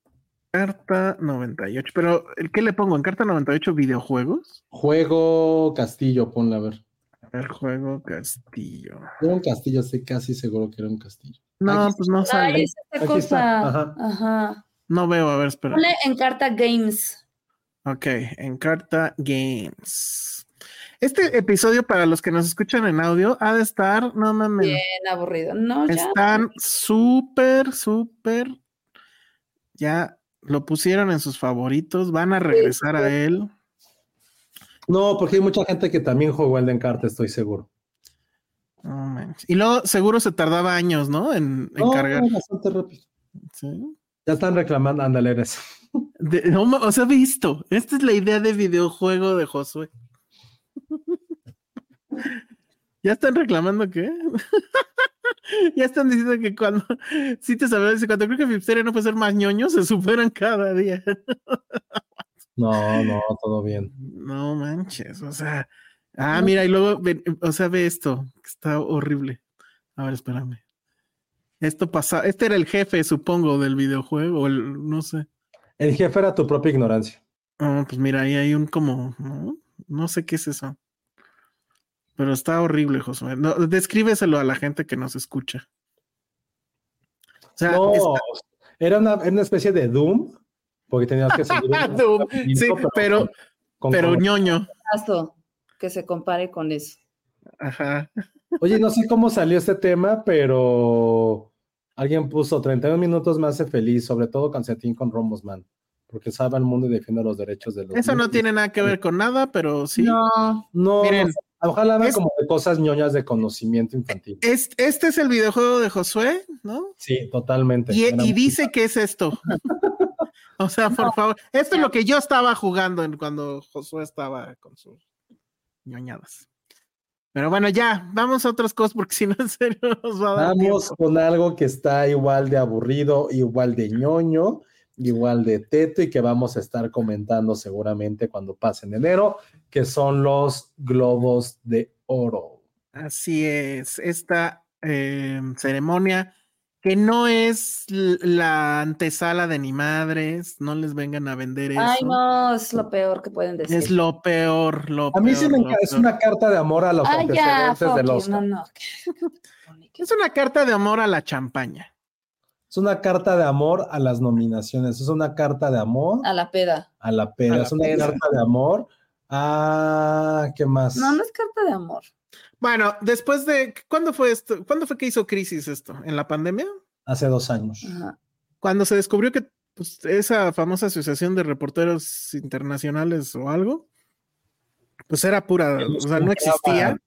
S5: carta 98. Pero, ¿el ¿qué le pongo? ¿En carta 98 videojuegos?
S3: Juego Castillo, ponle a ver.
S5: El juego Castillo.
S3: Era un castillo, estoy casi seguro que era un castillo.
S5: No,
S3: Aquí
S5: pues no
S4: Ay,
S5: sale.
S4: es esta
S3: Aquí está,
S4: cosa.
S3: ajá.
S4: Ajá.
S5: No veo, a ver, espera.
S4: Ponle en carta Games.
S5: Ok, Encarta Games. Este episodio, para los que nos escuchan en audio, ha de estar, no mames,
S4: Bien aburrido. No, ya.
S5: están súper, súper. Ya lo pusieron en sus favoritos, van a regresar a él.
S3: No, porque hay mucha gente que también jugó el de Encarta, estoy seguro.
S5: No manches. Y luego seguro se tardaba años, ¿no? En, en
S3: No,
S5: cargar.
S3: bastante rápido.
S5: Sí.
S3: Ya están reclamando, ándale, eres.
S5: De- no ma- o sea, visto. Esta es la idea de videojuego de Josué. ¿Ya están reclamando qué? ya están diciendo que cuando sí te sabes, dice, cuando creo que Filmsteria no puede ser más ñoño, se superan cada día.
S3: No, no, todo bien.
S5: No manches, o sea. Ah, mira, y luego, ven, o sea, ve esto, que está horrible. A ver, espérame. Esto pasa, este era el jefe, supongo, del videojuego, o el, no sé.
S3: El jefe era tu propia ignorancia.
S5: Ah, pues mira, ahí hay un como, ¿no? no sé qué es eso. Pero está horrible, Josué. No, descríbeselo a la gente que nos escucha. O sea,
S3: no,
S5: está-
S3: era una, era una especie de Doom, porque tenías que seguir. un
S5: Doom, sí,
S3: tratamiento,
S5: pero-
S3: con-
S5: pero
S3: con-
S5: ñoño.
S4: Gasto que se compare con eso.
S5: Ajá.
S3: Oye, no sé cómo salió este tema, pero alguien puso 31 minutos me hace feliz, sobre todo Constantín con Romosman, porque salva al mundo y defiende los derechos de los.
S5: Eso no
S3: niños.
S5: tiene nada que ver con nada, pero sí.
S4: No,
S3: No,
S5: Miren,
S3: no sé, ojalá hagan
S5: es-
S3: como de cosas ñoñas de conocimiento infantil.
S5: Es- este es el videojuego de Josué, ¿no?
S3: Sí, totalmente.
S5: Y,
S3: Era
S5: y
S3: un-
S5: dice que es esto. o sea, por favor, esto es lo que yo estaba jugando en- cuando Josué estaba con sus ñoñadas. Pero bueno, ya, vamos a otras cosas porque si no, en serio nos va a dar
S3: Vamos
S5: tiempo.
S3: con algo que está igual de aburrido, igual de ñoño, igual de teto y que vamos a estar comentando seguramente cuando pase en enero, que son los globos de oro.
S5: Así es, esta eh, ceremonia que no es l- la antesala de ni madres, no les vengan a vender eso.
S4: ay no, es lo peor que pueden decir.
S5: Es lo peor, lo
S3: A mí
S5: peor,
S3: sí me
S5: lo
S3: encanta, es
S5: peor.
S3: una carta de amor a los
S4: Ay, Ah, ya,
S3: antecedentes
S4: fuck
S3: este del
S4: you,
S3: Oscar.
S4: no, no.
S5: Es una carta de amor a la champaña.
S3: Es una carta de amor a las nominaciones, es una carta de amor
S4: A la peda.
S3: a la pera,
S5: a la
S3: es una
S5: pera.
S3: carta de amor a... ¿Qué más?
S4: No, no es carta de amor.
S5: Bueno, después de ¿cuándo fue esto? ¿Cuándo fue que hizo crisis esto? ¿En la pandemia?
S3: Hace dos años.
S4: Ajá.
S5: Cuando se descubrió que pues, esa famosa asociación de reporteros internacionales o algo, pues era pura,
S3: Que los
S5: o sea, no existía.
S3: compraban. Ah.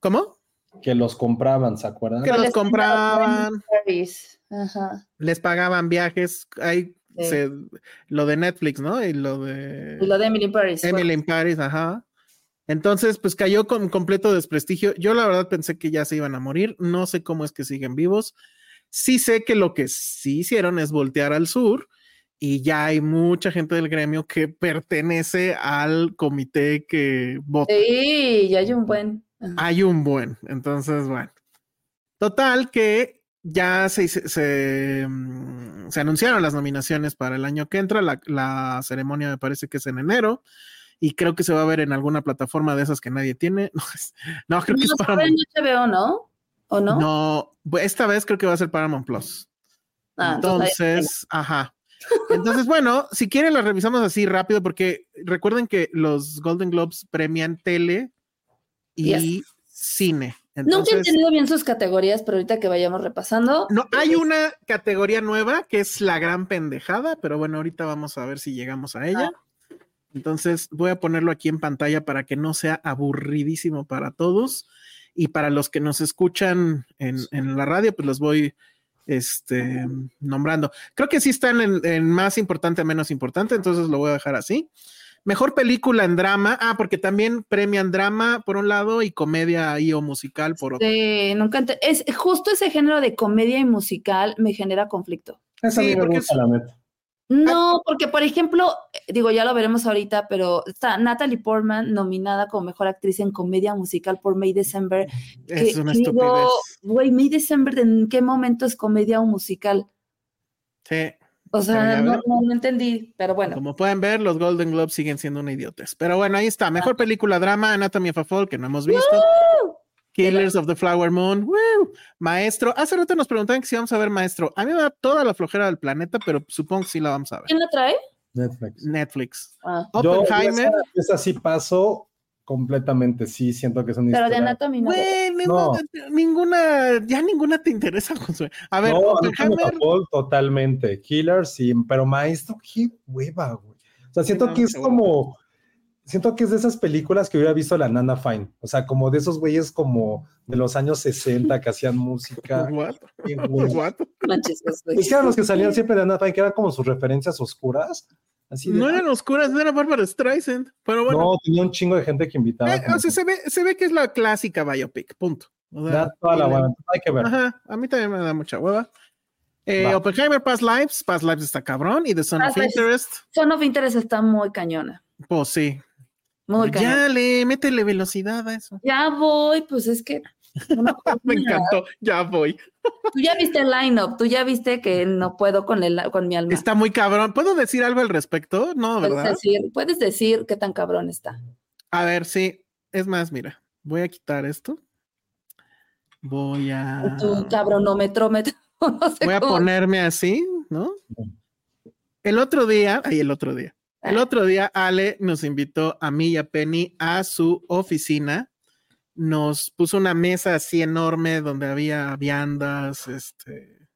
S5: ¿Cómo?
S3: Que los compraban, ¿se acuerdan?
S5: Que los
S4: les pagaban
S5: compraban,
S4: Paris. Ajá.
S5: les pagaban viajes, ahí
S4: Sí.
S5: se- lo de Netflix, ¿no? Y lo de
S4: Y lo de Emily in Paris. fue-
S5: Emily in Paris, ajá. Entonces, pues cayó con completo desprestigio. Yo la verdad pensé que ya se iban a morir. No sé cómo es que siguen vivos. Sí sé que lo que sí hicieron es voltear al sur y ya hay mucha gente del gremio que pertenece al comité que vota.
S4: Sí, ya hay un buen. Ajá.
S5: Hay un buen. Entonces, bueno. Total que ya se, se, se, mm, se anunciaron las nominaciones para el año que entra. La, la ceremonia me parece que es en enero. Y creo que se va a ver en alguna plataforma de esas que nadie tiene. No, es- no, creo que es
S4: No,
S5: para...
S4: en HBO, ¿no? ¿O no?
S5: No, bu- esta vez creo que va a ser Paramount Plus.
S4: Ah,
S5: Entonces, ajá. Entonces, bueno, si quieren la revisamos así rápido porque recuerden que los Golden Globes premian tele y
S4: Yes.
S5: cine.
S4: Nunca he
S5: Entonces,
S4: entendido bien sus categorías, pero ahorita que vayamos repasando.
S5: no, hay una categoría nueva que es la gran pendejada, pero bueno, ahorita vamos a ver si llegamos a ella. Entonces voy a ponerlo aquí en pantalla para que no sea aburridísimo para todos y para los que nos escuchan en, en la radio, pues los voy este, nombrando. Creo que sí están en, en más importante, menos importante, entonces lo voy a dejar así. Mejor película en drama, ah, porque también premian drama por un lado y comedia y o musical por otro.
S4: Sí, eh, nunca ent- es justo ese género de comedia y musical me genera conflicto.
S3: Esa a
S5: Sí,
S3: mí me
S5: porque
S3: gusta,
S5: es-
S3: la neta.
S5: Ah,
S4: No, porque por ejemplo, eh, digo, ya lo veremos ahorita, pero está Natalie Portman nominada como mejor actriz en comedia musical por May December. que-
S5: Es una
S4: que digo,
S5: estupidez.
S4: Güey, May December, ¿en qué momento es comedia o musical?
S5: Sí.
S4: O
S5: ya
S4: sea, no,
S5: veremos.
S4: no- no entendí, pero bueno.
S5: Como pueden ver, los Golden Globes siguen siendo una idiotez. Pero bueno, ahí está. Mejor película drama, Anatomy of a Fall, que no hemos visto. Killers of the Flower Moon. ¡Woo! Maestro. Hace rato nos preguntaban que si vamos a ver Maestro. A mí me da toda la flojera del planeta, pero supongo que sí la vamos a ver.
S4: ¿Quién la trae?
S3: Netflix.
S5: Netflix.
S4: Ah,
S3: Yo,
S5: Oppenheimer.
S3: esa, esa sí paso completamente, sí, siento que es una
S4: pero de
S3: historia-
S4: Anatomy no.
S5: Este, Güey,
S3: No.
S5: ninguna- ninguna, ya ninguna te interesa, Josué. A ver,
S3: No, Anatomy of a
S5: Oppenheimer.
S3: Fall, totalmente. Killer, sí, pero maestro, qué hueva, güey. O sea, siento
S5: no,
S3: que es
S5: qué hueva.
S3: como. Siento que es de esas películas que hubiera visto la Nana Fine. O sea, como de esos güeyes como de los años 60 que hacían música.
S5: What?
S3: Qué hueva.
S5: What?
S4: manches, es-
S3: Es que eran los que salían siempre de Nana Fine, que eran como sus referencias oscuras. Así de, "Ah,
S5: No eran oscuras, no era Barbara Streisand. Pero bueno,
S3: no, tenía un chingo de gente que invitaba.
S5: Eh,
S3: como-
S5: o sea, se ve, se ve que es la clásica biopic, punto. O sea,
S3: Da toda la
S5: y-
S3: buena. Hay que ver.
S5: Ajá, a mí también me da mucha hueva. Eh,
S3: Va.
S5: Oppenheimer, Past Lives, Past Lives está cabrón. Y The Son
S4: Past
S5: of
S4: Lives.
S5: Interest,
S4: Son of Interest está muy cañona.
S5: pues sí. Pues
S4: Muy cañona.
S5: Ya le, métele velocidad a eso.
S4: Ya voy, pues es que. una cosa-
S5: Me encantó, ya voy.
S4: Tú ya viste el lineup, tú ya viste que no puedo con, el, con mi alma.
S5: Está muy cabrón. ¿Puedo decir algo al respecto? No,
S4: puedes,
S5: ¿verdad?
S4: decir, puedes decir qué tan cabrón está.
S5: A ver, sí. Es más, mira, voy a quitar esto. Voy a.
S4: Tu cabronometrómetro. No sé
S5: Ah. Voy a
S4: cómo-
S5: ponerme así, ¿no? El otro día, ay, el otro día. El
S4: Ah.
S5: otro día Ale nos invitó a mí y a Penny a su oficina. Nos puso una mesa así enorme donde había viandas, este,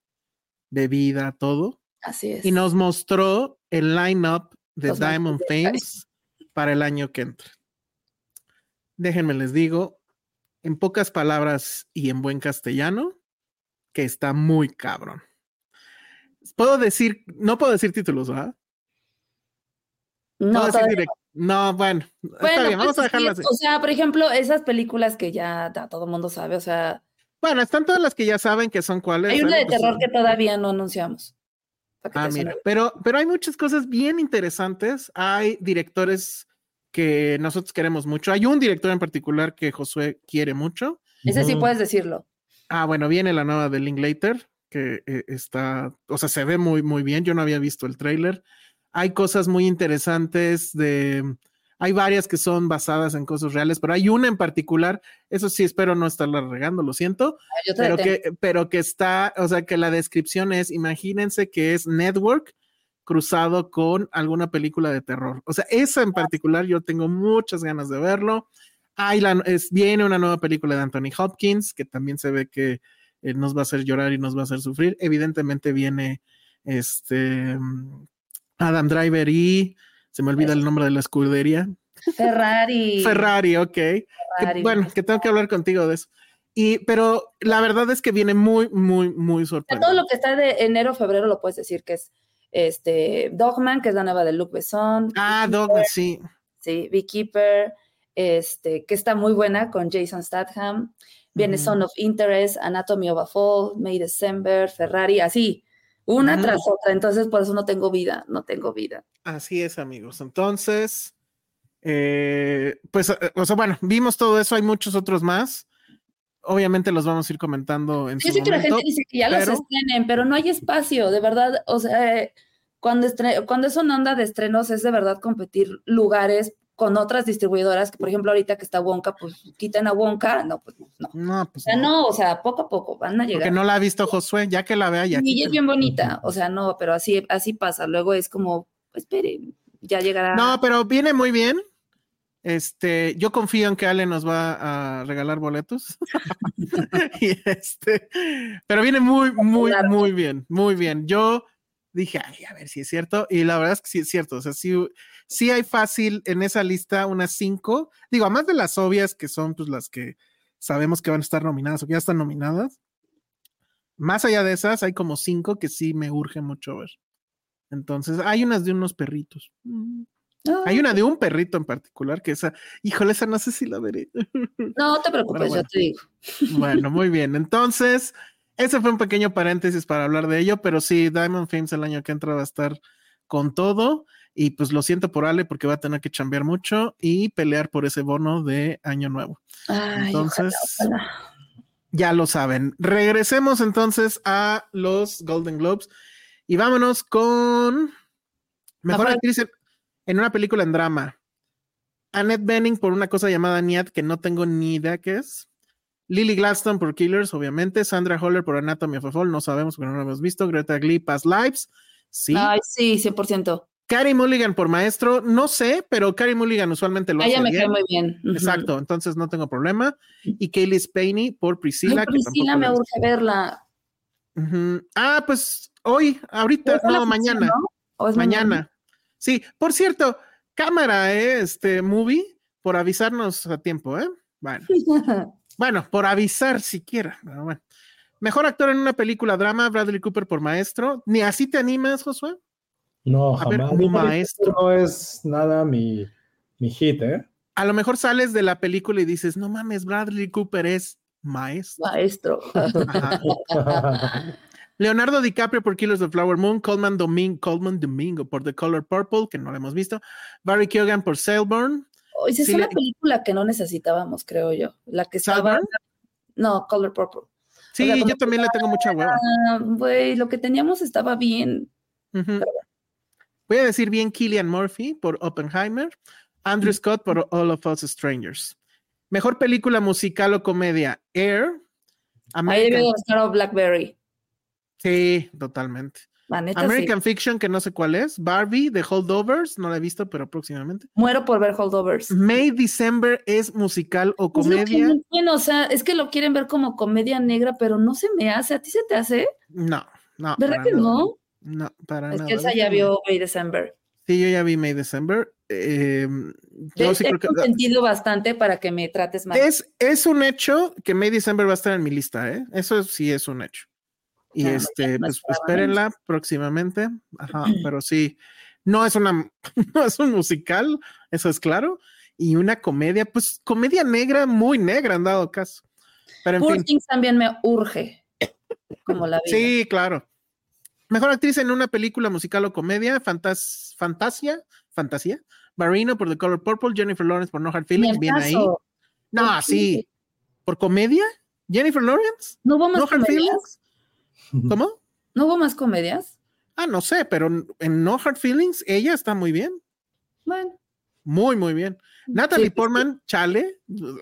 S5: bebida, todo.
S4: Así es.
S5: Y nos mostró el lineup de
S4: Los más
S5: Diamond Fames para el año que entra. Déjenme les digo, en pocas palabras y en buen castellano, que está muy cabrón. Puedo decir, no puedo decir títulos, ¿verdad?
S4: no,
S5: Puedo decir
S4: todavía-
S5: direct- no, bueno, está
S4: Bueno,
S5: bien, vamos
S4: pues,
S5: a
S4: es que,
S5: dejarlas.
S4: O sea, por ejemplo, esas películas que ya ta- todo el mundo sabe, o sea,
S5: Bueno, están todas las que ya saben que son cuáles.
S4: hay una
S5: ¿sale?
S4: de
S5: Pues,
S4: terror que todavía no anunciamos. Para que
S5: Ah,
S4: te
S5: mira,
S4: suene.
S5: pero, pero hay muchas cosas bien interesantes. Hay directores que nosotros queremos mucho. Hay un director en particular que Josué quiere mucho.
S4: Ese sí
S3: Ujú.
S4: puedes decirlo.
S5: Ah, bueno, viene la nueva de Linklater, que eh, está, o sea, se ve muy, muy bien. Yo no había visto el tráiler. Hay cosas muy interesantes de, mm, hay varias que son basadas en cosas reales, pero hay una en particular, eso sí, espero no estarla regando, lo siento,
S4: Ah, Yo te
S5: pero
S4: detengo.
S5: que, pero que está, o sea, que la descripción es, imagínense que es Network cruzado con alguna película de terror. O sea, esa en particular yo tengo muchas ganas de verlo. Hay la- es, viene una nueva película de Anthony Hopkins, que también se ve que eh, nos va a hacer llorar y nos va a hacer sufrir. Evidentemente viene este mm, Adam Driver y se me olvida el nombre de la escudería.
S4: Ferrari.
S5: Ferrari, ok que-
S4: Ferrari.
S5: bueno, que tengo que hablar contigo de eso. Y, pero la verdad es que viene muy, muy, muy
S4: O sea, Todo
S5: sorprendente.
S4: lo que está de enero, febrero lo puedes decir que es este Dogman, que es la nueva de Luke Besson.
S5: Ah,
S4: Beekeeper,
S5: Dogma, sí.
S4: Sí, Beekeeper, este, que está muy buena con Jason Statham. Viene
S5: Ujú.
S4: Son of Interest, Anatomy of a Fall, May December, Ferrari, así, una
S5: Ujú.
S4: tras otra. Entonces, por eso no tengo vida, no tengo vida.
S5: Así es, amigos. Entonces, eh, pues, eh, o sea, bueno, vimos todo eso. Hay muchos otros más. Obviamente los vamos a ir comentando en
S4: Yo
S5: su
S4: sé que la gente
S5: momento.
S4: dice que ya
S5: pero-
S4: los estrenen, pero no hay espacio, de verdad. O sea, eh, cuando, estre- cuando es una onda de estrenos, es de verdad competir lugares con otras distribuidoras, que por ejemplo ahorita que está Wonka, pues quitan a Wonka, no, pues no. O
S5: No, pues
S4: sea,
S5: no,
S4: no, o sea, poco a poco van a
S5: porque
S4: llegar.
S5: no pues la ha visto Josué. Ya que la vea,
S4: y ella
S5: ya.
S4: es
S5: quítala.
S4: bien bonita, o sea, no, pero así, así pasa. Luego es como, esperen, ya llegará.
S5: No, pero viene muy bien. Este, yo confío en que Ale nos va a regalar boletos. Y este, pero viene muy, muy,
S4: Claro.
S5: muy bien, muy bien. Yo dije, "Ay, a ver si es cierto. Y la verdad es que sí es cierto. O sea, sí, sí hay fácil en esa lista unas cinco. Digo, además de las obvias que son pues las que sabemos que van a estar nominadas o que ya están nominadas. Más allá de esas, hay como cinco que sí me urge mucho ver. Entonces, hay unas de unos perritos. Mm.
S4: Ah,
S5: Hay una de un perrito en particular que esa, híjole, esa no sé si la veré.
S4: no te preocupes,
S5: bueno.
S4: yo te digo.
S5: bueno, muy bien. Entonces, ese fue un pequeño paréntesis para hablar de ello, pero sí, Diamond Films el año que entra va a estar con todo. Y pues lo siento por Ale porque va a tener que chambear mucho y pelear por ese bono de año nuevo.
S4: Ay,
S5: Entonces,
S4: ojalá, ojalá.
S5: ya lo saben. Regresemos entonces a los Golden Globes y vámonos con mejor
S4: Ajá.
S5: actriz en, en una película en drama. Annette Bening por una cosa llamada Niad que no tengo ni idea qué es. Lily Gladstone por Killers, obviamente. Sandra Holler por Anatomy of a Fall, no sabemos porque no lo hemos visto. Greta Glee, Past Lives, sí.
S4: Ay, sí, 100%.
S5: Carey Mulligan por Maestro, no sé, pero Carey Mulligan usualmente lo
S4: A ella
S5: hace
S4: me
S5: bien.
S4: cae muy bien. ujú.
S5: Exacto, entonces no tengo problema. Y Kaylee Spaney por
S4: Ay,
S5: Priscilla. que
S4: Priscila,
S5: tampoco
S4: me
S5: la he visto.
S4: urge verla.
S5: Ujú. Ah, pues hoy, ahorita,
S4: ¿Es la
S5: no,
S4: función,
S5: mañana,
S4: no? ¿O es
S5: mañana. Sí, por cierto, cámara, ¿eh? este movie, por avisarnos a tiempo, ¿eh? Bueno,
S4: mañana?
S5: bueno, por avisar siquiera. pero bueno. Mejor actor en una película drama, Bradley Cooper por maestro. Ni así te animas, Josué.
S3: No,
S5: A ver,
S3: jamás.
S5: un
S3: Digo, ahorita
S5: maestro.
S3: No es nada mi, mi hit, ¿eh?
S5: A lo mejor sales de la película y dices, no mames, Bradley Cooper es maestro.
S4: maestro.
S5: Ajá. Leonardo DiCaprio por Killers of Flower Moon, Coleman, Domingo, Coleman Domingo por The Color Purple, que no lo hemos visto, Barry Keoghan por Selborne,
S4: Oye, esa
S5: Sí,
S4: es una
S5: le-
S4: película que no necesitábamos, creo yo. La que estaba.
S5: ¿Saltburn?
S4: No, Color Purple.
S5: Sí,
S4: sea, como
S5: yo también le tengo mucha hueva.
S4: Ah, Güey, lo que teníamos estaba bien.
S5: Ujú. Voy a decir bien Killian Murphy por Oppenheimer, Andrew Scott por All of Us Strangers. Mejor película musical o comedia, Air.
S4: Ahí debió
S5: American,
S4: de estar a Blackberry.
S5: sí, totalmente.
S4: La neta, sí.
S5: American Fiction, que no sé cuál es. Barbie, The Holdovers, no la he visto, pero próximamente.
S4: Muero por ver Holdovers.
S5: May December es musical o
S4: Es lo que
S5: comedia.
S4: no entiendo, o sea, es que lo quieren ver como comedia negra, pero no se me hace. ¿A ti se te hace?
S5: No, no.
S4: ¿Verdad
S5: para
S4: que
S5: nada.
S4: no?
S5: No, para
S4: Es
S5: nada.
S4: que Elsa ya
S5: déjame.
S4: vio May December.
S5: Sí, yo ya vi May December. Eh,
S4: Te,
S5: yo sí
S4: te he
S5: creo que.
S4: consentido bastante para que me trates mal.
S5: Es, es un hecho que May December va a estar en mi lista, ¿eh? Eso sí es un hecho. Y
S4: Ah,
S5: este,
S4: no
S5: pues
S4: esperaba
S5: espérenla próximamente. Ajá, pero sí, no es una, no es un musical, eso es claro. Y una comedia, pues comedia negra, muy negra han dado caso. Pero en
S4: Poor
S5: fin,
S4: Things también me urge. Como la vida.
S5: sí, claro. Mejor actriz en una película musical o comedia, Fantas- Fantasia, Fantasía, Marino por The Color Purple, Jennifer Lawrence por No Hard
S4: Ni
S5: Feelings,
S4: al
S5: bien ahí.
S4: caso. ¿Por
S5: No,
S4: qué?
S5: sí. ¿Por comedia? ¿Jennifer Lawrence?
S4: ¿No hubo más
S5: ¿No Hard
S4: comedias?
S5: Feelings? ¿Cómo?
S4: ¿No hubo más comedias?
S5: Ah, no sé, pero en No Hard Feelings ella está muy bien.
S4: Bueno.
S5: Muy, muy bien. Natalie
S4: Sí, pues,
S5: Portman, chale.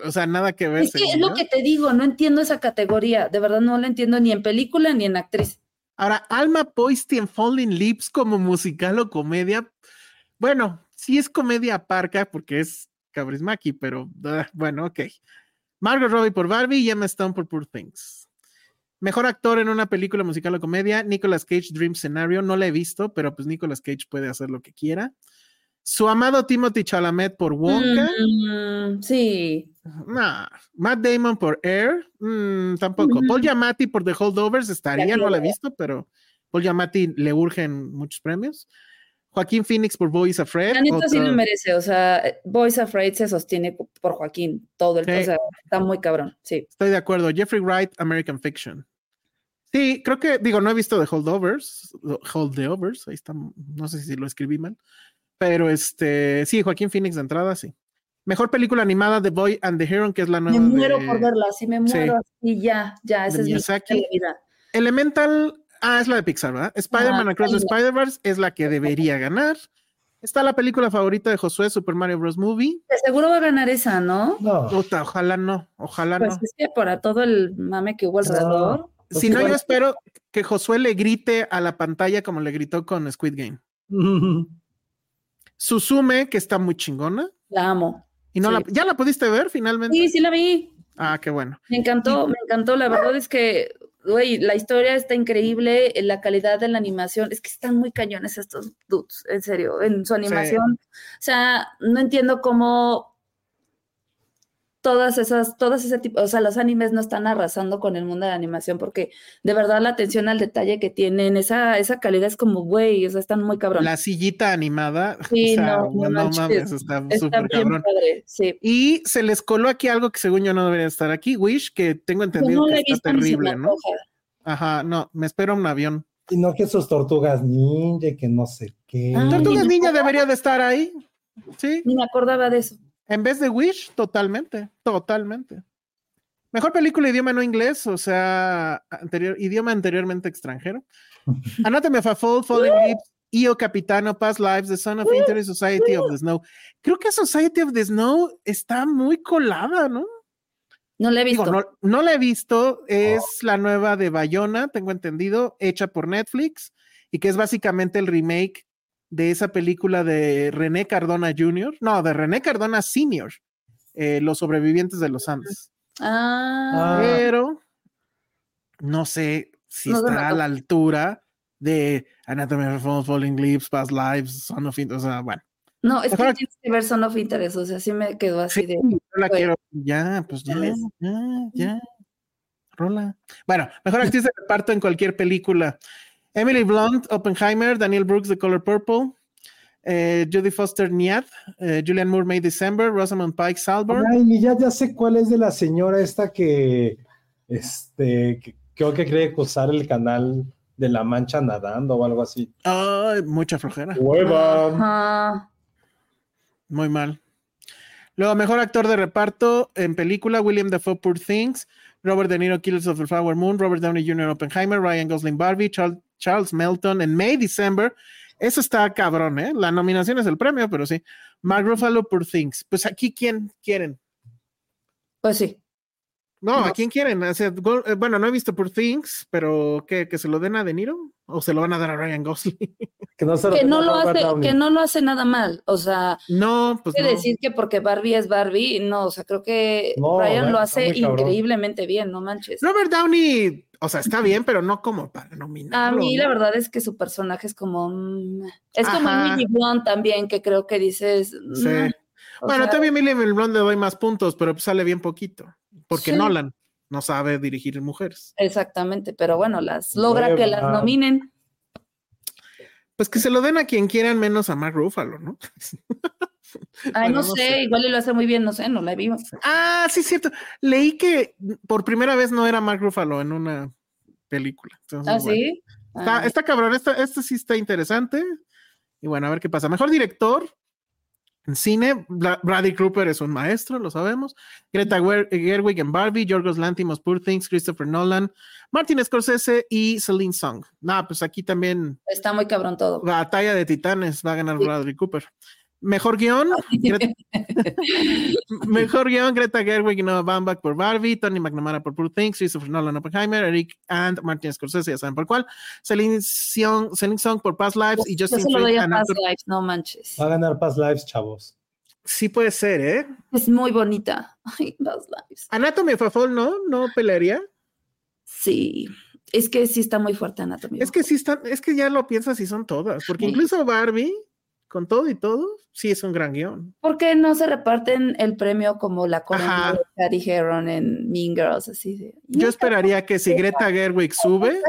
S5: O sea, nada que ver.
S4: Es que es
S5: según
S4: lo
S5: yo.
S4: que te digo, no entiendo esa categoría. De verdad no la entiendo ni en película ni en actriz.
S5: Ahora, Alma Poisty en Falling Lips como musical o comedia. Bueno, sí es comedia parca porque es Cabrismaki, pero ah, bueno, ok. Margot Robbie por Barbie y Emma Stone por Poor Things. Mejor actor en una película musical o comedia, Nicolas Cage Dream Scenario. No la he visto, pero pues Nicolas Cage puede hacer lo que quiera. Su amado Timothy Chalamet por Wonka.
S4: Mm, sí.
S5: Nah. Matt Damon por Air, mm, tampoco.
S4: Ujú.
S5: Paul Giamatti por The Holdovers estaría, no la he
S4: quiero ver.
S5: visto, pero Paul Giamatti le urgen muchos premios. Joaquín Phoenix por Boys Afraid.
S4: La neta sí lo
S5: otro-
S4: merece. O sea, Boys Afraid se sostiene por Joaquín todo el
S5: Sí.
S4: O sea, está muy cabrón. Sí.
S5: Estoy de acuerdo. Jeffrey Wright, American Fiction. Sí, creo que, digo, no he visto The Holdovers, Holdovers, ahí está, no sé si lo escribí mal, pero este, sí, Joaquín Phoenix de entrada, sí. Mejor película animada, The Boy and the Heron, que es la nueva.
S4: Me muero
S5: de-
S4: por verla, sí me
S5: sí.
S4: muero así, ya, ya,
S5: De
S4: esa es mi
S5: Miyazaki.
S4: de vida.
S5: Elemental, ah, es la de Pixar, ¿verdad? Spider-Man
S4: Ajá,
S5: Across the
S4: Spider-Man.
S5: Spider-Verse es la que debería ganar. Está la película favorita de Josué, Super Mario Bros. Movie.
S4: De seguro va a ganar esa, ¿no?
S3: No.
S5: Puta, ojalá no, ojalá
S4: Pues
S5: no.
S4: es que para todo el mame que hubo alrededor.
S3: pues
S5: Si no,
S3: igual.
S5: yo espero que Josué le grite a la pantalla como le gritó con Squid Game. Suzume, que está muy chingona.
S4: La amo.
S5: Y no
S4: Sí.
S5: la, ¿Ya la pudiste ver finalmente?
S4: Sí, sí la vi.
S5: Ah, qué bueno.
S4: Me encantó, me encantó. La verdad es que, güey, la historia está increíble, eh, la calidad de la animación. Es que están muy cañones estos dudes, en serio, en su animación. O sea, no entiendo cómo todas esas, todas ese tipo, o sea, los animes no están arrasando con el mundo de la animación porque de verdad la atención al detalle que tienen, esa, esa calidad es como, güey, o sea, están muy cabrón.
S5: La sillita animada.
S4: Sí,
S5: o sea,
S4: no, no manches.
S5: mames, está
S4: está
S5: súper
S4: bien
S5: cabrón.
S4: padre, sí.
S5: Y se les coló aquí algo que según yo no debería estar aquí, Wish, que tengo entendido
S4: Pues no la
S5: que
S4: he
S5: está
S4: visto ni se me
S5: terrible, ¿no?
S4: antoja.
S5: Ajá, no, me espero un avión.
S3: Y no que sus tortugas ninja, y que no sé qué.
S4: Ah,
S5: Tortugas
S4: Ay,
S5: Ninja debería de estar ahí. Sí,
S4: Ni me acordaba de eso.
S5: en vez de Wish, totalmente, totalmente. Mejor película idioma no inglés, o sea, anterior, idioma anteriormente extranjero. Anatomy of a Fall, Falling Leaves, Io Capitano, Past Lives, The Son of Interest, Society of the Snow. Creo que Society of the Snow está muy colada, ¿no?
S4: No la he visto.
S5: Digo, no, no la he visto, es la nueva de Bayona, tengo entendido, hecha por Netflix y que es básicamente el remake de esa película de René Cardona Jr., no, de René Cardona Sr., eh, Los sobrevivientes de los Andes.
S4: Ah,
S3: Ah.
S5: Pero no sé si
S4: No se me
S5: estará a
S4: antoja.
S5: la altura de Anatomy of a Fall, Falling Leaves, Past Lives, Son of It, o sea, bueno.
S4: No, es que
S5: Mejor-
S4: tienes que ver Son of Interest, o sea, sí me quedó así
S5: Sí,
S4: de.
S5: yo la
S4: güey.
S5: quiero. Ya, pues ya,
S4: Chales.
S5: ya, ya. Rola. Bueno, mejor actriz de reparto en cualquier película. Emily Blunt, Oppenheimer, Daniel Brooks, The Color Purple, eh, Judy Foster, Niad, eh, Julian Moore, May December, Rosamund Pike, Salborn.
S3: Ay, mi, ya, ya sé cuál es de la señora esta que este, que- creo que cree cruzar el canal de la Mancha nadando o algo así.
S5: Ay, mucha flojera.
S3: ¡Hueva!
S4: Ajá.
S5: Muy mal. Luego, mejor actor de reparto en película: William Dafoe, Poor Things, Robert De Niro, Killers of the Flower Moon, Robert Downey Jr., Oppenheimer, Ryan Gosling, Barbie, Charles, Charles Melton en May December. Eso está cabrón, ¿eh? La nominación es el premio, pero sí. Mark Ruffalo, Poor Things. Pues aquí, ¿quién quieren?
S4: Pues sí.
S5: No, ¿a
S4: No.
S5: quién quieren? O sea, go- eh, bueno, no he visto Poor Things, pero ¿qué? ¿Que se lo den a De Niro? ¿O se lo van a dar a Ryan Gosling?
S3: Que no, se
S4: Que no lo
S3: Robert
S4: hace,
S3: Downey.
S4: que no lo hace nada mal. O sea,
S5: no, pues
S4: que
S5: no.
S4: decir que porque Barbie es Barbie, no, o sea, creo que
S3: No,
S4: Ryan
S3: bueno, está
S4: lo hace
S3: muy cabrón.
S4: increíblemente bien, no manches.
S5: Robert Downey, o sea, está bien, pero no como para
S4: A
S5: nominarlo.
S4: mí
S5: ¿no?
S4: la verdad es que su personaje es como... mm, es como
S5: Ajá.
S4: Emily Blunt también, que creo que dices...
S5: Sí.
S4: mm, o
S5: Bueno,
S4: sea,
S5: también Millie Blonde le doy más puntos, pero pues sale bien poquito. Porque
S4: Sí.
S5: Nolan no sabe dirigir mujeres.
S4: Exactamente, pero bueno, las logra que las
S3: Hueva.
S4: nominen.
S5: Pues que se lo den a quien quieran, menos a Mark Ruffalo, ¿no?
S4: Ay,
S5: Bueno,
S4: no,
S5: no
S4: sé,
S5: sé.
S4: igual y lo hace muy bien, no sé, no la vimos.
S5: Ah, sí, cierto. Leí que por primera vez no era Mark Ruffalo en una película. Entonces,
S4: ¿Ah,
S5: bueno.
S4: sí?
S5: Está,
S4: Ah,
S5: está cabrón, esto, esto sí está interesante. Y bueno, a ver qué pasa. Mejor director en cine, Bla- Bradley Cooper es un maestro, lo sabemos. Greta Wer- Gerwig en Barbie, Yorgos Lantimos, Poor Things, Christopher Nolan, Martin Scorsese y Celine Song. Nah, pues aquí también
S4: está muy cabrón todo.
S5: batalla de titanes va a ganar
S4: Sí.
S5: Bradley Cooper. Mejor guión, Greta- mejor guión, Greta Gerwig y Noah Baumbach por Barbie, Tony McNamara por Poor Things, Christopher Nolan Oppenheimer, Eric and Martin Scorsese, ya saben por cuál, Celine Song, Celine Song por Past Lives y
S4: Yo
S5: Justin
S4: se lo doy
S5: Fried
S4: a
S5: and
S4: Past
S5: Arthur-
S4: Lives, no manches.
S5: Ah.
S3: Va a ganar Past Lives, chavos.
S5: Sí puede ser, ¿eh?
S4: Es muy bonita. Ay, Past Lives.
S5: Anatomy of a Fall, ¿no? ¿No pelearía?
S4: Sí, es que sí está muy fuerte Anatomy.
S5: Es que sí están, es que ya lo piensas y son todas, porque
S4: Sí.
S5: incluso Barbie, con todo y todo, sí es un gran guión.
S4: ¿Por qué no se reparten el premio como la
S5: Ajá.
S4: corona que dijeron en Mean Girls? Así de,
S5: Yo esperaría que si Greta Gerwig sube,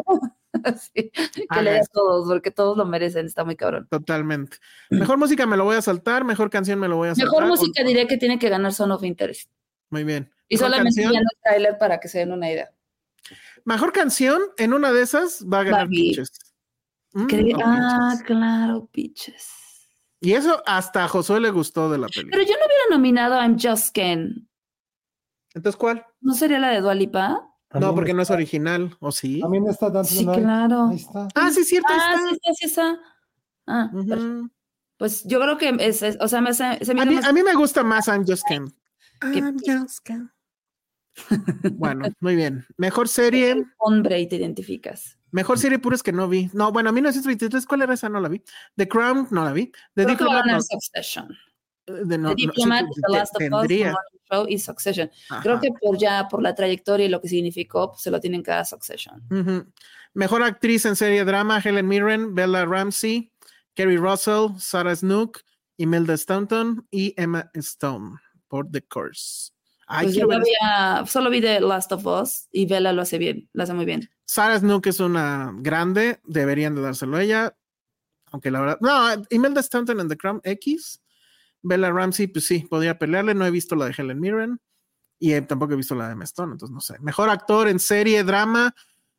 S4: Así, que
S5: Haga
S4: le dé a
S5: esto.
S4: todos, porque todos lo merecen, está muy cabrón.
S5: totalmente. Mejor música me lo voy a saltar, mejor canción me lo voy a saltar.
S4: Mejor
S5: con-
S4: música diré que tiene que ganar Son of Interest.
S5: Muy bien.
S4: Y
S5: Mejor
S4: solamente
S5: canción.
S4: ganó el trailer para que se den una idea.
S5: Mejor canción, en una de esas va a ganar
S4: Barbie.
S5: Pitches. Mm,
S4: Que diga,
S5: o
S4: ah,
S5: Pitches.
S4: claro, bitches.
S5: Y eso hasta a Josué le gustó de la película.
S4: Pero yo no hubiera nominado a I'm Just Ken.
S5: Entonces, ¿cuál?
S4: ¿No sería la de Dualipa?
S3: A
S5: No,
S3: mí
S5: porque
S3: me-
S5: no es original, ¿o sí?
S3: A mí me está dando
S4: Sí,
S3: una-
S4: claro.
S3: Ahí está.
S5: Ah, sí, cierto, ahí
S4: Ah,
S5: está.
S4: sí, sí, sí, esa. Ah,
S5: Ujú.
S4: perfecto. pues yo creo que es, es- o sea, me, hace- se me
S5: a,
S4: hizo
S5: mí,
S4: más-
S5: a mí me gusta más I'm Just Ken.
S4: Que-
S5: I'm Just Ken. bueno, muy bien. Mejor serie,
S4: hombre y te identificas.
S5: mejor serie pura es que no vi. No, bueno, 1923, ¿cuál era esa? No la vi. The Crown, no la vi. The
S4: Creo que va a
S5: Diplomat, no. Eh,
S4: ganar Succession.
S5: De no,
S4: The
S5: no, sí,
S4: Diplomat,
S5: te-
S4: The Last of Us, The
S5: tendría.
S4: Morning Show y Succession. Creo
S5: Ajá.
S4: que por ya, por la trayectoria y lo que significó, pues, se lo tienen que dar a Succession.
S5: Ujú. Mejor actriz en serie drama, Helen Mirren, Bella Ramsey, Kerry Russell, Sarah Snook, Imelda Staunton y Emma Stone por The Course. Ay,
S4: Pues yo
S5: quiero ver-
S4: todavía solo vi The Last of Us y Bella lo hace bien, lo hace muy bien.
S5: Sarah Snook es una grande, deberían de dárselo a ella, aunque la verdad, no, Imelda Staunton en The Crown X, Bella Ramsey, pues sí, podría pelearle, no he visto la de Helen Mirren y eh, tampoco he visto la de Emma Stone, entonces no sé. Mejor actor en serie, drama,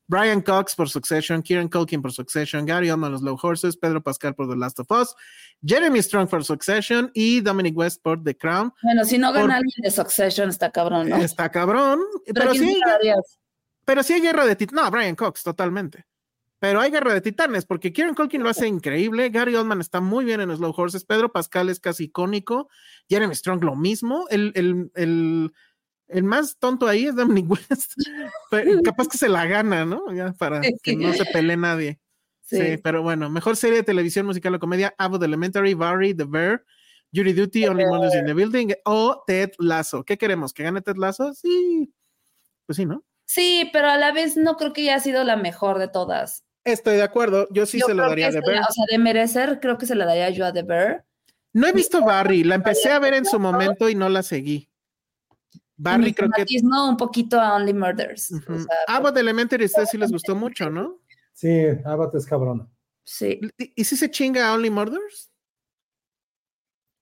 S5: Brian Cox por Succession, Kieran Culkin por Succession, Gary Oldman en Los Low Horses, Pedro Pascal por The Last of Us, Jeremy Strong por Succession y Dominic West por The Crown.
S4: Bueno, si no gana
S5: Por-
S4: alguien de Succession, está cabrón, ¿no?
S5: Está cabrón,
S4: Pero
S5: pero
S4: ¿quién
S5: sí,
S4: se la darías?
S5: pero sí hay guerra de titanes. No, Brian Cox, totalmente. Pero hay guerra de titanes, porque Kieran Culkin lo hace increíble. Gary Oldman está muy bien en Slow Horses. Pedro Pascal es casi icónico. Jeremy Strong lo mismo. El, el, el, el más tonto ahí es Dominic West. Pero capaz que se la gana, ¿no? Ya para que no se pelee nadie. Sí.
S4: Sí.
S5: pero bueno, mejor serie de televisión musical o comedia, Abbott Elementary, Barry, The Bear, Jury Duty, Only Murders in the Building o Ted Lasso. ¿Qué queremos? ¿Que gane Ted Lasso? Sí. Pues sí, ¿no?
S4: Sí, pero a la vez no creo que haya sido la mejor de todas.
S5: Estoy de acuerdo, yo sí
S4: Yo
S5: se lo
S4: creo
S5: daría a
S4: que
S5: The
S4: se la-
S5: Bear.
S4: o sea, de merecer, creo que se la daría yo a The Bear.
S5: No he visto Barry, la empecé a ver en su momento y no la seguí. Barry
S4: Mi
S5: creo que...
S4: fanatismo un poquito a Only Murders. o
S5: Ujú.
S4: sea,
S5: Ah,
S4: pues,
S5: Abbott Elementary a ustedes sí les gustó mucho, ¿no?
S3: Sí, Abbott es cabrona.
S4: sí.
S5: ¿Y, y si se chinga a Only Murders?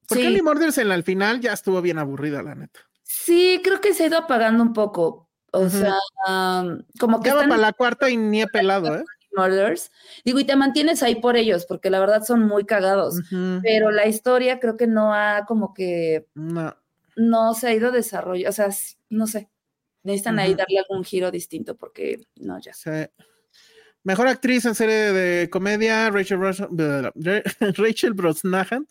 S5: Porque
S4: Sí,
S5: Only Murders en la- al final ya estuvo bien aburrida, la neta.
S4: sí, creo que se ha ido apagando un poco, O
S5: Ujú.
S4: sea, um, como que
S5: Ya va
S4: están
S5: para la cuarta y ni he pelado, ¿eh?
S4: murders. Digo, y te mantienes ahí por ellos, porque la verdad son muy cagados.
S5: Ujú.
S4: Pero la historia creo que no ha como que
S5: No.
S4: no se ha ido desarrollando. O sea, s- no sé. Necesitan ahí
S5: Ujú.
S4: darle algún giro distinto porque no, ya.
S5: Sí. Mejor actriz en serie de comedia, Rachel, Bros- Rachel Brosnahan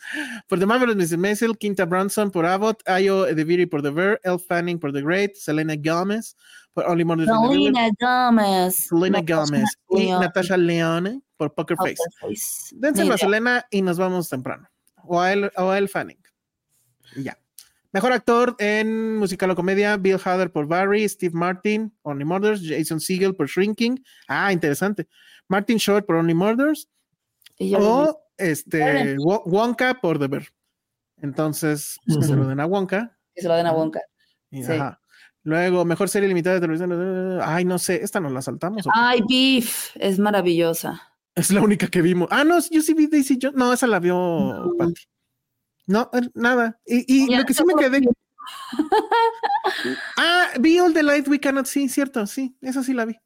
S5: por The Marvelous Mrs. Maisel, Quinta Branson por Abbott, Ayo Edebiri por The Bear, Elle Fanning por The Great, Selena Gomez por Only Murders in the Building,
S4: Gómez.
S5: Selena
S4: pues,
S5: Gomez y Natasha Leone por Poker Face. Dense a Selena y nos vamos temprano. O a él, o a él Fanning. Y Ya. Mejor actor en musical o comedia, Bill Hader por Barry, Steve Martin, Only Murders, Jason Segel por Shrinking. Ah, interesante. Martin Short por Only Murders o este,
S4: Órale.
S5: Wo- Wonka por The Bear. Entonces, pues, que se lo den a Wonka.
S4: Que se lo den a Wonka.
S5: Y,
S4: Sí.
S5: ajá. Luego, mejor serie limitada de televisión. Ay, no sé, esta nos la saltamos. ¿o qué?
S4: Ay, Beef, es maravillosa.
S5: Es la única que vimos. Ah, no, yo sí vi Daisy Jones. No, esa la vio
S4: No.
S5: Patty. No, eh, nada. Y, y
S4: Ya,
S5: lo que sí me
S4: seguro
S5: quedé. ah, vi All the Light We Cannot See, cierto, sí, esa sí la vi.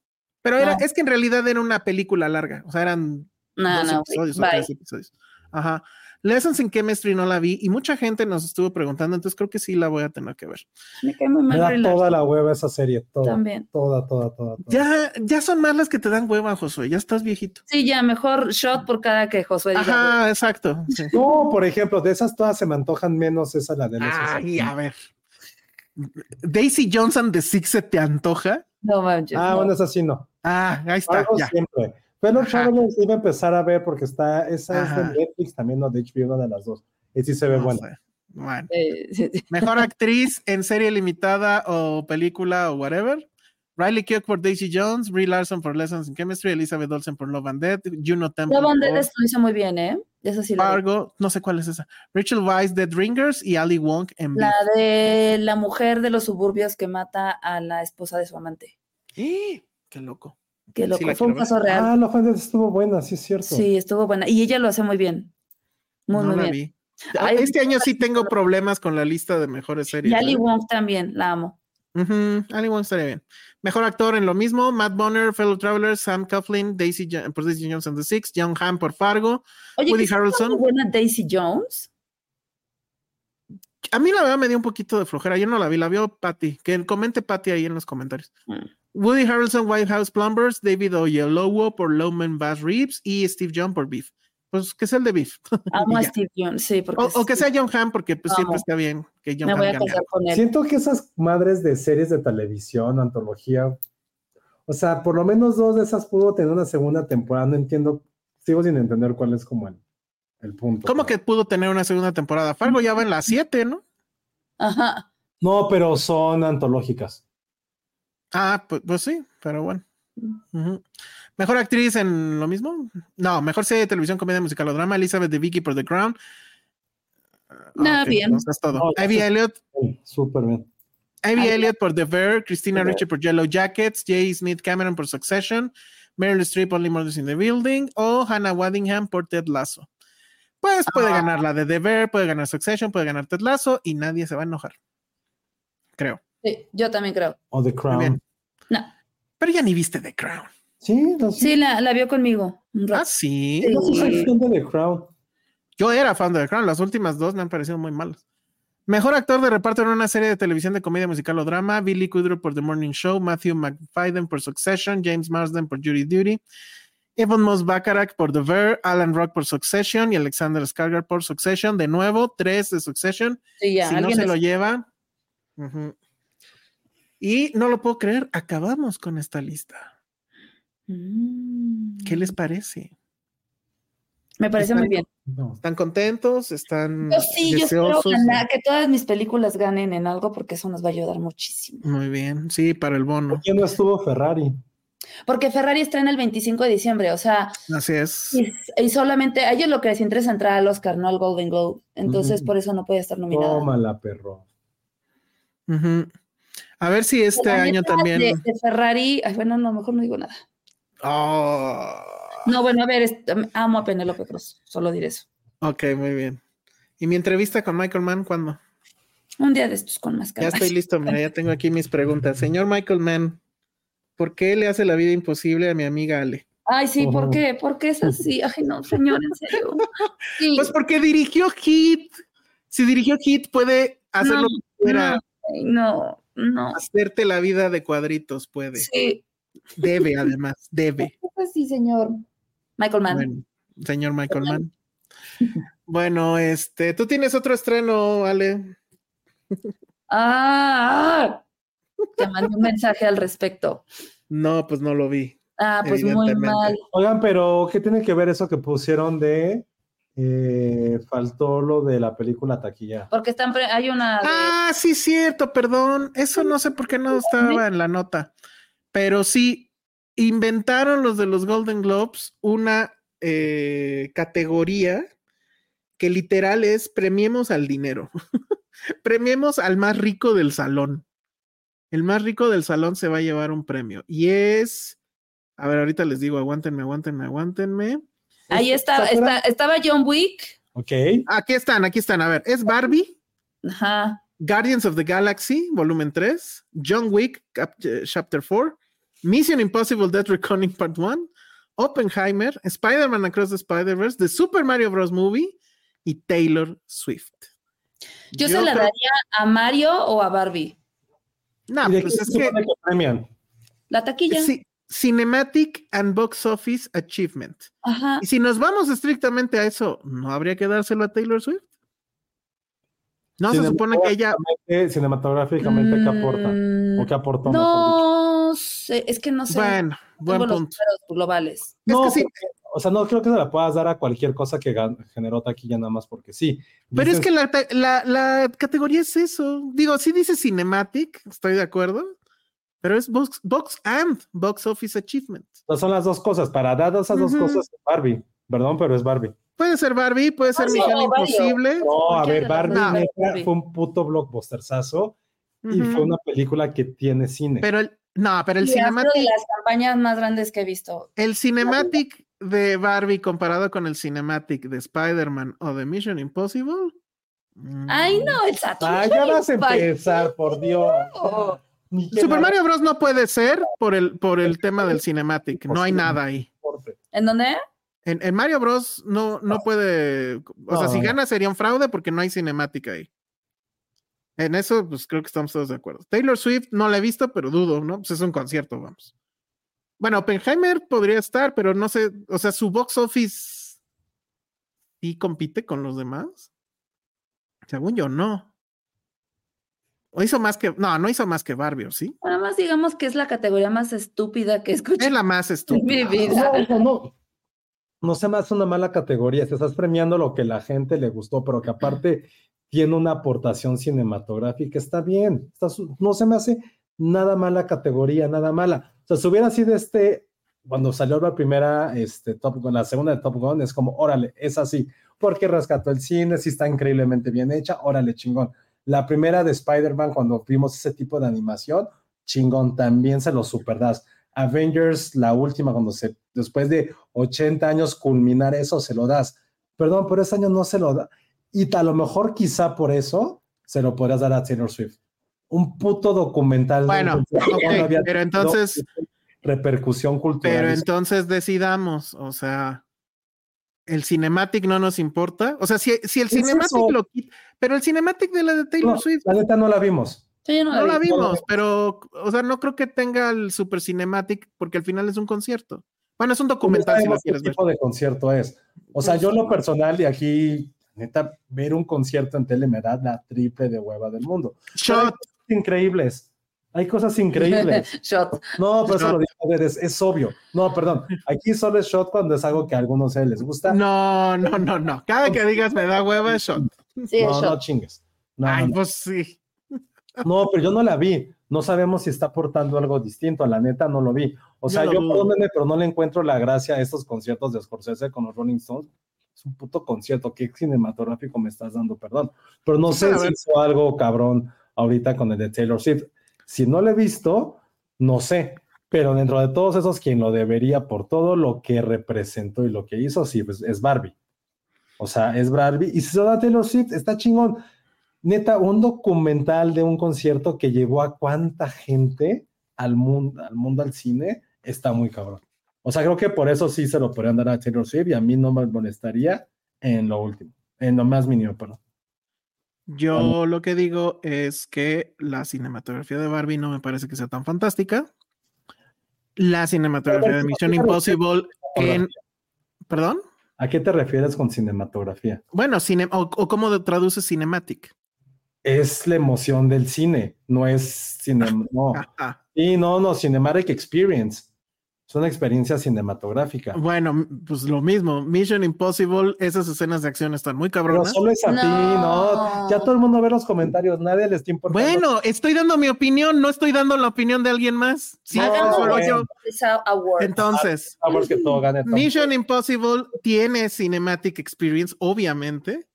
S5: Pero era,
S4: Ah.
S5: es que en realidad era una película larga. O sea, eran
S4: No,
S5: dos
S4: no, güey,
S5: episodios o
S4: bye.
S5: tres episodios. Ajá. Lessons in Chemistry no la vi y mucha gente nos estuvo preguntando, entonces creo que sí la voy a tener que ver.
S4: Me cae muy
S3: Me
S4: mal
S3: da
S4: Brie
S3: toda
S4: Larson
S3: la hueva esa serie, toda,
S4: también.
S3: toda, toda, toda. toda.
S5: Ya, ya son más las que te dan hueva, Josué, ya estás viejito.
S4: Sí, ya, mejor shot por cada que Josué diga.
S5: Ajá, exacto. sí.
S3: No, por ejemplo, de esas todas se me antojan menos esa la de los
S5: Ay, a ver. Daisy Johnson de Six se te antoja.
S4: No manches.
S3: Ah,
S4: no.
S3: bueno, esa sí no.
S5: Ah, ahí está.
S3: Algo
S5: ya.
S3: siempre. Pero
S5: Ajá.
S3: Travelers iba a empezar a ver porque está, esa
S5: Ajá.
S3: es de Netflix también, no de HBO, una de las dos. Y sí se ve
S5: No
S3: buena.
S5: sé. Bueno.
S4: Eh, sí, sí.
S5: Mejor actriz en serie limitada o película o whatever. Riley Keough por Daisy Jones, Brie Larson por Lessons in Chemistry, Elizabeth Olsen por Love and Death, Juno Temple
S4: Love and Dead
S5: por
S4: esto hizo muy bien, ¿eh? Esa sí la vi.
S5: Fargo, no sé cuál es esa. Rachel Weisz, Dead Ringers y Ali Wong en
S4: La de la mujer de los suburbios que mata a la esposa de su amante.
S5: Beef. ¡Eh! ¡Qué loco!
S4: Que
S5: Sí,
S4: loco,
S5: la
S4: fue un
S5: quiero
S4: caso
S5: ver.
S4: real.
S3: Ah, la Juan estuvo buena, sí es cierto.
S4: sí, estuvo buena. Y ella lo hace muy bien. Muy,
S5: no
S4: muy
S5: la
S4: bien.
S5: vi.
S4: Ay,
S5: este año sí tengo
S4: no.
S5: problemas con la lista de mejores series.
S4: Y Ali
S5: ¿eh?
S4: Wong también, la amo.
S5: Ujú, Ali Wong estaría bien. Mejor actor en lo mismo: Matt Bonner, Fellow Traveler, Sam Coughlin, Daisy Jo- por Daisy Jones and the Six, John Hamm por Fargo.
S4: Oye,
S5: Woody
S4: ¿qué sí está
S5: Harrelson.
S4: muy buena Daisy Jones?
S5: A mí la verdad me dio un poquito de flojera. Yo no la vi, la vio Patty. Que comente Patty ahí en los comentarios.
S4: Mm.
S5: Woody Harrelson, White House Plumbers, David Oyelowo por Lowman Bass Reeves y Steve John por Beef. Pues que sea el de Beef.
S4: Amo a
S5: ya.
S4: Steve Jones, sí, porque
S5: O, o que
S4: sí,
S5: sea John Hamm, porque pues, siempre
S4: Amo.
S5: está bien que John
S4: me
S5: Hamm
S4: voy a
S5: gane
S4: casar con él.
S3: Siento que esas madres de series de televisión, antología, o sea, por lo menos dos de esas pudo tener una segunda temporada. No entiendo, sigo sin entender cuál es como el, el punto.
S5: ¿Cómo que pudo tener una segunda temporada? Fargo ya va en la 7, ¿no?
S4: Ajá.
S3: No, pero son antológicas.
S5: Ah, pues, pues sí, pero bueno.
S4: Mm.
S5: Ujú. Mejor actriz en lo mismo. No, mejor serie de televisión, comedia musical o drama, Elizabeth de Vicky por The Crown.
S4: Nada,
S5: Ah, ok,
S4: bien.
S5: entonces es todo.
S3: No,
S5: Ivy
S3: eso-
S5: Elliot,
S3: Sí, Súper bien.
S5: Ivy
S4: Ay,
S5: Elliot por The Bear, Christina Ricci por Yellow Jackets, Jay Smith Cameron por Succession, Meryl Streep Only Murders in the Building o Hannah Waddingham por Ted Lasso. Pues puede
S4: Ah.
S5: ganar la de The Bear, puede ganar Succession, puede ganar Ted Lasso y nadie se va a enojar. Creo.
S4: Sí, yo también creo.
S3: O The
S5: Muy bien.
S3: Crown.
S4: No.
S5: Pero ya ni viste The Crown.
S3: Sí, no,
S4: Sí, la, la vio conmigo. un rato.
S5: Ah, sí.
S3: Yo sí soy
S4: Sí.
S3: fan de The Crown.
S5: Yo era fan de The Crown, las últimas dos me han parecido muy malas. Mejor actor de reparto en una serie de televisión de comedia musical o drama, Billy Kudrow por The Morning Show, Matthew McFadden por Succession, James Marsden por Jury Duty, Evan Moss Bacharach por The Bear, Alan Rock por Succession y Alexander Skarsgård por Succession. De nuevo, tres de Succession.
S4: Sí, ya,
S5: si no
S4: alguien
S5: se lo
S4: les-
S5: lleva. Ujú. Y no lo puedo creer, acabamos con esta lista.
S4: Mm.
S5: ¿Qué les parece?
S4: Me parece muy bien.
S3: No.
S5: ¿Están contentos? ¿Están
S4: Yo sí, yo espero
S5: deseosos?
S4: ganar- que todas mis películas ganen en algo porque eso nos va a ayudar muchísimo.
S5: Muy bien, sí, para el bono.
S3: ¿Quién no estuvo Ferrari?
S4: Porque Ferrari estrena el 25 de diciembre, o sea,
S5: Así es.
S4: y, y solamente a ellos lo que les interesa es entrar al Oscar, no al Golden Globe. Entonces,
S3: Ujú.
S4: por eso no puede estar nominada.
S3: Tómala, perro.
S5: Ujú. A ver si este
S4: La
S5: año
S4: neta,
S5: también.
S4: De, de Ferrari, ay, bueno, no, mejor no digo nada.
S5: Oh,
S4: No, bueno, a ver, es- amo a Penélope Cruz, solo diré eso.
S5: ok, muy bien. ¿Y mi entrevista con Michael Mann cuándo?
S4: Un día de estos con más
S5: Ya
S4: calma.
S5: estoy listo, mira, ya tengo aquí mis preguntas. Señor Michael Mann, ¿por qué le hace la vida imposible a mi amiga Ale?
S4: Ay, sí, ¿por
S3: Ujú.
S4: qué? ¿Por qué es así? Ay, no, señor, en serio. Sí.
S5: Pues porque dirigió Hit. Si dirigió Hit, puede hacer
S4: No,
S5: lo que quiera,
S4: no, ay, no, no.
S5: hacerte la vida de cuadritos, puede.
S4: Sí,
S5: Debe, además, debe.
S4: pues sí, señor. Michael Mann.
S5: Bueno, señor Michael Mann. Bueno, este, tú tienes otro estreno, Ale.
S4: Ah, ah. te mandé un mensaje al respecto.
S5: No, pues no lo vi.
S4: Ah, pues muy
S5: Evidentemente.
S4: mal.
S3: Oigan, pero ¿qué tiene que ver eso que pusieron de eh, faltó lo de la película taquilla?
S4: Porque están pre- hay una de-
S5: Ah, sí, cierto, perdón. Eso no sé por qué no estaba en la nota. Pero sí, inventaron los de los Golden Globes una eh, categoría que literal es premiemos al dinero. premiemos al más rico del salón. El más rico del salón se va a llevar un premio. Y es. A ver, ahorita les digo, aguántenme, aguántenme, aguántenme.
S4: ahí está, está- estaba John Wick.
S3: Ok.
S5: Aquí están, aquí están. A ver, es Barbie.
S4: Ajá.
S5: Guardians of the Galaxy, volumen 3, John Wick, cap- eh, chapter 4, Mission Impossible Death Reckoning part 1, Oppenheimer, Spider-Man Across the Spider-Verse, The Super Mario Bros. Movie y Taylor Swift.
S4: Yo, se la
S5: creo-
S4: daría a Mario o a Barbie.
S5: Nah,
S3: ¿Y de
S5: pues
S3: qué
S5: es
S3: se
S5: que-
S3: supone que premian?
S4: La taquilla.
S5: ci- Cinematic and Box Office Achievement.
S4: Ajá.
S5: Y si nos vamos estrictamente a eso, ¿no habría que dárselo a Taylor Swift? No, se supone que ella...
S3: Eh, cinematográficamente, ¿qué aporta?
S4: Mm,
S3: ¿O qué aportó? mejor dicho?
S4: No sé, es que no sé.
S5: Bueno, buen
S4: tengo los
S5: punto.
S4: números globales.
S5: Es
S3: No,
S5: que sí,
S3: porque- o sea, no creo que se la puedas dar a cualquier cosa que gan- generó taquilla nada más porque sí.
S5: Pero es
S3: Dicen-
S5: que la, ta- la- la categoría es eso. Digo, sí dice cinematic, estoy de acuerdo, pero es box, box and box office achievement.
S3: No, son las dos cosas. Para dar esas dos
S5: Ujú.
S3: cosas, Barbie. Perdón, pero es Barbie.
S5: Puede ser Barbie, puede ser
S4: Ah, No, sí,
S5: Miguel
S4: no, varios.
S5: Imposible.
S3: No, a
S4: Cualquiera
S3: ver,
S4: de las
S3: Barbie
S5: dos.
S3: neta,
S4: Barbie.
S3: fue un puto blockbusterzazo y
S5: Ujú.
S3: fue una película que tiene cine.
S5: Pero el, no, pero el
S4: Y ha sido de
S5: cinematic,
S4: las campañas más grandes que he visto.
S5: el cinematic de Barbie comparado con el cinematic de Spider-Man o de Mission Impossible. mm.
S4: Ay, no, el
S3: Ah,
S4: Saturday
S3: ya vas a
S4: Night
S3: empezar, por Dios.
S4: Live.
S3: Ni que
S5: Super
S3: nada
S5: Mario Bros. no puede ser por el, por el tema del cinematic. No hay nada ahí.
S3: importe.
S4: ¿En dónde?
S5: En, en Mario Bros. no, no puede. O sea, si
S3: No.
S5: gana sería un fraude porque no hay cinemática ahí. En eso, pues creo que estamos todos de acuerdo. Taylor Swift no la he visto, pero dudo, ¿no? Pues es un concierto, vamos. Bueno, Oppenheimer podría estar, pero no sé. O sea, su box office sí compite con los demás. Según yo, no. O hizo más que. No, no hizo más que Barbie, ¿o ¿sí?
S4: Nada más digamos que es la categoría más estúpida que escuché
S5: Es la más
S4: en
S5: estúpida.
S4: mi vida.
S3: No, o sea, no. No se me hace una mala categoría. Te estás premiando lo que la gente le gustó, pero que aparte tiene una aportación cinematográfica. Está bien. Está su- no se me hace nada mala categoría, nada mala. O sea, si hubiera sido este, cuando salió la primera, este, Top Gun, la segunda de Top Gun, es como, órale, es así. Porque rescató el cine, sí está increíblemente bien hecha, órale, chingón. La primera de Spider-Man, cuando vimos ese tipo de animación, chingón, también se lo superdas. Avengers, la última, cuando se, después de 80 años culminar eso, se lo das. Perdón, pero ese año no se lo da. Y a lo mejor quizá por eso se lo podrías dar a Taylor Swift. Un puto documental. de un
S5: Bueno,
S3: concierto que
S5: ok,
S3: no había
S5: pero
S3: tenido
S5: entonces-
S3: Repercusión cultural.
S5: Pero
S3: Y-
S5: entonces decidamos, o sea, el cinematic no nos importa. O sea, si, si el
S3: ¿Qué es
S5: cinematic
S3: eso?
S5: lo quita, pero el cinematic de la de Taylor
S3: No,
S5: Swift
S3: la neta no la vimos.
S4: Yo ya no la
S5: no la
S4: vi.
S5: vimos, pero, o sea, no creo que tenga el super cinematic porque al final es un concierto. Bueno, es un documental si lo
S3: sabemos qué
S5: quieres ver. Pues,
S3: tipo de concierto es. O sea, yo en lo personal y aquí, neta, ver un concierto en tele me da la triple de hueva del mundo. Pero hay
S5: Shot,
S3: cosas increíbles. Hay cosas increíbles.
S4: Shot.
S3: No, pero eso
S5: Shot.
S3: lo dijo Ver, es, es obvio. No, perdón. Aquí solo es shot cuando es algo que a algunos se les gusta. No,
S5: no, no, no, no. Cada que digas me da hueva, es shot.
S4: Sí, es
S3: no,
S4: shot.
S3: chingues. No,
S5: Ay,
S3: no,
S5: pues sí.
S3: no. No, pero yo no la vi. No sabemos si está aportando algo distinto. La neta no lo vi. O
S5: Yo
S3: sea,
S5: lo
S3: yo,
S5: dudo.
S3: perdónenme, pero no le encuentro la gracia a estos conciertos de Scorsese con los Rolling Stones. Es un puto concierto. ¿Qué cinematográfico me estás dando? Perdón. Pero no
S5: Sí,
S3: sé
S5: a
S3: si
S5: ver.
S3: hizo algo cabrón ahorita con el de Taylor Swift. Si no lo he visto, no sé. Pero dentro de todos esos, quien lo debería por todo lo que representó y lo que hizo, sí, pues es Barbie. O sea, es Barbie. Y si se lo da Taylor Swift, está chingón. neta, un documental de un concierto que llevó a cuánta gente al mundo, al mundo al cine, está muy cabrón. O sea, creo que por eso sí se lo podrían dar a Taylor Swift y a mí no me molestaría en lo último, en lo más mínimo, perdón.
S5: Yo lo que digo es que la cinematografía de Barbie no me parece que sea tan fantástica. La cinematografía de Mission Impossible en... ¿Perdón?
S3: ¿A qué te refieres con cinematografía?
S5: Bueno, cine... o, o cómo traduces cinematic.
S3: Es la emoción del cine, no es cinema. No.
S5: Ajá.
S3: Y no, no, Cinematic Experience. Es una experiencia cinematográfica.
S5: Bueno, pues lo mismo. Mission Impossible, esas escenas de acción están muy
S3: Pero
S5: cabronas.
S3: solo es a ti,
S4: No.
S3: ¿no? Ya todo el mundo ve los comentarios, nadie les está importando.
S5: Bueno, estoy dando mi opinión, no estoy dando la opinión de alguien más. Si
S3: No,
S5: alguien fuera
S3: bueno.
S5: yo,
S4: Esa award.
S5: entonces,
S3: Ah, porque todo gane todo.
S5: Mission Impossible tiene Cinematic Experience, obviamente.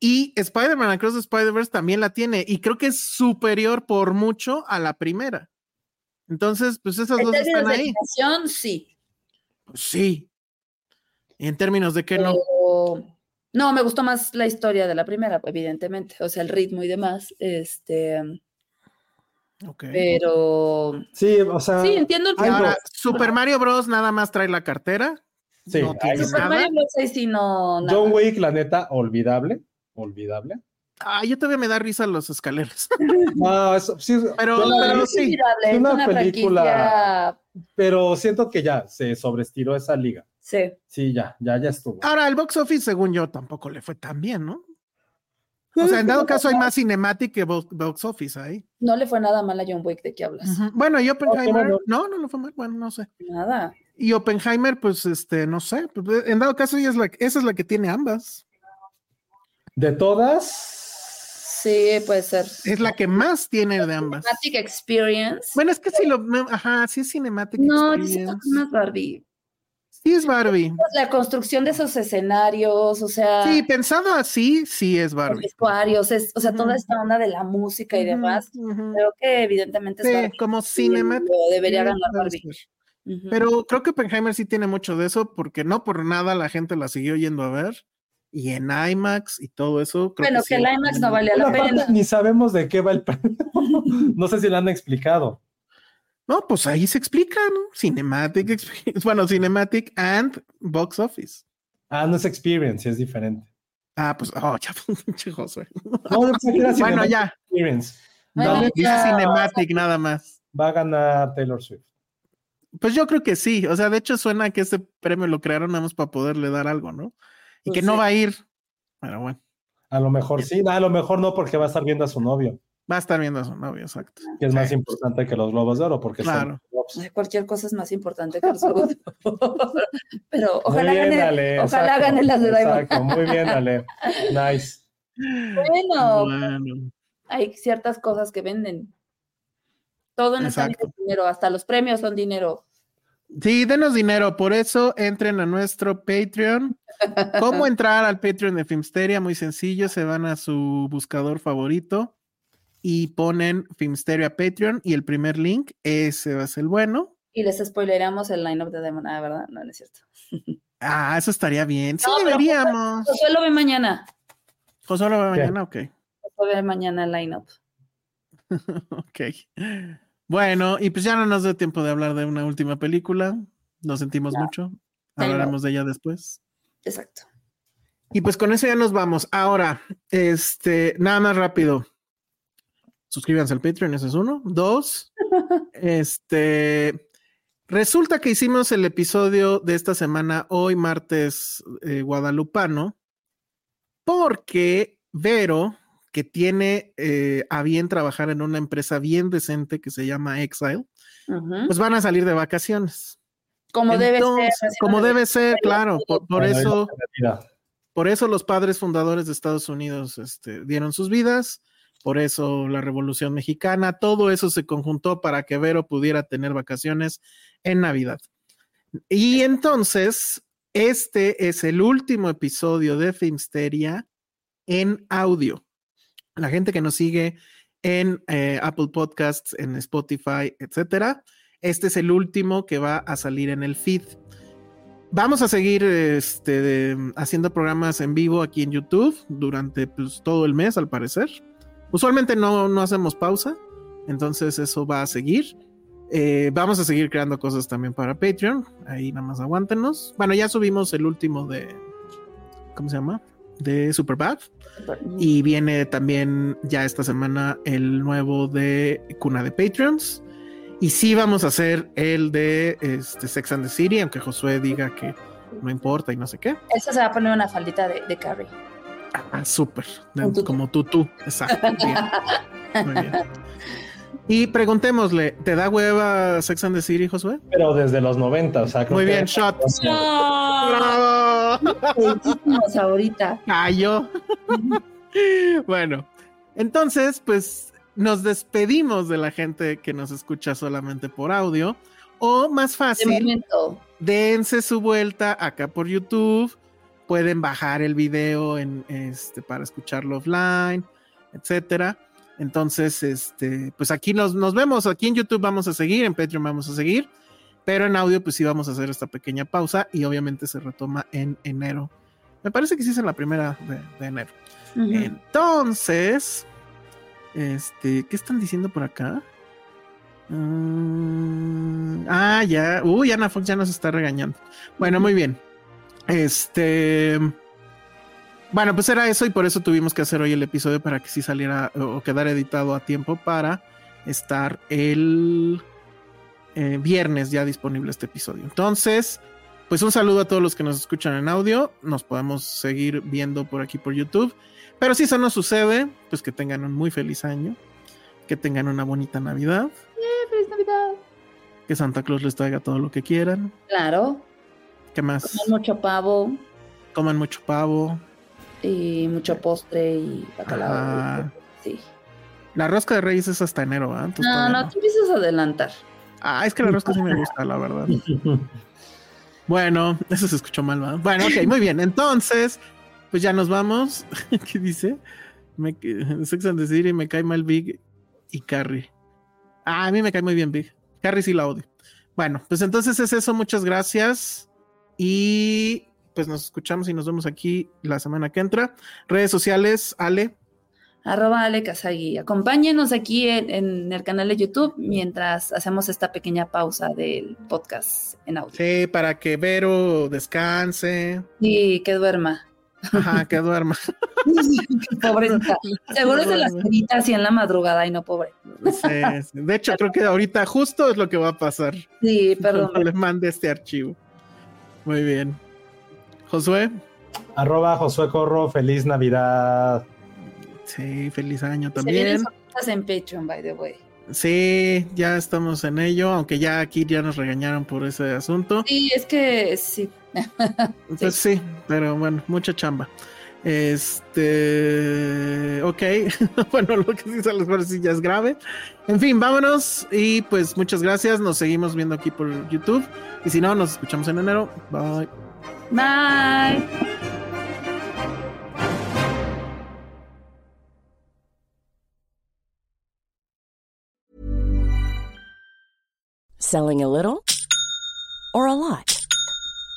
S5: Y Spider-Man Across the Spider-Verse también la tiene. Y creo que es superior por mucho a la primera. Entonces, pues esas
S4: En
S5: dos están
S4: términos de
S5: ahí.
S4: animación, sí.
S5: Pues sí. Y en términos de que
S4: Eh,
S5: no.
S4: pero- No, me gustó más la historia de la primera, evidentemente. O sea, el ritmo y demás. Este,
S5: Ok.
S4: eh, pero
S3: Sí, o sea,
S5: Ah,
S4: sí, entiendo el
S3: Ay,
S4: punto.
S5: Ahora, Super Mario Bros. nada más trae la cartera.
S3: sí,
S5: no
S3: ahí
S5: tiene
S3: sí.
S4: Super
S5: nada.
S4: Mario Bros. ahí sí no, nada.
S3: John Wick, la neta, olvidable. Olvidable.
S5: Ah, yo todavía me da risa los escaleras.
S3: No, eso, sí,
S5: Pero-
S3: yo
S4: No,
S3: la
S4: no,
S3: vi,
S4: es
S5: sí,
S4: olvidable,
S3: es
S4: es
S3: una
S4: una
S3: película-
S4: película.
S3: pero siento que ya se sobreestiró esa liga.
S4: Sí.
S3: Sí, ya, ya, ya estuvo.
S5: Ahora, el box office, según yo, tampoco le fue tan bien, ¿no? O sea, en dado
S4: Pues,
S5: caso hay más cinematic que bo- box office ahí.
S4: No le fue nada mal a John Wick, ¿de Pues, qué hablas?
S5: Ujú. Bueno, y Oppenheimer,
S3: bueno.
S5: no, no, no fue mal, bueno, no sé.
S4: Nada.
S5: Y Oppenheimer, pues, este, no sé. pues, En dado caso, ella es la, esa es la que tiene ambas.
S3: De todas,
S4: Sí, puede ser.
S5: Es la que más tiene de ambas.
S4: Cinematic Experience.
S5: Bueno, es que si lo, me- ajá, sí es cinematic.
S4: no, yo siento
S5: experience.
S4: que es más Barbie.
S5: Sí es Barbie.
S4: La construcción de esos escenarios, o sea,
S5: Sí, pensado así, sí es
S4: los
S5: Barbie.
S4: vestuarios, es- o sea,
S5: Ujú.
S4: toda esta onda de la música y demás.
S5: Ujú, ujú.
S4: Creo que evidentemente es
S5: Sí,
S4: Barbie.
S5: como
S4: y
S5: cinematic.
S4: lo debería
S5: Sí,
S4: ganar
S5: puede
S4: Barbie.
S5: ser.
S4: Ujú.
S5: Pero creo que Oppenheimer sí tiene mucho de eso, porque no por nada la gente la siguió yendo a ver. Y en IMAX y todo eso. Creo
S4: bueno,
S5: sí
S4: que el
S5: es
S4: IMAX no
S5: como-
S4: valía la
S3: Bueno, aparte,
S4: pena.
S3: ni sabemos de qué va el premio. No sé si lo han explicado.
S5: No, pues ahí se explica, ¿no? Cinematic Experience. Bueno, Cinematic and Box Office.
S3: Ah, no es Experience, es diferente.
S5: Ah, pues, oh, ya, pinche Josué.
S3: No, yo pensé que era
S5: Bueno,
S3: Cinematic
S5: ya.
S3: Experience.
S5: No,
S4: Bueno,
S3: No,
S5: dice
S4: ya.
S5: Cinematic nada más.
S3: va a ganar Taylor Swift.
S5: Pues yo creo que sí. O sea, de hecho suena que este premio lo crearon nada más para poderle dar algo, ¿no? Y
S4: Pues
S5: que no
S4: sí.
S5: va a ir. Pero bueno,
S3: A lo mejor sí, a lo mejor no, porque va a estar viendo a su novio,
S5: va a estar viendo a su novio, exacto.
S3: que es más
S5: Sí.
S3: importante que los Globos de Oro, porque son
S5: Claro.
S3: Globos.
S4: Ay, Cualquier cosa es más importante que los Globos de Oro. Pero ojalá
S3: muy bien,
S4: gane,
S3: Ale.
S4: ojalá
S3: exacto,
S4: gane las de Diamond.
S3: Exacto, muy bien, Ale. Nice.
S4: Bueno,
S5: Bueno,
S4: hay ciertas cosas que venden. Todo en esta vida
S5: Exacto.
S4: es dinero, hasta los premios son dinero.
S5: Sí, denos dinero. Por eso entren a nuestro Patreon. ¿Cómo entrar al Patreon de Filmsteria? Muy sencillo. Se van a su buscador favorito y ponen Filmsteria Patreon y el primer link, ese va a ser el bueno.
S4: Y les spoileramos el line-up de Demon. Ah, ¿verdad? No, no es cierto.
S5: Ah, eso estaría bien. Sí,
S4: No, pero- pues,
S5: deberíamos.
S4: Josué lo ve mañana.
S5: Josué lo ve
S3: ¿Qué?
S5: mañana, ok.
S4: Josué ve mañana el line-up.
S5: Ok. Bueno, y pues ya no nos dio tiempo de hablar de una última película. Lo sentimos
S4: Ya.
S5: mucho.
S4: Ni modo.
S5: Hablaremos de ella después.
S4: Exacto.
S5: Y pues con eso ya nos vamos. Ahora, este, nada más rápido. Suscríbanse al Patreon, ese es uno. Dos, este, resulta que hicimos el episodio de esta semana, hoy martes eh, guadalupano, porque Vero, que tiene eh, a bien trabajar en una empresa bien decente que se llama Exile,
S4: Ujú.
S5: pues van a salir de vacaciones.
S4: como debe ser.
S5: Entonces,
S4: así
S5: Como
S4: no
S5: debe ser, claro. Por, por
S3: Bueno,
S5: eso...
S3: Mira,
S5: Por eso los padres fundadores de Estados Unidos este, dieron sus vidas, por eso la Revolución Mexicana, todo eso se conjuntó para que Vero pudiera tener vacaciones en Navidad. Y entonces, este es el último episodio de Filmsteria en audio. La gente que nos sigue en eh, Apple Podcasts, en Spotify, etcétera, este es el último que va a salir en el feed. Vamos a seguir este, de- haciendo programas en vivo aquí en YouTube durante pues, todo el mes, al parecer. Usualmente no, no hacemos pausa, entonces eso va a seguir. Eh, vamos a seguir creando cosas también para Patreon. Ahí nada más aguántenos. Bueno, ya subimos el último de. ¿Cómo se llama? De Superbad. Y viene también ya esta semana el nuevo de Cuna de Patreons. Y sí vamos a hacer el de este, Sex and the City, aunque Josué diga que no importa y no sé qué.
S4: Esa se va a poner una faldita de, de Carrie.
S5: Ah, súper.
S4: Un tutú.
S5: Como tú, tú. Exacto. Bien. Muy bien. Y preguntémosle, ¿te da hueva Sex and the City, Josué?
S3: Pero desde los 90, o sea, creo
S5: Muy
S3: que-
S5: bien, shot.
S3: o sea,
S5: ¡Bravo!
S4: Vamos ahorita.
S5: Cayó. bueno, entonces, pues nos despedimos de la gente que nos escucha solamente por audio. O más
S4: De
S5: fácil,
S4: momento.
S5: dense su vuelta acá por YouTube. Pueden bajar el video en, este, para escucharlo offline, etcétera. Entonces, este, pues aquí nos, nos vemos. Aquí en YouTube vamos a seguir, en Patreon vamos a seguir, pero en audio, pues sí vamos a hacer esta pequeña pausa y obviamente se retoma en enero. Me parece que sí es en la primera de- de enero.
S4: Ujú.
S5: Entonces, este, ¿qué están diciendo por acá? Mm, ah, ya. Uy, Ana Fox ya nos está regañando. Bueno, muy bien. Este. Bueno, pues era eso y por eso tuvimos que hacer hoy el episodio para que sí saliera o o quedara editado a tiempo para estar el eh, viernes ya disponible este episodio. Entonces, pues un saludo a todos los que nos escuchan en audio. Nos podemos seguir viendo por aquí por YouTube. Pero si eso no sucede, pues que tengan un muy feliz año, que tengan una bonita Navidad,
S4: ¡Feliz Navidad!
S5: que Santa Claus les traiga todo lo que quieran,
S4: Claro.
S5: que más
S4: Coman mucho pavo
S5: coman mucho pavo.
S4: y mucho postre y bacalao.
S5: Ajá.
S4: Sí.
S5: La rosca de reyes es hasta enero, ¿ah? Entonces
S4: No,
S5: todavía
S4: no, te empiezas a adelantar.
S5: Ah, es que la rosca sí me gusta, la verdad. Bueno, eso se escuchó mal, ¿verdad? Bueno, ok, muy bien. Entonces, pues ya nos vamos. ¿Qué dice? Me, Sex and the City, me cae mal Big y Carrie. Ah, a mí me cae muy bien Big. Carrie sí la odio. Bueno, pues entonces es eso. Muchas gracias. Y pues nos escuchamos y nos vemos aquí la semana que entra. Redes sociales, Ale.
S4: Arroba Ale Casagui. Acompáñenos aquí en, en el canal de YouTube mientras hacemos esta pequeña pausa del podcast en audio.
S5: Sí, para que Vero descanse.
S4: Sí, que duerma.
S5: Ajá, que duerma.
S4: Pobrecita. Seguro es de las caritas y en la madrugada y no pobre.
S5: Sí, sí. De hecho, creo que ahorita justo es lo que va a pasar.
S4: Sí, perdón.
S5: Cuando les mande este archivo. Muy bien. Josué,
S3: Arroba Josué Corro, feliz Navidad.
S5: sí, feliz año
S4: Se vienen
S5: también.
S4: sorpresas en Patreon, by the way.
S5: Sí, ya estamos en ello, aunque ya aquí ya nos regañaron por ese asunto.
S4: Sí, es que sí.
S5: Pues sí, pero bueno, mucha chamba. Este, ok, bueno, lo que sí a los mejor sí ya es grave. En fin, vámonos y pues muchas gracias. Nos seguimos viendo aquí por YouTube y si no, nos escuchamos en enero. Bye.
S4: Bye.
S7: Selling a little or a lot?